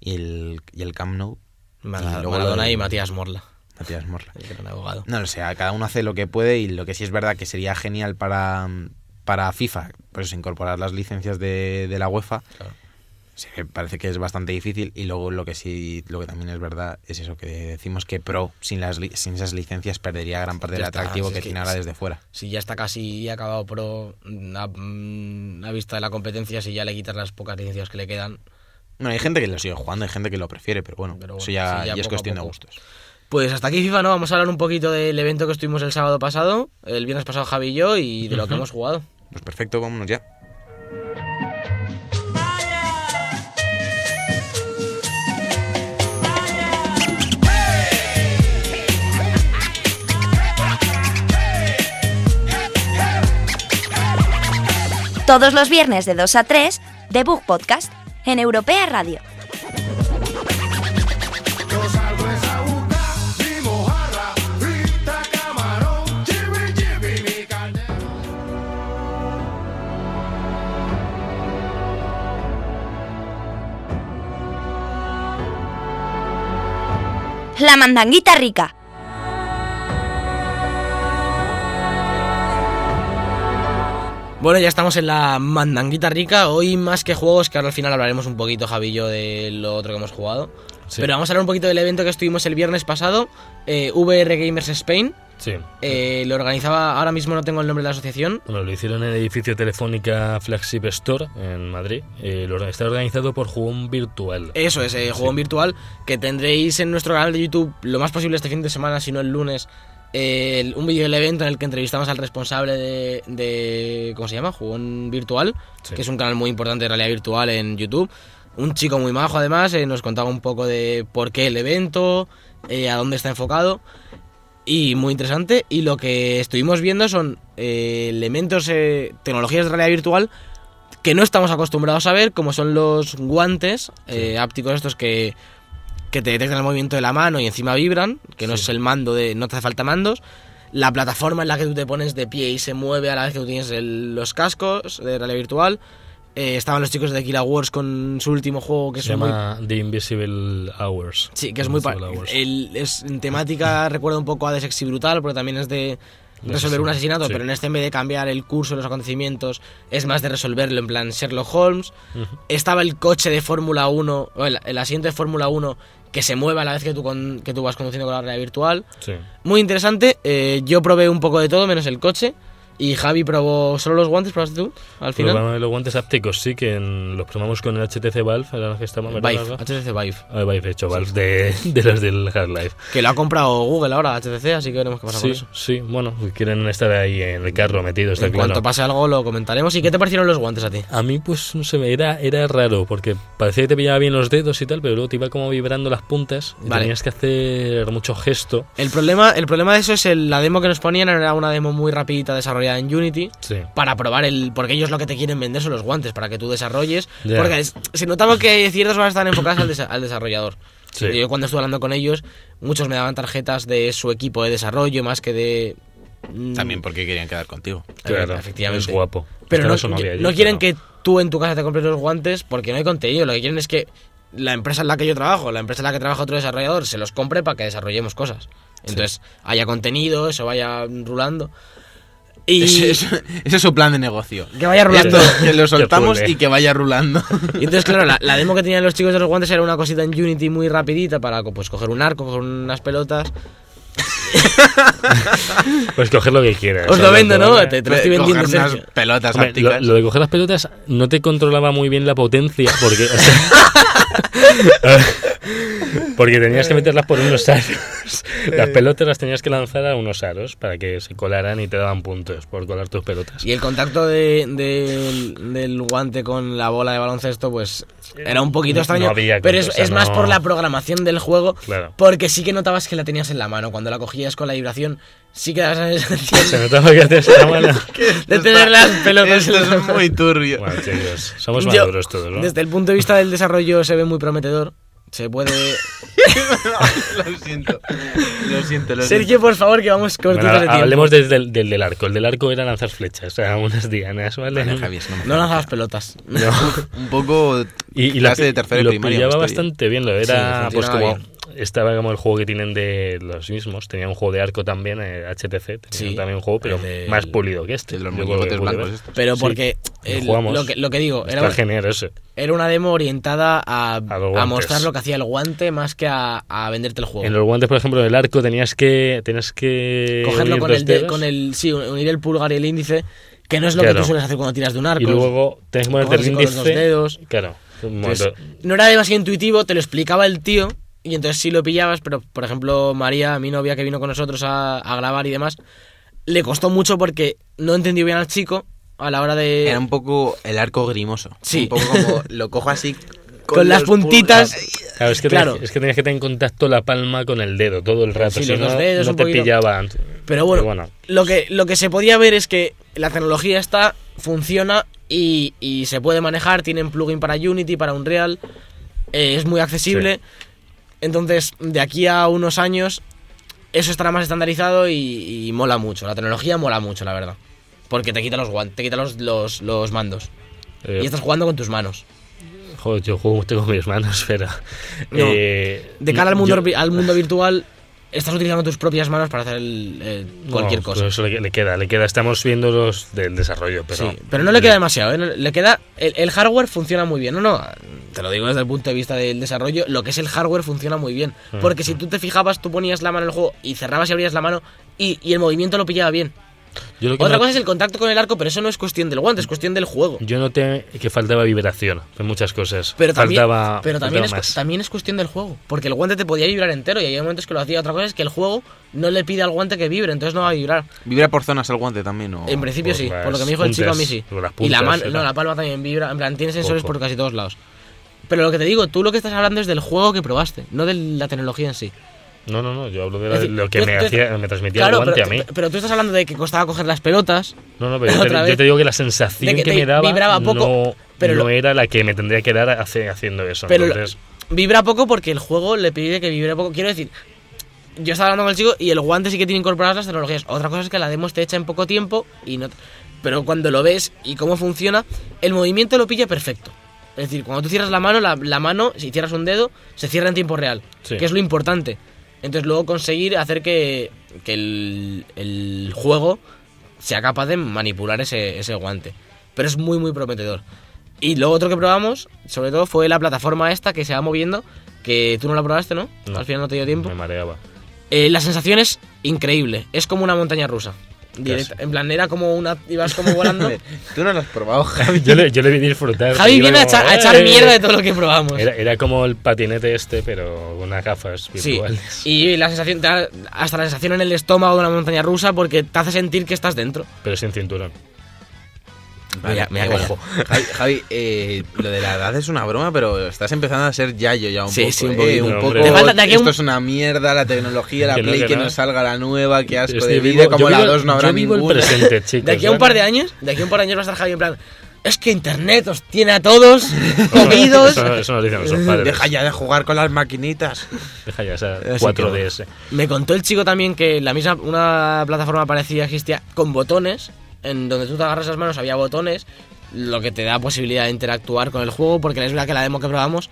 [SPEAKER 5] Y el, y el Camp Nou.
[SPEAKER 3] Mara-
[SPEAKER 5] luego
[SPEAKER 3] Maradona
[SPEAKER 5] lo de-
[SPEAKER 3] y Matías Morla,
[SPEAKER 5] Matías Morla.
[SPEAKER 3] el gran abogado.
[SPEAKER 5] No lo sé, a cada uno hace lo que puede y lo que sí es verdad que sería genial para, para FIFA, pues incorporar las licencias de, de la UEFA.
[SPEAKER 3] Claro.
[SPEAKER 5] Sí, me parece que es bastante difícil y luego lo que sí, lo que también es verdad es eso que decimos que Pro sin las li- sin esas licencias perdería gran parte
[SPEAKER 3] Ya
[SPEAKER 5] del
[SPEAKER 3] está,
[SPEAKER 5] atractivo
[SPEAKER 3] si es
[SPEAKER 5] que
[SPEAKER 3] que-
[SPEAKER 5] tiene ahora desde fuera.
[SPEAKER 3] Si ya está casi acabado pro mm, a, mm, a vista de la competencia, si ya le quitas las pocas licencias que le quedan,
[SPEAKER 5] No, hay gente que lo sigue jugando, hay gente que lo prefiere, pero bueno,
[SPEAKER 3] Pero
[SPEAKER 5] eso
[SPEAKER 3] bueno,
[SPEAKER 5] ya,
[SPEAKER 3] sí, ya
[SPEAKER 5] ya es
[SPEAKER 3] poco a
[SPEAKER 5] cuestión de
[SPEAKER 3] poco.
[SPEAKER 5] gustos.
[SPEAKER 3] Pues hasta aquí FIFA, ¿no? Vamos a hablar un poquito del evento que estuvimos el sábado pasado, el viernes pasado Javi y yo, y de lo que hemos jugado.
[SPEAKER 5] Pues perfecto, vámonos ya.
[SPEAKER 1] Todos los viernes de 2 a 3, The Bug Podcast, en Europea Radio. La mandanguita rica.
[SPEAKER 3] Bueno, ya estamos en la mandanguita rica, hoy más que juegos, que ahora al final hablaremos un poquito Javi y yo de lo otro que hemos jugado.
[SPEAKER 2] Sí.
[SPEAKER 3] Pero vamos a hablar un poquito del evento que estuvimos el viernes pasado, eh, VR Gamers Spain.
[SPEAKER 2] Sí.
[SPEAKER 3] Eh, lo organizaba, ahora mismo no tengo el nombre de la asociación.
[SPEAKER 2] Bueno, lo hicieron en el edificio Telefónica Flagship Store en Madrid. Eh, lo orga- está organizado por Jugón Virtual.
[SPEAKER 3] Eso es, eh, juego en virtual, que tendréis en nuestro canal de YouTube lo más posible este fin de semana, si no el lunes, eh, el- un vídeo del evento en el que entrevistamos al responsable de, de- ¿cómo se llama? Jugón Virtual,
[SPEAKER 2] Sí.
[SPEAKER 3] que es un canal muy importante de realidad virtual en YouTube. Un chico muy majo además, eh, nos contaba un poco de por qué el evento, eh, a dónde está enfocado. Y muy interesante. Y lo que estuvimos viendo son eh, elementos, eh, tecnologías de realidad virtual que no estamos acostumbrados a ver, como son los guantes eh, ápticos estos que, que te detectan el movimiento de la mano y encima vibran, que no es el mando de... no te hace falta mandos. La plataforma en la que tú te pones de pie y se mueve a la vez que tú tienes el- los cascos de realidad virtual. Eh, estaban los chicos de Killa Wars con su último juego que es
[SPEAKER 2] Se
[SPEAKER 3] muy
[SPEAKER 2] llama The Invisible Hours.
[SPEAKER 3] Sí, que es muy pa- eh,
[SPEAKER 2] Invisible Hours.
[SPEAKER 3] el- es en temática recuerda un poco a de Sexy Brutal, porque también es de
[SPEAKER 2] De
[SPEAKER 3] resolver un
[SPEAKER 2] asesinato,
[SPEAKER 3] asesinato,
[SPEAKER 2] sí.
[SPEAKER 3] pero en este en vez de cambiar el curso de los acontecimientos, es más de resolverlo en plan Sherlock Holmes.
[SPEAKER 2] Ujú.
[SPEAKER 3] Estaba el coche de Fórmula 1, o el, el asiento de Fórmula 1 que se mueve a la vez que tú, con- que tú vas conduciendo con la realidad virtual.
[SPEAKER 2] Sí.
[SPEAKER 3] Muy interesante, eh, yo probé un poco de todo, menos el coche. Y Javi probó solo los guantes, ¿probaste tú? Al final.
[SPEAKER 2] Probamos los guantes ápticos, sí, que en- los probamos con el HTC Valve, era la que estaba, ¿verdad,
[SPEAKER 3] Vive,
[SPEAKER 2] Larga?
[SPEAKER 3] HTC Vive.
[SPEAKER 2] Ah, Valve, de hecho, Valve, de, de los del Half-Life.
[SPEAKER 3] Que lo ha comprado Google ahora, HTC, así que veremos qué pasa con
[SPEAKER 2] Sí,
[SPEAKER 3] eso.
[SPEAKER 2] sí, bueno, pues quieren estar ahí en el carro metidos, está
[SPEAKER 3] En cuanto
[SPEAKER 2] claro.
[SPEAKER 3] pase algo lo comentaremos. ¿Y qué te parecieron los guantes a ti?
[SPEAKER 2] A mí, pues, no sé, me- era, era raro, porque parecía que te pillaba bien los dedos y tal, pero luego te iba como vibrando las puntas y
[SPEAKER 3] Vale.
[SPEAKER 2] tenías que hacer mucho gesto.
[SPEAKER 3] El problema, el problema de eso es el- la demo que nos ponían era una demo muy rapidita desarrollada en Unity
[SPEAKER 2] Sí.
[SPEAKER 3] para probar el porque ellos lo que te quieren vender son los guantes para que tú desarrolles
[SPEAKER 2] Ya.
[SPEAKER 3] porque es- se notaba que ciertas van a estar enfocadas al, desa- al desarrollador
[SPEAKER 2] Sí.
[SPEAKER 3] yo cuando estuve hablando con ellos muchos me daban tarjetas de su equipo de desarrollo más que de mm,
[SPEAKER 5] También porque querían quedar contigo.
[SPEAKER 2] Claro,
[SPEAKER 3] efectivamente.
[SPEAKER 2] es guapo.
[SPEAKER 3] Pero no,
[SPEAKER 2] Estaba su novia allí,
[SPEAKER 3] no quieren
[SPEAKER 2] pero-
[SPEAKER 3] que tú en tu casa te compres los guantes porque no hay contenido. Lo que quieren es que la empresa en la que yo trabajo, la empresa en la que trabaja otro desarrollador, se los compre para que desarrollemos cosas. Entonces haya contenido, eso vaya rulando. Y
[SPEAKER 5] Ese, ese- ese es su plan de negocio.
[SPEAKER 3] que vaya rulando.
[SPEAKER 5] Esto, que lo soltamos
[SPEAKER 2] pule.
[SPEAKER 5] y que vaya rulando.
[SPEAKER 3] Y entonces, claro, la, la demo que tenían los chicos de los guantes era una cosita en Unity muy rapidita para pues, coger un arco, coger unas pelotas.
[SPEAKER 2] Pues coger lo que quieras.
[SPEAKER 3] Os lo vendo, ¿no? Te, te lo
[SPEAKER 5] Pe-
[SPEAKER 3] estoy vendiendo,
[SPEAKER 5] coger unas
[SPEAKER 3] Sergio.
[SPEAKER 5] pelotas
[SPEAKER 2] Hombre, lo,
[SPEAKER 5] ápticas.
[SPEAKER 2] lo de coger las pelotas no te controlaba muy bien la potencia porque o sea, porque tenías que meterlas por unos aros las pelotas las tenías que lanzar a unos aros para que se colaran y te daban puntos por colar tus pelotas
[SPEAKER 3] Y el contacto de, de- del guante con la bola de baloncesto, pues era un poquito
[SPEAKER 2] No
[SPEAKER 3] extraño.
[SPEAKER 2] había que-
[SPEAKER 3] pero es,
[SPEAKER 2] o sea,
[SPEAKER 3] es más
[SPEAKER 2] no-
[SPEAKER 3] por la programación del juego,
[SPEAKER 2] Claro.
[SPEAKER 3] porque sí que notabas que la tenías en la mano. Cuando la cogías con la vibración, sí que dabas la sensación
[SPEAKER 2] se notaba que te la mano
[SPEAKER 3] de tener las pelotas en
[SPEAKER 4] Esto
[SPEAKER 3] la
[SPEAKER 4] es
[SPEAKER 3] mano.
[SPEAKER 4] muy turbio.
[SPEAKER 2] Bueno, chicos, somos
[SPEAKER 3] Yo-
[SPEAKER 2] maduros todos ¿no?
[SPEAKER 3] Desde el punto de vista del desarrollo se ve muy prometedor. Se puede.
[SPEAKER 4] lo siento. Lo siento, lo siento.
[SPEAKER 3] Sergio, por favor, que vamos cortitos
[SPEAKER 2] Bueno,
[SPEAKER 3] de
[SPEAKER 2] ahora
[SPEAKER 3] tiempo.
[SPEAKER 2] hablemos desde el- del, del arco el del arco era lanzar flechas a unas dianas vale
[SPEAKER 5] Vale, Javi, eso no
[SPEAKER 3] No
[SPEAKER 5] me
[SPEAKER 3] Eh,
[SPEAKER 5] jodas.
[SPEAKER 3] lanzabas pelotas.
[SPEAKER 4] Un poco.
[SPEAKER 2] Y, y
[SPEAKER 5] Clase
[SPEAKER 2] pi-
[SPEAKER 5] de tercero de
[SPEAKER 2] lo
[SPEAKER 5] primaria,
[SPEAKER 2] pillaba
[SPEAKER 5] me estoy-
[SPEAKER 2] bastante bien, lo era
[SPEAKER 5] Sí,
[SPEAKER 2] pues como
[SPEAKER 5] funcionaba
[SPEAKER 2] estaba como el juego que tienen de los mismos, tenía un juego de arco también, eh, HTC, tenía
[SPEAKER 3] Sí,
[SPEAKER 2] también un juego, pero
[SPEAKER 3] el del-
[SPEAKER 2] más pulido que este.
[SPEAKER 5] De los
[SPEAKER 2] yo creo que
[SPEAKER 5] muñecotes
[SPEAKER 2] pude
[SPEAKER 5] blancos
[SPEAKER 2] ver.
[SPEAKER 5] estos.
[SPEAKER 3] Pero
[SPEAKER 2] Sí,
[SPEAKER 3] porque
[SPEAKER 2] lo
[SPEAKER 3] el-
[SPEAKER 2] jugamos.
[SPEAKER 3] lo, que, lo que digo, era,
[SPEAKER 2] Está
[SPEAKER 3] un-
[SPEAKER 2] genial eso.
[SPEAKER 3] era una demo orientada a,
[SPEAKER 2] los
[SPEAKER 3] a
[SPEAKER 2] guantes.
[SPEAKER 3] mostrar lo que hacía el guante más que a, a venderte el
[SPEAKER 5] Oh.
[SPEAKER 3] juego.
[SPEAKER 2] En los guantes, por ejemplo, en el arco tenías que tenías que
[SPEAKER 3] Cogerlo
[SPEAKER 2] unir
[SPEAKER 3] con
[SPEAKER 2] dos
[SPEAKER 3] el, de-
[SPEAKER 2] dedos
[SPEAKER 3] con el. Sí, unir el pulgar y el índice, que no es lo
[SPEAKER 2] Claro.
[SPEAKER 3] que tú sueles hacer cuando tiras de un arco.
[SPEAKER 2] y luego tenías que ponerte el
[SPEAKER 3] cogerlo así con los
[SPEAKER 2] índice.
[SPEAKER 3] dos dedos.
[SPEAKER 2] Claro. un
[SPEAKER 3] Entonces, eh,
[SPEAKER 2] montón.
[SPEAKER 3] no era demasiado intuitivo, te lo explicaba el tío y entonces sí lo pillabas, pero por ejemplo María, mi novia que vino con nosotros a, a grabar y demás, le costó mucho porque no entendió bien al chico a la hora de...
[SPEAKER 5] Era un poco el arco grimoso.
[SPEAKER 3] Sí.
[SPEAKER 5] Un poco como lo cojo así.
[SPEAKER 3] con, las
[SPEAKER 5] los
[SPEAKER 3] puntitas...
[SPEAKER 5] pulgares.
[SPEAKER 2] Claro, es que,
[SPEAKER 3] claro.
[SPEAKER 2] Tenías, es que tenías que tener en contacto la palma con el dedo todo el rato,
[SPEAKER 3] Sí,
[SPEAKER 2] si
[SPEAKER 3] los
[SPEAKER 2] no,
[SPEAKER 3] dos dedos,
[SPEAKER 2] no
[SPEAKER 3] un
[SPEAKER 2] te
[SPEAKER 3] poquito.
[SPEAKER 2] pillaban.
[SPEAKER 3] Pero bueno, Lo, que, lo que se podía ver es que la tecnología está, funciona y, y se puede manejar, tienen plugin para Unity, para Unreal, eh, es muy accesible. Entonces, de aquí a unos años, eso estará más estandarizado y, y mola mucho. La tecnología mola mucho, la verdad. Porque te quita los guantes, te quita los, los, los mandos.
[SPEAKER 2] eh,
[SPEAKER 3] Y estás jugando con tus manos.
[SPEAKER 2] Joder, yo juego mucho con mis manos, pero.
[SPEAKER 3] No.
[SPEAKER 2] eh,
[SPEAKER 3] De cara al mundo,
[SPEAKER 2] yo-
[SPEAKER 3] vi- al mundo virtual, estás utilizando tus propias manos para hacer el- el- cualquier
[SPEAKER 2] no,
[SPEAKER 3] cosa.
[SPEAKER 2] Oh, Eso le, le queda, le queda. Estamos viendo los del desarrollo, pero.
[SPEAKER 3] sí, pero no le queda demasiado, ¿eh? Le queda. El, el hardware funciona muy bien. No, no. Te lo digo desde el punto de vista del desarrollo. Lo que es el hardware funciona muy bien.
[SPEAKER 2] Mm,
[SPEAKER 3] Porque si tú te fijabas, tú ponías la mano en el juego y cerrabas y abrías la mano y, y el movimiento lo pillaba bien.
[SPEAKER 2] Yo lo que
[SPEAKER 3] Otra
[SPEAKER 2] no-
[SPEAKER 3] cosa es el contacto con el arco, pero eso no es cuestión del guante, es cuestión del juego.
[SPEAKER 2] Yo noté que faltaba vibración en muchas cosas.
[SPEAKER 3] Pero también,
[SPEAKER 2] faltaba,
[SPEAKER 3] pero también,
[SPEAKER 2] faltaba
[SPEAKER 3] es,
[SPEAKER 2] más.
[SPEAKER 3] también es cuestión del juego. Porque el guante te podía vibrar entero y hay momentos que lo hacía. Otra cosa es que el juego no le pide al guante que vibre, entonces no va a vibrar.
[SPEAKER 5] Eh, Vibra por zonas el guante también, ¿o?
[SPEAKER 3] En principio
[SPEAKER 2] por
[SPEAKER 3] sí,
[SPEAKER 2] las
[SPEAKER 3] por lo que me dijo el chico a mí
[SPEAKER 2] puntas,
[SPEAKER 3] sí.
[SPEAKER 2] por las
[SPEAKER 3] y la
[SPEAKER 2] puntas,
[SPEAKER 3] mano,
[SPEAKER 2] era.
[SPEAKER 3] no, la palma también vibra, en plan, tiene sensores
[SPEAKER 2] Poco.
[SPEAKER 3] por casi todos lados. Pero lo que te digo, tú lo que estás hablando es del juego que probaste, no de la tecnología en sí.
[SPEAKER 2] No, no, no. Yo hablo de
[SPEAKER 3] Es decir,
[SPEAKER 2] lo que
[SPEAKER 3] tú-
[SPEAKER 2] me,
[SPEAKER 3] tú-
[SPEAKER 2] hacía, me transmitía
[SPEAKER 3] claro,
[SPEAKER 2] el guante
[SPEAKER 3] pero,
[SPEAKER 2] a mí.
[SPEAKER 3] pero tú estás hablando de que costaba coger las pelotas,
[SPEAKER 2] No, no, pero yo
[SPEAKER 3] otra
[SPEAKER 2] te, yo
[SPEAKER 3] vez,
[SPEAKER 2] te digo que la sensación
[SPEAKER 3] de que
[SPEAKER 2] que,
[SPEAKER 3] te
[SPEAKER 2] me daba.
[SPEAKER 3] vibraba poco,
[SPEAKER 2] no,
[SPEAKER 3] pero
[SPEAKER 2] no
[SPEAKER 3] lo-
[SPEAKER 2] era la que me tendría que dar hace- haciendo eso.
[SPEAKER 3] pero lo-
[SPEAKER 2] entonces,
[SPEAKER 3] vibra poco porque el juego le pide que vibre poco. Quiero decir, yo estaba hablando con el chico y el guante sí que tiene incorporadas las tecnologías. Otra cosa es que la demo esté hecha en poco tiempo y no... Pero cuando lo ves y cómo funciona, el movimiento lo pilla perfecto. Es decir, cuando tú cierras la mano, la, la mano, si cierras un dedo, se cierra en tiempo real,
[SPEAKER 2] Sí.
[SPEAKER 3] que es lo importante. Entonces luego conseguir hacer que, que el, el juego sea capaz de manipular ese, ese guante. Pero es muy, muy prometedor. Y lo otro que probamos, sobre todo, fue la plataforma esta que se va moviendo, que tú no la probaste, ¿no?
[SPEAKER 2] No.
[SPEAKER 3] Al final no te dio tiempo.
[SPEAKER 2] me mareaba.
[SPEAKER 3] Eh, la sensación es increíble. Es como una montaña rusa. Directa. En plan, era como una. Ibas como volando.
[SPEAKER 5] Tú no lo has probado, Javi.
[SPEAKER 2] Yo le, yo le vi disfrutar.
[SPEAKER 3] Javi
[SPEAKER 2] iba
[SPEAKER 3] viene a
[SPEAKER 2] como,
[SPEAKER 3] echar, a
[SPEAKER 2] "Eh".
[SPEAKER 3] echar mierda de todo lo que probamos.
[SPEAKER 2] Era, era como el patinete este, pero con unas gafas
[SPEAKER 3] Sí,
[SPEAKER 2] virtuales.
[SPEAKER 3] y la sensación, te da hasta la sensación en el estómago de una montaña rusa porque te hace sentir que estás dentro.
[SPEAKER 2] Pero sin cinturón.
[SPEAKER 3] Mira, mira,
[SPEAKER 5] da
[SPEAKER 3] calla.
[SPEAKER 5] igual. Javi, Javi, eh, lo de la edad es una broma, pero estás empezando a ser yayo ya un
[SPEAKER 3] Sí,
[SPEAKER 5] poco.
[SPEAKER 3] sí, un
[SPEAKER 5] eh,
[SPEAKER 3] poquito.
[SPEAKER 2] No,
[SPEAKER 5] un poco
[SPEAKER 2] hombre. Te
[SPEAKER 3] falta- te aquí un-
[SPEAKER 5] Esto es una mierda, la tecnología, la
[SPEAKER 2] Que no,
[SPEAKER 5] Play
[SPEAKER 2] que
[SPEAKER 5] que,
[SPEAKER 2] no.
[SPEAKER 5] no salga la nueva, que asco
[SPEAKER 2] Estoy
[SPEAKER 5] de
[SPEAKER 2] vivo-
[SPEAKER 5] vida, como
[SPEAKER 2] yo
[SPEAKER 5] la
[SPEAKER 2] vivo-
[SPEAKER 5] 2 no habrá
[SPEAKER 2] yo vivo el
[SPEAKER 5] ninguna.
[SPEAKER 2] presente, chicos.
[SPEAKER 3] de aquí a un
[SPEAKER 2] eh?
[SPEAKER 3] par de años, de aquí a un par de años va a estar Javi en plan. Es que internet os tiene a todos comidos.
[SPEAKER 2] Eso, eso nos dicen
[SPEAKER 3] Eh,
[SPEAKER 2] nuestros padres.
[SPEAKER 5] Deja ya de jugar con las maquinitas.
[SPEAKER 2] Deja ya esa
[SPEAKER 5] Eso
[SPEAKER 2] 4DS.
[SPEAKER 3] Me contó el chico también que la misma una plataforma parecida existía con botones, en donde tú te agarras las manos había botones, lo que te da posibilidad de interactuar con el juego, porque es verdad que la demo que probamos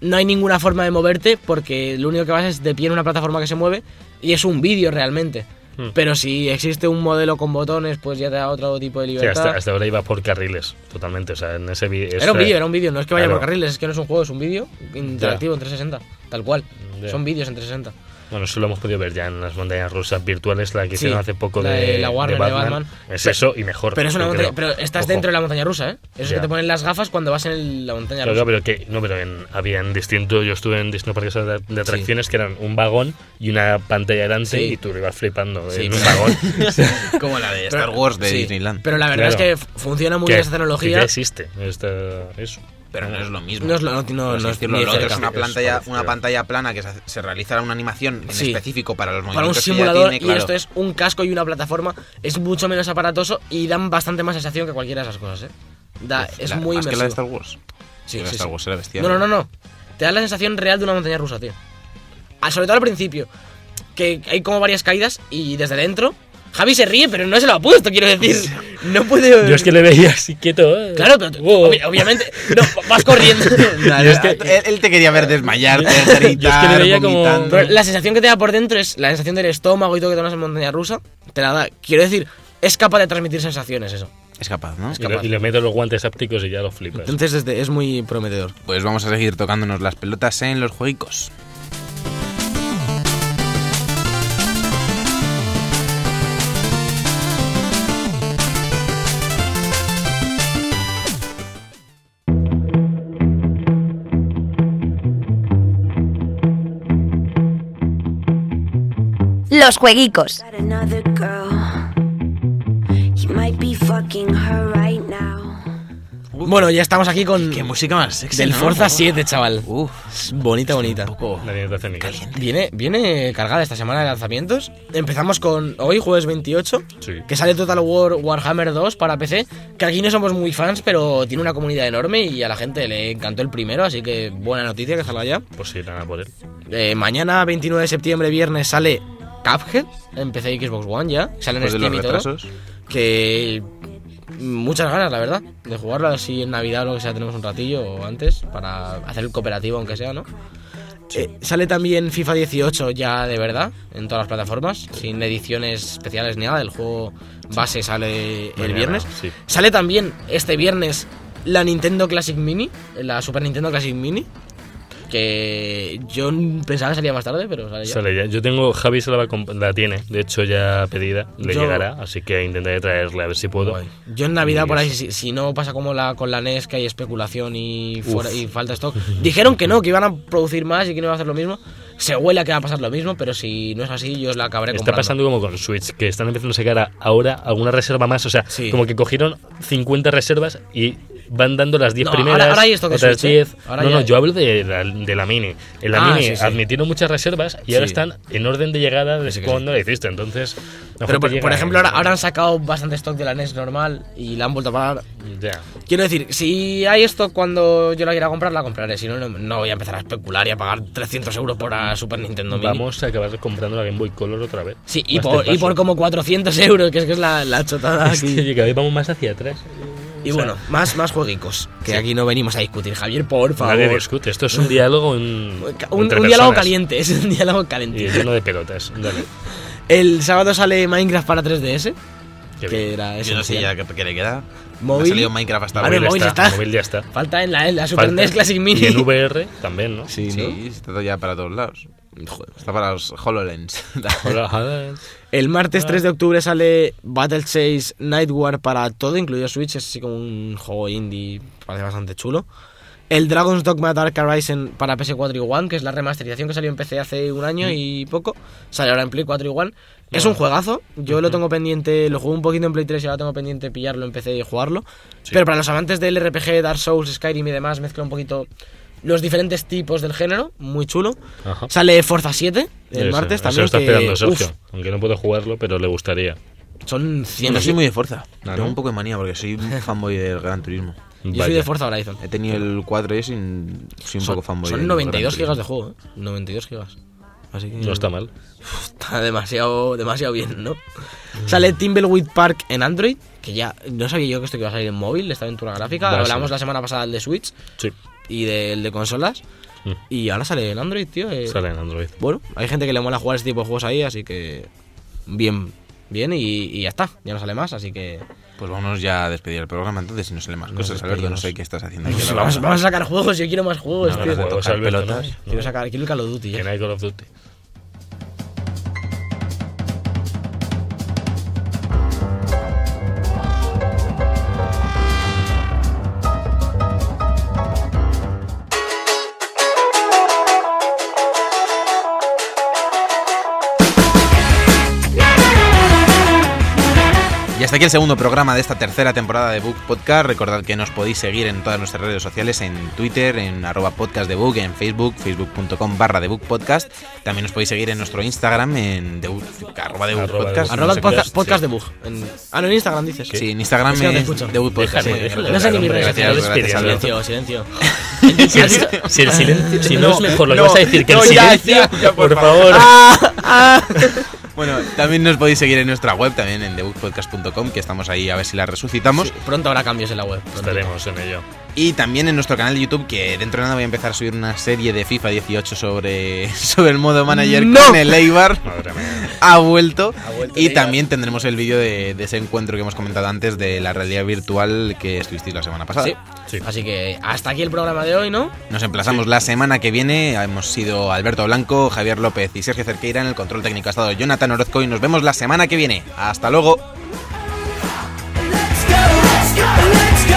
[SPEAKER 3] no hay ninguna forma de moverte porque lo único que vas es de pie en una plataforma que se mueve y es un vídeo realmente.
[SPEAKER 2] Hmm.
[SPEAKER 3] Pero si existe un modelo con botones, pues ya te da otro tipo de
[SPEAKER 2] O sea,
[SPEAKER 3] libertad.
[SPEAKER 2] hasta, hasta ahora iba por carriles, totalmente. O sea, en ese vídeo.
[SPEAKER 3] Era un vídeo, era un vídeo, no es que vaya
[SPEAKER 2] Claro.
[SPEAKER 3] por carriles, es que no es un juego, es un vídeo interactivo en 360, tal cual.
[SPEAKER 2] Ya.
[SPEAKER 3] Son vídeos en 360.
[SPEAKER 2] Bueno, eso lo hemos podido ver ya en las montañas rusas virtuales, la que hicieron hace poco
[SPEAKER 3] la
[SPEAKER 2] de,
[SPEAKER 3] de la Warner de Batman.
[SPEAKER 2] Es eso y mejor.
[SPEAKER 3] Pero, es una
[SPEAKER 2] yo
[SPEAKER 3] montaña-
[SPEAKER 2] creo.
[SPEAKER 3] pero estás
[SPEAKER 2] Ojo.
[SPEAKER 3] dentro de la montaña rusa, ¿eh? Eso es
[SPEAKER 2] Ya.
[SPEAKER 3] que te ponen las gafas cuando vas en el- la montaña
[SPEAKER 2] Claro,
[SPEAKER 3] rusa.
[SPEAKER 2] claro, pero que no, pero en, había en distinto, yo estuve en distintos parques de, de atracciones que eran un vagón y una pantalla delante
[SPEAKER 3] Sí.
[SPEAKER 2] y tú lo ibas flipando
[SPEAKER 3] Sí,
[SPEAKER 2] en un
[SPEAKER 3] pero-
[SPEAKER 2] vagón.
[SPEAKER 3] Como la de
[SPEAKER 5] Star Wars de Disneyland.
[SPEAKER 3] Pero la verdad
[SPEAKER 2] Claro.
[SPEAKER 3] es que f- funciona muy
[SPEAKER 2] Que-
[SPEAKER 3] bien esa
[SPEAKER 2] que ya
[SPEAKER 3] tecnología.
[SPEAKER 2] existe esta- eso.
[SPEAKER 5] Pero no es lo mismo.
[SPEAKER 3] No es lo, no, no-
[SPEAKER 5] Por
[SPEAKER 3] no
[SPEAKER 5] así
[SPEAKER 3] es
[SPEAKER 5] decirlo,
[SPEAKER 3] ni
[SPEAKER 5] lo otro
[SPEAKER 3] cerca.
[SPEAKER 5] es una
[SPEAKER 2] Es
[SPEAKER 5] pantalla,
[SPEAKER 2] parecido.
[SPEAKER 5] una pantalla plana que se, hace- se realiza una animación en
[SPEAKER 3] Sí.
[SPEAKER 5] específico para los
[SPEAKER 3] Para un
[SPEAKER 5] movimientos que ella
[SPEAKER 3] simulador
[SPEAKER 5] tiene,
[SPEAKER 3] y
[SPEAKER 5] claro.
[SPEAKER 3] esto es un casco y una plataforma, es mucho menos aparatoso y dan bastante más sensación que cualquiera de esas cosas, ¿eh? Da- es
[SPEAKER 5] La-
[SPEAKER 3] muy
[SPEAKER 5] más que la de Star
[SPEAKER 3] inmersivo.
[SPEAKER 5] Wars.
[SPEAKER 3] Sí,
[SPEAKER 5] Que la de
[SPEAKER 3] sí,
[SPEAKER 5] Star
[SPEAKER 3] sí.
[SPEAKER 5] Wars era bestial.
[SPEAKER 3] No, no, no, no. Te da la sensación real de una montaña rusa, tío. Al- sobre todo al principio, que hay como varias caídas y desde dentro... Javi se ríe, pero no se lo ha puesto, quiero decir. No puede...
[SPEAKER 2] Yo es que le veía así quieto. eh.
[SPEAKER 3] Eh. Claro, pero tú-
[SPEAKER 2] Wow.
[SPEAKER 3] obvi- obviamente... No, vas corriendo.
[SPEAKER 5] Nah,
[SPEAKER 2] Yo es que-
[SPEAKER 5] Ah, él, él te quería
[SPEAKER 3] Eh,
[SPEAKER 5] ver desmayarte, gritar,
[SPEAKER 2] Yo es que le veía como-
[SPEAKER 5] vomitando.
[SPEAKER 3] Pero la sensación que te da por dentro es la sensación del estómago y todo que te da una montaña rusa. Te la da. Quiero decir, es capaz de transmitir sensaciones eso.
[SPEAKER 5] Es capaz, ¿no?
[SPEAKER 2] Y, le- y le meto los guantes ápticos y ya lo flipas.
[SPEAKER 3] Entonces desde- es muy prometedor.
[SPEAKER 5] Pues vamos a seguir tocándonos las pelotas en los juegos.
[SPEAKER 1] Los jueguicos.
[SPEAKER 6] Got another girl. You might be fucking her right now.
[SPEAKER 3] Bueno, ya estamos aquí con
[SPEAKER 5] Qué música más sexy.
[SPEAKER 3] del
[SPEAKER 5] ¿no?
[SPEAKER 3] Forza 7, chaval.
[SPEAKER 5] Uf,
[SPEAKER 3] Es bonita, bonita.
[SPEAKER 5] poco.
[SPEAKER 2] La niña te hace ni caso.
[SPEAKER 3] Viene, viene cargada esta semana de lanzamientos. Empezamos con hoy, jueves 28,
[SPEAKER 2] Sí.
[SPEAKER 3] que sale Total War Warhammer 2 para PC, que aquí no somos muy fans, pero tiene una comunidad enorme y a la gente le encantó el primero, así que buena noticia que salga ya.
[SPEAKER 2] Pues sí, nada por él.
[SPEAKER 3] Eh, mañana, 29 de septiembre, viernes, sale Cuphead en PC y Xbox One ya. Sale en
[SPEAKER 5] Después de los
[SPEAKER 3] Steam y todo.
[SPEAKER 5] retrasos.
[SPEAKER 3] Que muchas ganas, la verdad, de jugarlo así en Navidad o lo que sea, tenemos un ratillo o antes para hacer el cooperativo, aunque sea, ¿no? Eh, sale también FIFA 18 ya de verdad en todas las plataformas, sin ediciones especiales ni nada. El juego base sale el
[SPEAKER 2] Mañana,
[SPEAKER 3] viernes.
[SPEAKER 2] sí.
[SPEAKER 3] Sale también este viernes la Nintendo Classic Mini, la Super Nintendo Classic Mini. Que yo n- pensaba que salía más tarde, pero sale ya.
[SPEAKER 2] Sale ya. Yo tengo, Javi se la, va a comp- la tiene, de hecho ya pedida, le
[SPEAKER 3] Yo-
[SPEAKER 2] llegará, así que intentaré traerle a ver si puedo.
[SPEAKER 3] Guay. Yo en Navidad
[SPEAKER 2] Y
[SPEAKER 3] por ahí,
[SPEAKER 2] eso.
[SPEAKER 3] si, si no pasa como la, con la NES, que hay especulación y, fuera- y falta stock, dijeron que no, que iban a producir más y que no iban a hacer lo mismo. Se huele a que va a pasar lo mismo, pero si no es así, yo os la acabaré
[SPEAKER 2] Está
[SPEAKER 3] comprando.
[SPEAKER 2] pasando como con Switch, que están empezando a sacar a- ahora alguna reserva más, o sea,
[SPEAKER 3] Sí.
[SPEAKER 2] como que cogieron 50 reservas y van dando las 10
[SPEAKER 3] No,
[SPEAKER 2] primeras,
[SPEAKER 3] ahora- ahora hay esto de
[SPEAKER 2] otras
[SPEAKER 3] Switch, ¿eh?
[SPEAKER 2] 10.
[SPEAKER 3] Ahora
[SPEAKER 2] no,
[SPEAKER 3] ya
[SPEAKER 2] no,
[SPEAKER 3] hay.
[SPEAKER 2] yo hablo de la, de la Mini. En la
[SPEAKER 3] Ah,
[SPEAKER 2] Mini
[SPEAKER 3] sí, sí.
[SPEAKER 2] admitieron muchas reservas y ahora
[SPEAKER 3] Sí.
[SPEAKER 2] están en orden de llegada desde
[SPEAKER 3] que sí.
[SPEAKER 2] cuando la hiciste, entonces... a lo mejor
[SPEAKER 3] Pero
[SPEAKER 2] te
[SPEAKER 3] por, por
[SPEAKER 2] llega
[SPEAKER 3] ejemplo,
[SPEAKER 2] en-
[SPEAKER 3] ahora, ahora han sacado bastante stock de la NES normal y la han vuelto a pagar.
[SPEAKER 2] Ya.
[SPEAKER 3] Quiero decir, si hay stock cuando yo la quiera comprar, la compraré. Si no, no, no voy a empezar a especular y a pagar 300 euros por la Super Nintendo Mini.
[SPEAKER 2] Vamos a acabar comprando la Game Boy Color otra vez.
[SPEAKER 3] Sí, y
[SPEAKER 2] A este
[SPEAKER 3] por, y
[SPEAKER 2] paso.
[SPEAKER 3] por como 400 euros, que es que es la, la chotada.
[SPEAKER 2] Es que
[SPEAKER 3] aquí.
[SPEAKER 2] cada vez vamos más hacia atrás.
[SPEAKER 3] Y
[SPEAKER 2] O sea,
[SPEAKER 3] bueno, más, más jueguicos, que aquí no venimos a discutir. Javier, por favor.
[SPEAKER 2] Nadie discute, esto es un diálogo en,
[SPEAKER 3] Un,
[SPEAKER 2] entre
[SPEAKER 3] un diálogo
[SPEAKER 2] personas.
[SPEAKER 3] caliente, es un diálogo
[SPEAKER 2] Y
[SPEAKER 3] caliente.
[SPEAKER 2] lleno de pelotas. Dale.
[SPEAKER 3] El sábado sale Minecraft para 3DS,
[SPEAKER 2] Qué bien.
[SPEAKER 3] que era eso.
[SPEAKER 5] Yo no sé ya qué, qué le queda.
[SPEAKER 3] Móvil.
[SPEAKER 5] Ha salido Minecraft hasta
[SPEAKER 3] Ah, no,
[SPEAKER 5] ahora.
[SPEAKER 3] móvil ya está.
[SPEAKER 2] Móvil Pues ya está.
[SPEAKER 3] Falta en la, en la Super
[SPEAKER 2] Falta-
[SPEAKER 3] NES Classic Mini.
[SPEAKER 2] Y en VR también, ¿no?
[SPEAKER 5] Sí, sí, está ya para todos lados. Está para los HoloLens.
[SPEAKER 2] Hola,
[SPEAKER 3] El martes
[SPEAKER 2] Ah.
[SPEAKER 3] 3 de octubre sale Battle Chase Night War para todo, incluido Switch. Es así como un juego indie, parece bastante chulo. El Dragon's Dogma Dark Horizon para PS4 y One, que es la remasterización que salió en PC hace un
[SPEAKER 2] Mm.
[SPEAKER 3] año y poco. Sale ahora en Play 4 y One. Es
[SPEAKER 2] Ah.
[SPEAKER 3] un juegazo. Yo lo tengo pendiente, lo jugué un poquito en Play 3 y ahora tengo pendiente pillarlo en PC y jugarlo. Pero para los amantes del RPG, Dark Souls, Skyrim y demás, mezcla un poquito los diferentes tipos del género. Muy chulo.
[SPEAKER 2] Ajá.
[SPEAKER 3] Sale Forza 7 el
[SPEAKER 2] Eso,
[SPEAKER 3] martes
[SPEAKER 2] eso
[SPEAKER 3] también.
[SPEAKER 2] está
[SPEAKER 3] que,
[SPEAKER 2] esperando Sergio,
[SPEAKER 3] uf,
[SPEAKER 2] aunque no puedo jugarlo, pero le gustaría.
[SPEAKER 3] son 100
[SPEAKER 5] no soy muy de fuerza.
[SPEAKER 2] Ah,
[SPEAKER 5] Tengo
[SPEAKER 2] ¿no?
[SPEAKER 5] un poco de manía porque soy un fanboy del Gran Turismo.
[SPEAKER 3] Yo soy
[SPEAKER 2] Vaya.
[SPEAKER 3] de Forza Horizon.
[SPEAKER 5] He tenido el 4 y soy un soy un
[SPEAKER 3] Son,
[SPEAKER 5] poco fanboy.
[SPEAKER 3] son
[SPEAKER 5] del
[SPEAKER 3] 92
[SPEAKER 5] Gran
[SPEAKER 3] gigas de juego, ¿eh? 92 gigas. Así que
[SPEAKER 2] No está mal.
[SPEAKER 3] está demasiado, demasiado bien, ¿no? Sale Timbleweed Park en Android, que ya no sabía yo que esto que iba a salir en móvil, esta aventura gráfica.
[SPEAKER 2] Va a
[SPEAKER 3] Hablamos
[SPEAKER 2] ser.
[SPEAKER 3] la semana pasada del de Switch
[SPEAKER 2] Sí,
[SPEAKER 3] y del de consolas.
[SPEAKER 2] Mm.
[SPEAKER 3] Y ahora sale en Android, tío. eh.
[SPEAKER 2] sale en Android.
[SPEAKER 3] Bueno, hay gente que le mola jugar este tipo de juegos ahí, así que bien, bien y, y ya está. Ya no sale más, así que
[SPEAKER 5] Turismo. Pues vámonos ya a despedir el programa entonces si no sale más
[SPEAKER 3] Nos
[SPEAKER 5] cosas. Alberto, no
[SPEAKER 3] despedimos.
[SPEAKER 5] sé qué estás haciendo aquí.
[SPEAKER 3] Pues
[SPEAKER 5] a la
[SPEAKER 3] vamos,
[SPEAKER 5] hora.
[SPEAKER 3] vamos a sacar juegos. Yo quiero más juegos,
[SPEAKER 2] No,
[SPEAKER 3] tío.
[SPEAKER 2] no, no,
[SPEAKER 5] tocar
[SPEAKER 2] Alberto,
[SPEAKER 5] pelotas.
[SPEAKER 2] no.
[SPEAKER 3] Quiero sacar, quiero el Call of Duty. ya.
[SPEAKER 2] Que no hay Call of Duty.
[SPEAKER 5] hasta aquí el segundo programa de esta tercera temporada de Book Podcast. Recordad que nos podéis seguir en todas nuestras redes sociales, en Twitter, en arroba podcast de Book, en Facebook, facebook.com barra de Book Podcast. También nos podéis seguir en nuestro Instagram, en de, arroba de Book
[SPEAKER 2] Arroba
[SPEAKER 5] Podcast.
[SPEAKER 2] de
[SPEAKER 3] Arroba
[SPEAKER 2] sé
[SPEAKER 3] podca-
[SPEAKER 2] qué es,
[SPEAKER 3] podcast
[SPEAKER 2] sí.
[SPEAKER 3] de Bug. En- ah, no, en Instagram dices.
[SPEAKER 5] Sí, en Instagram
[SPEAKER 3] Es que no te
[SPEAKER 5] es
[SPEAKER 3] escucho.
[SPEAKER 5] de Book Podcast.
[SPEAKER 2] Déjale,
[SPEAKER 5] Muy
[SPEAKER 2] déjale
[SPEAKER 5] bien, gracias,
[SPEAKER 3] hablar, hombre,
[SPEAKER 5] gracias,
[SPEAKER 2] déjale
[SPEAKER 5] gracias,
[SPEAKER 2] respirar.
[SPEAKER 5] Alberto.
[SPEAKER 3] Silencio, silencio.
[SPEAKER 2] Si el, si el silencio, si no,
[SPEAKER 4] No,
[SPEAKER 2] es mejor lo que
[SPEAKER 4] no,
[SPEAKER 2] vas a decir que
[SPEAKER 4] no,
[SPEAKER 2] el
[SPEAKER 4] ya,
[SPEAKER 2] silencio,
[SPEAKER 4] ya, ya,
[SPEAKER 2] por,
[SPEAKER 4] por
[SPEAKER 2] favor.
[SPEAKER 3] Ah.
[SPEAKER 5] Bueno, también nos podéis seguir en nuestra web, también en debookpodcast.com, que estamos ahí a ver si la resucitamos.
[SPEAKER 3] Sí, Pronto habrá cambios en la web. pronto.
[SPEAKER 2] Estaremos en ello.
[SPEAKER 5] Y también en nuestro canal de YouTube, que dentro de nada voy a empezar a subir una serie de FIFA 18 sobre, sobre el modo manager con el Eibar.
[SPEAKER 2] Madre mía.
[SPEAKER 5] Ha vuelto.
[SPEAKER 3] vuelto
[SPEAKER 5] y
[SPEAKER 3] el Eibar.
[SPEAKER 5] también tendremos el vídeo de, de ese encuentro que hemos comentado antes de la realidad virtual que estuvisteis la semana pasada.
[SPEAKER 3] Sí.
[SPEAKER 2] Sí.
[SPEAKER 3] Así que hasta aquí el programa de hoy, ¿no?
[SPEAKER 5] Nos emplazamos la semana que viene. Hemos sido Alberto Blanco, Javier López y Sergio Cerqueira en el control técnico. Ha estado Jonathan Orozco y nos vemos la semana que viene. Hasta luego.
[SPEAKER 7] Let's go, let's go, let's go.